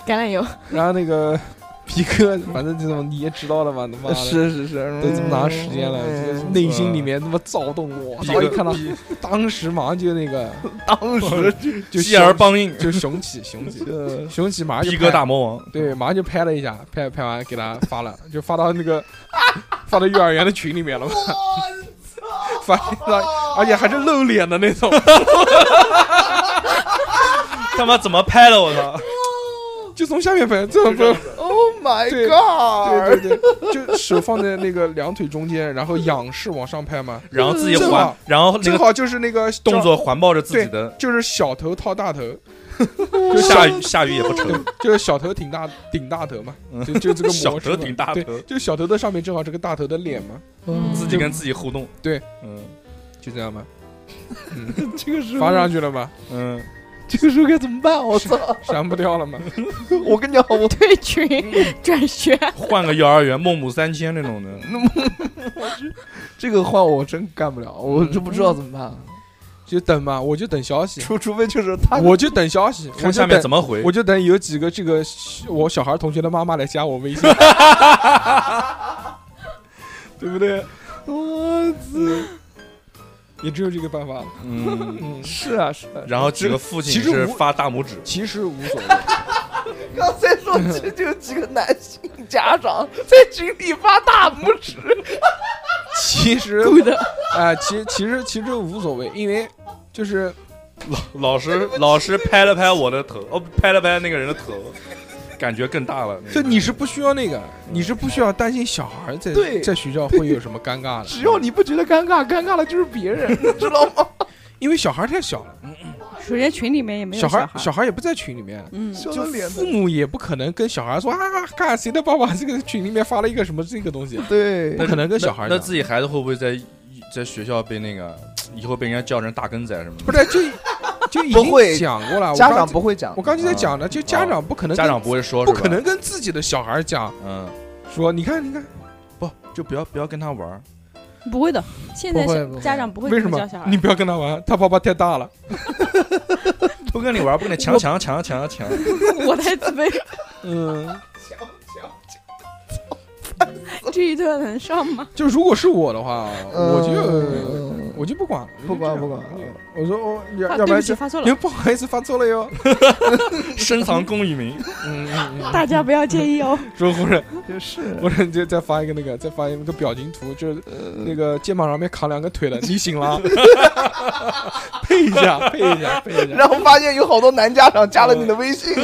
[SPEAKER 9] 橄榄油，
[SPEAKER 3] 然后那 种逼哥，反正这种你也知道的嘛，他妈的。
[SPEAKER 8] 是是是，
[SPEAKER 3] 都这么长时间了，
[SPEAKER 8] 嗯
[SPEAKER 3] 就是内心里面那么躁动，我
[SPEAKER 6] 逼
[SPEAKER 3] 操！一
[SPEAKER 6] 哥
[SPEAKER 3] 看到，当时马上就那个，
[SPEAKER 8] 当时
[SPEAKER 3] 就
[SPEAKER 6] 继而
[SPEAKER 3] 雄
[SPEAKER 6] 帮硬，
[SPEAKER 3] 就雄起，雄起，
[SPEAKER 8] 就
[SPEAKER 3] 雄起，马上就
[SPEAKER 6] 逼哥
[SPEAKER 3] 拍
[SPEAKER 6] 大魔王，
[SPEAKER 3] 对，马上就拍了一下，拍拍完给他发了，就发到那个发到幼儿园的群里面了嘛。 发到，而且还是露脸的那种，
[SPEAKER 6] 他妈怎么拍的我操！
[SPEAKER 3] 就从下面拍，这种拍，
[SPEAKER 8] Oh my
[SPEAKER 3] 对
[SPEAKER 8] god！
[SPEAKER 3] 对对对，就手放在那个两腿中间，然后仰视往上拍嘛，
[SPEAKER 6] 然后自己
[SPEAKER 3] 正
[SPEAKER 6] 环
[SPEAKER 3] 好，
[SPEAKER 6] 然后那
[SPEAKER 3] 正
[SPEAKER 6] 个
[SPEAKER 3] 好就是那个
[SPEAKER 6] 动
[SPEAKER 3] 叫，
[SPEAKER 6] 作环抱着自己的，
[SPEAKER 3] 就是小头套大 头，
[SPEAKER 6] 就下雨下雨也不愁，
[SPEAKER 3] 就是小头顶大顶大头嘛，就就 这个
[SPEAKER 6] 嗯小
[SPEAKER 3] 模式
[SPEAKER 6] 头
[SPEAKER 3] 嘛
[SPEAKER 6] 顶大
[SPEAKER 3] 对
[SPEAKER 6] 头
[SPEAKER 3] 就小头的上面正好是个大头的脸嘛，
[SPEAKER 9] 嗯
[SPEAKER 6] 自己跟自己互动，
[SPEAKER 3] 对，
[SPEAKER 6] 嗯
[SPEAKER 3] 就这样嘛，
[SPEAKER 8] 这个时
[SPEAKER 3] 发
[SPEAKER 8] 候，
[SPEAKER 3] 上去了嘛，
[SPEAKER 6] 嗯，
[SPEAKER 8] 这个时候该怎么办？我操！
[SPEAKER 3] 删不掉了嘛，
[SPEAKER 8] 我跟你讲，我
[SPEAKER 9] 退群
[SPEAKER 3] 嗯
[SPEAKER 9] 转学，
[SPEAKER 6] 换个幼儿园孟母三迁那种的，
[SPEAKER 8] 这个换我真干不了，
[SPEAKER 3] 嗯
[SPEAKER 8] 我就不知道怎么办了。
[SPEAKER 3] 就等嘛，我就等消息，
[SPEAKER 8] 除除非就是他
[SPEAKER 3] 我就等消息，我就
[SPEAKER 6] 看下面
[SPEAKER 3] 等
[SPEAKER 6] 怎么回
[SPEAKER 3] 我。就等有几个这个我小孩同学的妈妈来加我微信，对不对？我操，也只有这个办法了。
[SPEAKER 6] 嗯，
[SPEAKER 3] 嗯，
[SPEAKER 8] 是啊是啊。
[SPEAKER 6] 然后几个父
[SPEAKER 3] 其
[SPEAKER 6] 亲
[SPEAKER 3] 实
[SPEAKER 6] 是
[SPEAKER 3] 无
[SPEAKER 6] 发大拇指，
[SPEAKER 3] 其实无所谓，
[SPEAKER 8] 刚才说这就有几个男性家长在群里发大拇指，
[SPEAKER 3] 其实啊、其其实其实无所谓，因为就是
[SPEAKER 6] 老师老师拍了拍我的头，哦，拍了拍那个人的头，感觉更大了。那个
[SPEAKER 3] 就你是不需要那个，你是不需要担心小孩在
[SPEAKER 8] 对
[SPEAKER 3] 在学校会有什么尴尬的，
[SPEAKER 8] 只要你不觉得尴尬，尴尬的就是别人，你 知道吗？
[SPEAKER 3] 因为小孩太小了，
[SPEAKER 9] 首先群里面也没有
[SPEAKER 3] 小孩
[SPEAKER 9] 孩，
[SPEAKER 3] 小孩也不在群里面。
[SPEAKER 9] 嗯，
[SPEAKER 8] 小
[SPEAKER 3] 就
[SPEAKER 8] 的脸
[SPEAKER 3] 父母也不可能跟小孩说啊，看谁的爸爸这个群里面发了一个什么这个东西，
[SPEAKER 8] 对
[SPEAKER 3] 不可能跟小孩
[SPEAKER 6] 那
[SPEAKER 3] 讲
[SPEAKER 6] 那自己孩子会不会在在学校被那个以后被人家叫成大根仔啊什么的？
[SPEAKER 3] 不是就就已
[SPEAKER 8] 不会
[SPEAKER 3] 经讲过了。我
[SPEAKER 8] 家
[SPEAKER 3] 刚
[SPEAKER 8] 长
[SPEAKER 3] 才
[SPEAKER 8] 不会讲，嗯
[SPEAKER 3] 我刚就在讲呢，就家长不可能跟
[SPEAKER 6] 家长不会说，
[SPEAKER 3] 不
[SPEAKER 6] 是吧
[SPEAKER 3] 可能，跟自己的小孩讲
[SPEAKER 6] 嗯，
[SPEAKER 3] 说，你看你看，
[SPEAKER 6] 不就不要不要跟他玩儿，
[SPEAKER 9] 不会的，现在
[SPEAKER 8] 不会
[SPEAKER 9] 小
[SPEAKER 8] 不会
[SPEAKER 9] 家长不会
[SPEAKER 3] 为
[SPEAKER 9] 这
[SPEAKER 3] 什
[SPEAKER 9] 么
[SPEAKER 3] 么
[SPEAKER 9] 教小孩
[SPEAKER 3] 你。不要跟他玩？他爸爸太大了。
[SPEAKER 6] 不跟你玩儿，不跟你强强强强强，
[SPEAKER 9] 我太自卑，
[SPEAKER 3] 嗯，
[SPEAKER 9] 这一段能上吗？
[SPEAKER 8] 嗯
[SPEAKER 3] 就如果是我的话，我就我就不管了，我
[SPEAKER 4] 不
[SPEAKER 3] 就
[SPEAKER 4] 管
[SPEAKER 3] 这样
[SPEAKER 4] 不管
[SPEAKER 3] 我就我说哦，
[SPEAKER 9] 啊
[SPEAKER 3] 要要
[SPEAKER 9] 对
[SPEAKER 3] 不
[SPEAKER 9] 不
[SPEAKER 3] 然
[SPEAKER 9] 起
[SPEAKER 3] 就
[SPEAKER 9] 发错了
[SPEAKER 3] 因为 不好意思发错了哟。
[SPEAKER 6] 深藏功与名，
[SPEAKER 3] 嗯嗯嗯，
[SPEAKER 9] 大家不要介意 哦。
[SPEAKER 3] 说或者
[SPEAKER 4] 就是
[SPEAKER 3] 或者你就再发一个那个，再发一个表情图，就是
[SPEAKER 4] 呃
[SPEAKER 3] 那个肩膀上面扛两个腿的，你醒 了，配一下，配一下，配一下。
[SPEAKER 8] 然后发现有好多男家长加了你的微信，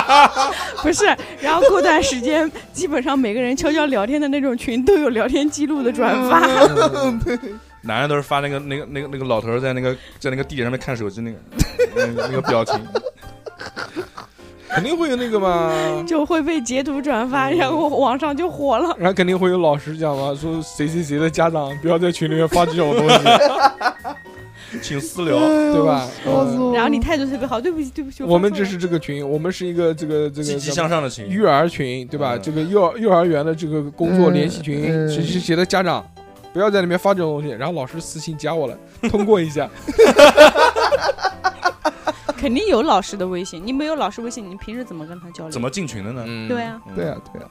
[SPEAKER 9] 不是，然后过段时间，基本上每个人悄悄聊天的那种群都有聊天记录的转发。
[SPEAKER 3] 嗯
[SPEAKER 8] 啊
[SPEAKER 6] 男人都是发那个那个那个那个老头儿在那个在那个地铁上面看手机那个那个那个表情，
[SPEAKER 3] 肯定会有那个嘛，
[SPEAKER 9] 就会被截图转发，
[SPEAKER 3] 嗯
[SPEAKER 9] 然后网上就火了。
[SPEAKER 3] 然后肯定会有老师讲嘛，说谁谁谁的家长不要在群里面发这种 东西，
[SPEAKER 6] 请私聊。
[SPEAKER 4] 哎
[SPEAKER 3] 对吧？嗯
[SPEAKER 9] 然后你态度特别好，对不起，对不起，
[SPEAKER 3] 我们
[SPEAKER 9] 发
[SPEAKER 3] 这
[SPEAKER 9] 错
[SPEAKER 3] 是这个群，我们是一个这个这个
[SPEAKER 6] 积极
[SPEAKER 3] 什么
[SPEAKER 6] 向上的情，
[SPEAKER 3] 育儿群，对吧？
[SPEAKER 6] 嗯
[SPEAKER 3] 这个幼儿幼儿园的这个工作联系群，
[SPEAKER 4] 嗯嗯
[SPEAKER 3] 谁谁谁的家长不要在里面发这种东西。然后老师私信加我了，通过一下，
[SPEAKER 9] 了肯定有老师的微信，你没有老师微信，你平时怎么跟他交流？
[SPEAKER 6] 怎么进群的呢？
[SPEAKER 3] 嗯，
[SPEAKER 9] 对，啊，
[SPEAKER 6] 嗯
[SPEAKER 8] 对啊对啊，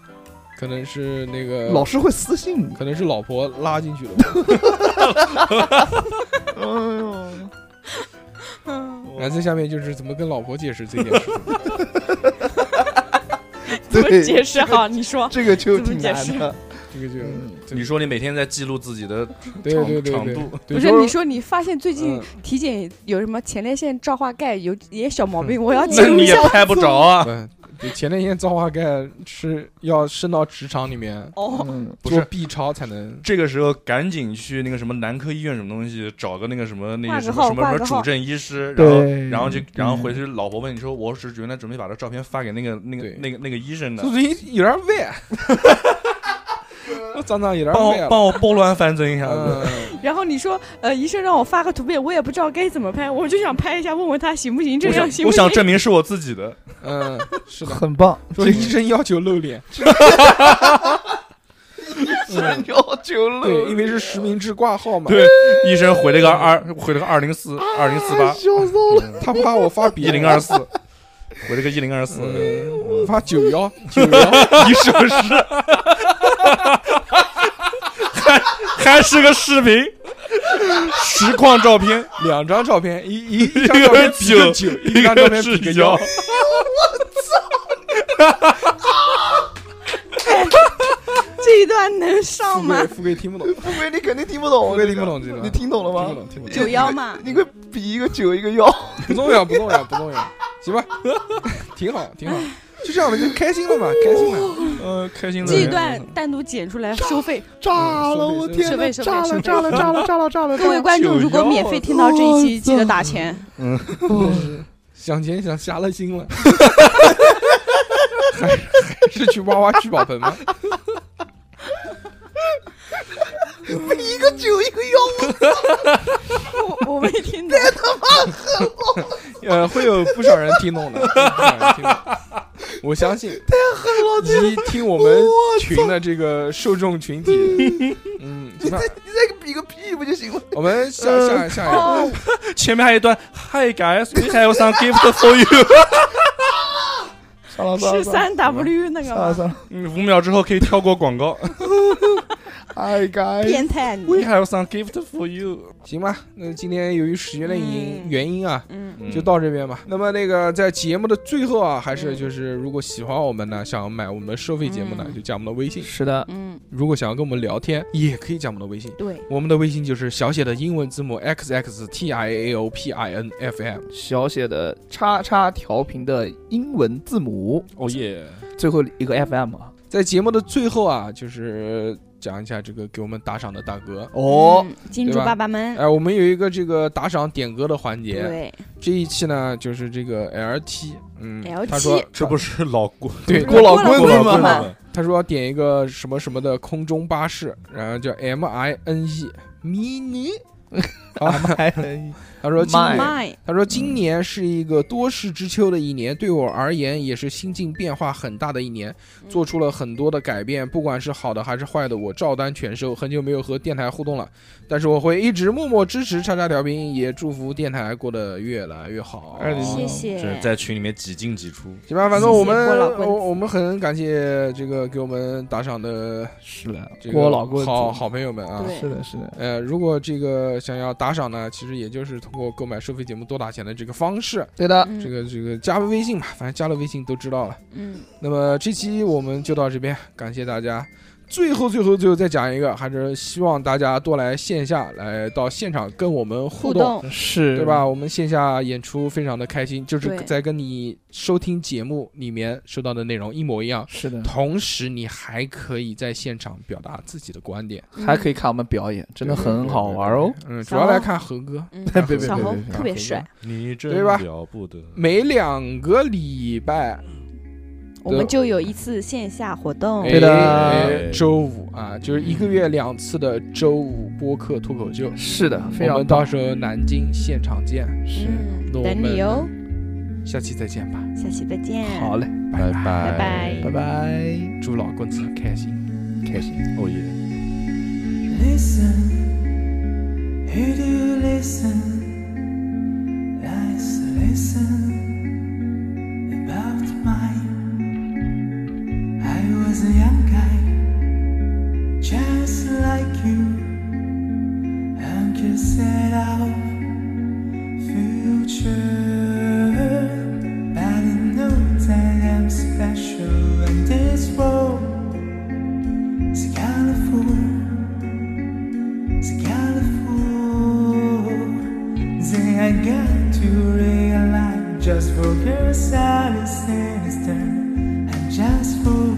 [SPEAKER 3] 可能是那个
[SPEAKER 8] 老，师会私信你，
[SPEAKER 3] 可能是老婆拉进去了。
[SPEAKER 6] 嗯
[SPEAKER 8] 哎呦，
[SPEAKER 9] 嗯
[SPEAKER 6] 嗯
[SPEAKER 3] 然后在下面就是怎么跟老婆解释这件 事，
[SPEAKER 9] 怎么
[SPEAKER 8] 对，
[SPEAKER 9] 解释好？你 说
[SPEAKER 8] 这个就
[SPEAKER 9] 怎么
[SPEAKER 8] 挺
[SPEAKER 9] 解
[SPEAKER 8] 难
[SPEAKER 9] 释
[SPEAKER 8] 的，
[SPEAKER 3] 这个就
[SPEAKER 8] 嗯
[SPEAKER 3] 这个
[SPEAKER 6] 你说你每天在记录自己的
[SPEAKER 3] 对
[SPEAKER 6] 长
[SPEAKER 3] 对对
[SPEAKER 6] 长
[SPEAKER 3] 对，
[SPEAKER 6] 度，
[SPEAKER 3] 对
[SPEAKER 9] 不是？
[SPEAKER 3] 就是
[SPEAKER 9] 你说你发现最近
[SPEAKER 3] 嗯
[SPEAKER 9] 体检有什么前列腺照化钙有也小毛病，我要记
[SPEAKER 6] 那
[SPEAKER 9] 录
[SPEAKER 6] 你
[SPEAKER 9] 一
[SPEAKER 6] 也
[SPEAKER 9] 下。
[SPEAKER 6] 拍不着啊。
[SPEAKER 3] 嗯，对前列腺造化钙是要伸到直肠里面
[SPEAKER 9] 哦，
[SPEAKER 8] 嗯，
[SPEAKER 6] 不是
[SPEAKER 3] 做 B 超才能。
[SPEAKER 6] 这个时候赶紧去那个什么男科医院什么东西找个那个什么那
[SPEAKER 9] 挂
[SPEAKER 6] 个
[SPEAKER 9] 个
[SPEAKER 6] 什么
[SPEAKER 9] 号
[SPEAKER 6] 什么
[SPEAKER 9] 挂
[SPEAKER 6] 什
[SPEAKER 9] 个
[SPEAKER 6] 么主
[SPEAKER 9] 号
[SPEAKER 6] 任医师，然后
[SPEAKER 8] 对
[SPEAKER 6] 然后就然后回去老婆问你说我是原来准备把这照片发给那个那个
[SPEAKER 3] 对
[SPEAKER 6] 那个那个医生的
[SPEAKER 3] 这，东西有点歪， 我长长有点
[SPEAKER 6] 嗯帮
[SPEAKER 3] 歪
[SPEAKER 6] 我
[SPEAKER 3] 了。
[SPEAKER 6] 帮我拨乱反正一下子。
[SPEAKER 3] 嗯
[SPEAKER 9] 然后你说，呃，医生让我发个图片，我也不知道该怎么拍，我就想拍一下，问问他行不行，这
[SPEAKER 6] 我
[SPEAKER 9] 样
[SPEAKER 6] 想
[SPEAKER 9] 行
[SPEAKER 6] 我
[SPEAKER 9] 不行
[SPEAKER 6] 想？证明是我自己的，
[SPEAKER 3] 嗯， 是的。
[SPEAKER 8] 很棒，
[SPEAKER 3] 说医生要求露脸，
[SPEAKER 8] 要求了
[SPEAKER 3] 嗯对，因为是实名制挂号嘛。
[SPEAKER 6] 对，医生回了个二，回了个二零四二零四八
[SPEAKER 8] 笑死我了，
[SPEAKER 3] 他怕啊我发
[SPEAKER 6] 一
[SPEAKER 3] 别
[SPEAKER 6] 零二四，回了个一零二四，
[SPEAKER 3] 嗯，发九幺九 幺，
[SPEAKER 6] 你是不是？还还 是个视频，实况照片，
[SPEAKER 3] 两张照片，一一一张照片比个 九，一张照片比个
[SPEAKER 6] 是
[SPEAKER 3] 幺
[SPEAKER 6] 幺，。
[SPEAKER 9] 这一段能上
[SPEAKER 3] 富
[SPEAKER 9] 吗
[SPEAKER 3] 贵？富贵听不 懂，
[SPEAKER 8] 富贵你肯定听不懂，
[SPEAKER 3] 富贵听不懂这个，
[SPEAKER 8] 你听懂了
[SPEAKER 3] 听不
[SPEAKER 8] 吗
[SPEAKER 3] 懂，？听不懂，
[SPEAKER 9] 九幺嘛，
[SPEAKER 8] 你会比一个九一个幺，
[SPEAKER 9] 嗯
[SPEAKER 3] 不重要，不重要，不重要，行吧， 挺好，挺好，就这样吧，就开心 了嘛，开心了。
[SPEAKER 6] 呃，开心的
[SPEAKER 9] 这一
[SPEAKER 6] 人
[SPEAKER 9] 段单独剪出来收费。
[SPEAKER 8] 炸
[SPEAKER 3] 了
[SPEAKER 8] 了，
[SPEAKER 3] 我
[SPEAKER 8] 我
[SPEAKER 3] 天
[SPEAKER 8] 天
[SPEAKER 9] 哪收费收费炸了收
[SPEAKER 8] 炸了，
[SPEAKER 9] 费
[SPEAKER 8] 炸
[SPEAKER 9] 炸
[SPEAKER 8] 了，炸了，炸了，炸了，
[SPEAKER 9] 各位观众，如果免费听到这一期，
[SPEAKER 8] 我操
[SPEAKER 9] 记得打钱。
[SPEAKER 3] 想钱想瞎了心 了，还还是去挖挖聚宝盆吧。
[SPEAKER 8] 一个九一个幺，
[SPEAKER 9] 我我没听懂，
[SPEAKER 3] 呃，会有不少人听懂的， 会有不少人听懂的我相信。 太狠了！一听我们群的这个受众群体， 嗯，行吧，
[SPEAKER 8] 你再比个屁不就行了？
[SPEAKER 3] 我们下下
[SPEAKER 9] 嗯
[SPEAKER 3] 下一个，
[SPEAKER 6] 前面还有一段，Hi guys, we have some gift for you。
[SPEAKER 8] 算了
[SPEAKER 9] 是啊三 W 那个
[SPEAKER 8] 算了
[SPEAKER 9] 吗？
[SPEAKER 8] 算了，
[SPEAKER 6] 嗯五秒之后可以跳过 广告。
[SPEAKER 8] 哎该
[SPEAKER 9] 变态
[SPEAKER 6] We
[SPEAKER 9] 你！
[SPEAKER 6] have some gift for you。
[SPEAKER 3] 行吧。那今天由于时间的原因
[SPEAKER 9] 嗯
[SPEAKER 3] 原因啊，
[SPEAKER 9] 嗯，
[SPEAKER 3] 就到这边吧。那么那个在节目的最后啊，还是就是如果喜欢我们呢，想买我们收费节目呢，
[SPEAKER 9] 嗯
[SPEAKER 3] 就加我们的微信。
[SPEAKER 8] 是的，
[SPEAKER 9] 嗯，
[SPEAKER 3] 如果想要跟我们聊天，也可以加我们的微信。
[SPEAKER 9] 对，
[SPEAKER 3] 我们的微信就是小写的英文字母 x x t i a o p i n f m。
[SPEAKER 8] 小写的叉叉调频的英文字母，
[SPEAKER 6] 哦耶！
[SPEAKER 8] 最后一个 FM 啊，
[SPEAKER 3] 在节目的最后啊，就是讲一下这个给我们打赏的大哥。
[SPEAKER 8] 哦，
[SPEAKER 9] 嗯，金主
[SPEAKER 3] 对吧
[SPEAKER 9] 爸爸们
[SPEAKER 3] 哎、，我们有一个这个打赏点歌的环节。
[SPEAKER 9] 对
[SPEAKER 3] 这一期呢，就是这个 L T，嗯
[SPEAKER 9] LT
[SPEAKER 3] 他说
[SPEAKER 6] 这不是老郭
[SPEAKER 3] 对
[SPEAKER 8] 郭老棍
[SPEAKER 6] 郭
[SPEAKER 8] 子
[SPEAKER 6] 老
[SPEAKER 8] 嘛
[SPEAKER 6] 棍
[SPEAKER 9] 嘛
[SPEAKER 6] 子
[SPEAKER 3] 他说要点一个什么什么的空中巴士，然后叫 M I N E mini。好，
[SPEAKER 8] 还能
[SPEAKER 3] 他说今
[SPEAKER 8] 哎 My
[SPEAKER 9] ，My，
[SPEAKER 3] 他说今年是一个多事之秋的一年，对我而言也是心境变化很大的一年，做出了很多的改变，不管是好的还是坏的，我照单全收。很久没有和电台互动了，但是我会一直默默支持叉叉调频，也祝福电台过得越来越好。
[SPEAKER 8] 二零一
[SPEAKER 9] 谢谢，
[SPEAKER 6] 就是在群里面几进几出。
[SPEAKER 3] 行吧，反正我
[SPEAKER 9] 谢谢郭
[SPEAKER 3] 们
[SPEAKER 9] 老棍子
[SPEAKER 3] 我我们很感谢这个给我们打赏的
[SPEAKER 8] 是的
[SPEAKER 3] 这，个
[SPEAKER 8] 郭老棍子，
[SPEAKER 3] 好好朋友们啊。
[SPEAKER 9] 对
[SPEAKER 8] 是的，是的，
[SPEAKER 3] 呃，如果这个想要打赏呢，其实也就是通过购买收费节目多打钱的这个方式。
[SPEAKER 8] 对的
[SPEAKER 9] 嗯
[SPEAKER 3] 这个这个加微信嘛，反正加了微信都知道了。
[SPEAKER 9] 嗯，
[SPEAKER 3] 那么这期我们就到这边，感谢大家。最后，最后，最后再讲一个，还是希望大家多来线下来到现场跟我们互
[SPEAKER 9] 互
[SPEAKER 3] 动，
[SPEAKER 9] 动，
[SPEAKER 8] 是
[SPEAKER 3] 对吧？？我们线下演出非常的开心，就是
[SPEAKER 9] 对
[SPEAKER 3] 在跟你收听节目里面收到的内容一模一样，
[SPEAKER 8] 是的，
[SPEAKER 3] 同时你还可以在现场表达自己的观点，
[SPEAKER 9] 嗯
[SPEAKER 8] 还可以看我们表演，真的很好玩哦。
[SPEAKER 3] 嗯，主
[SPEAKER 9] 小
[SPEAKER 3] 要来
[SPEAKER 9] 王
[SPEAKER 3] 看猴哥，
[SPEAKER 9] 嗯
[SPEAKER 3] 看猴哥
[SPEAKER 9] 小
[SPEAKER 8] 别别
[SPEAKER 9] 红
[SPEAKER 8] 别
[SPEAKER 9] 特别帅，，
[SPEAKER 6] 你真
[SPEAKER 3] 对吧
[SPEAKER 6] 了不得。
[SPEAKER 3] 每两个礼拜，
[SPEAKER 9] 我们就有一次线下活动，
[SPEAKER 8] 对的
[SPEAKER 3] 哎哎周五啊，就是一个月两次的周五播客脱口秀。
[SPEAKER 8] 是的，非
[SPEAKER 3] 我
[SPEAKER 8] 常
[SPEAKER 3] 们到时候南京现场见，
[SPEAKER 9] 嗯，
[SPEAKER 3] 那我
[SPEAKER 9] 等
[SPEAKER 3] 们
[SPEAKER 9] 你哦，
[SPEAKER 3] 下期再见吧，
[SPEAKER 9] 下期再见，
[SPEAKER 8] 好嘞，
[SPEAKER 3] 拜拜，
[SPEAKER 9] 拜拜。
[SPEAKER 8] 拜拜，
[SPEAKER 3] 祝老棍子开心。
[SPEAKER 8] 开心。
[SPEAKER 6] 哦耶！
[SPEAKER 4] Listen, who do you listen? Let's listen about mine. I was a young guy, just like you. Uncle said our future, but I know that I'm special in this world. It's colorful. It's colorful. Then I got to realize just for girls I listen instead. I'm just for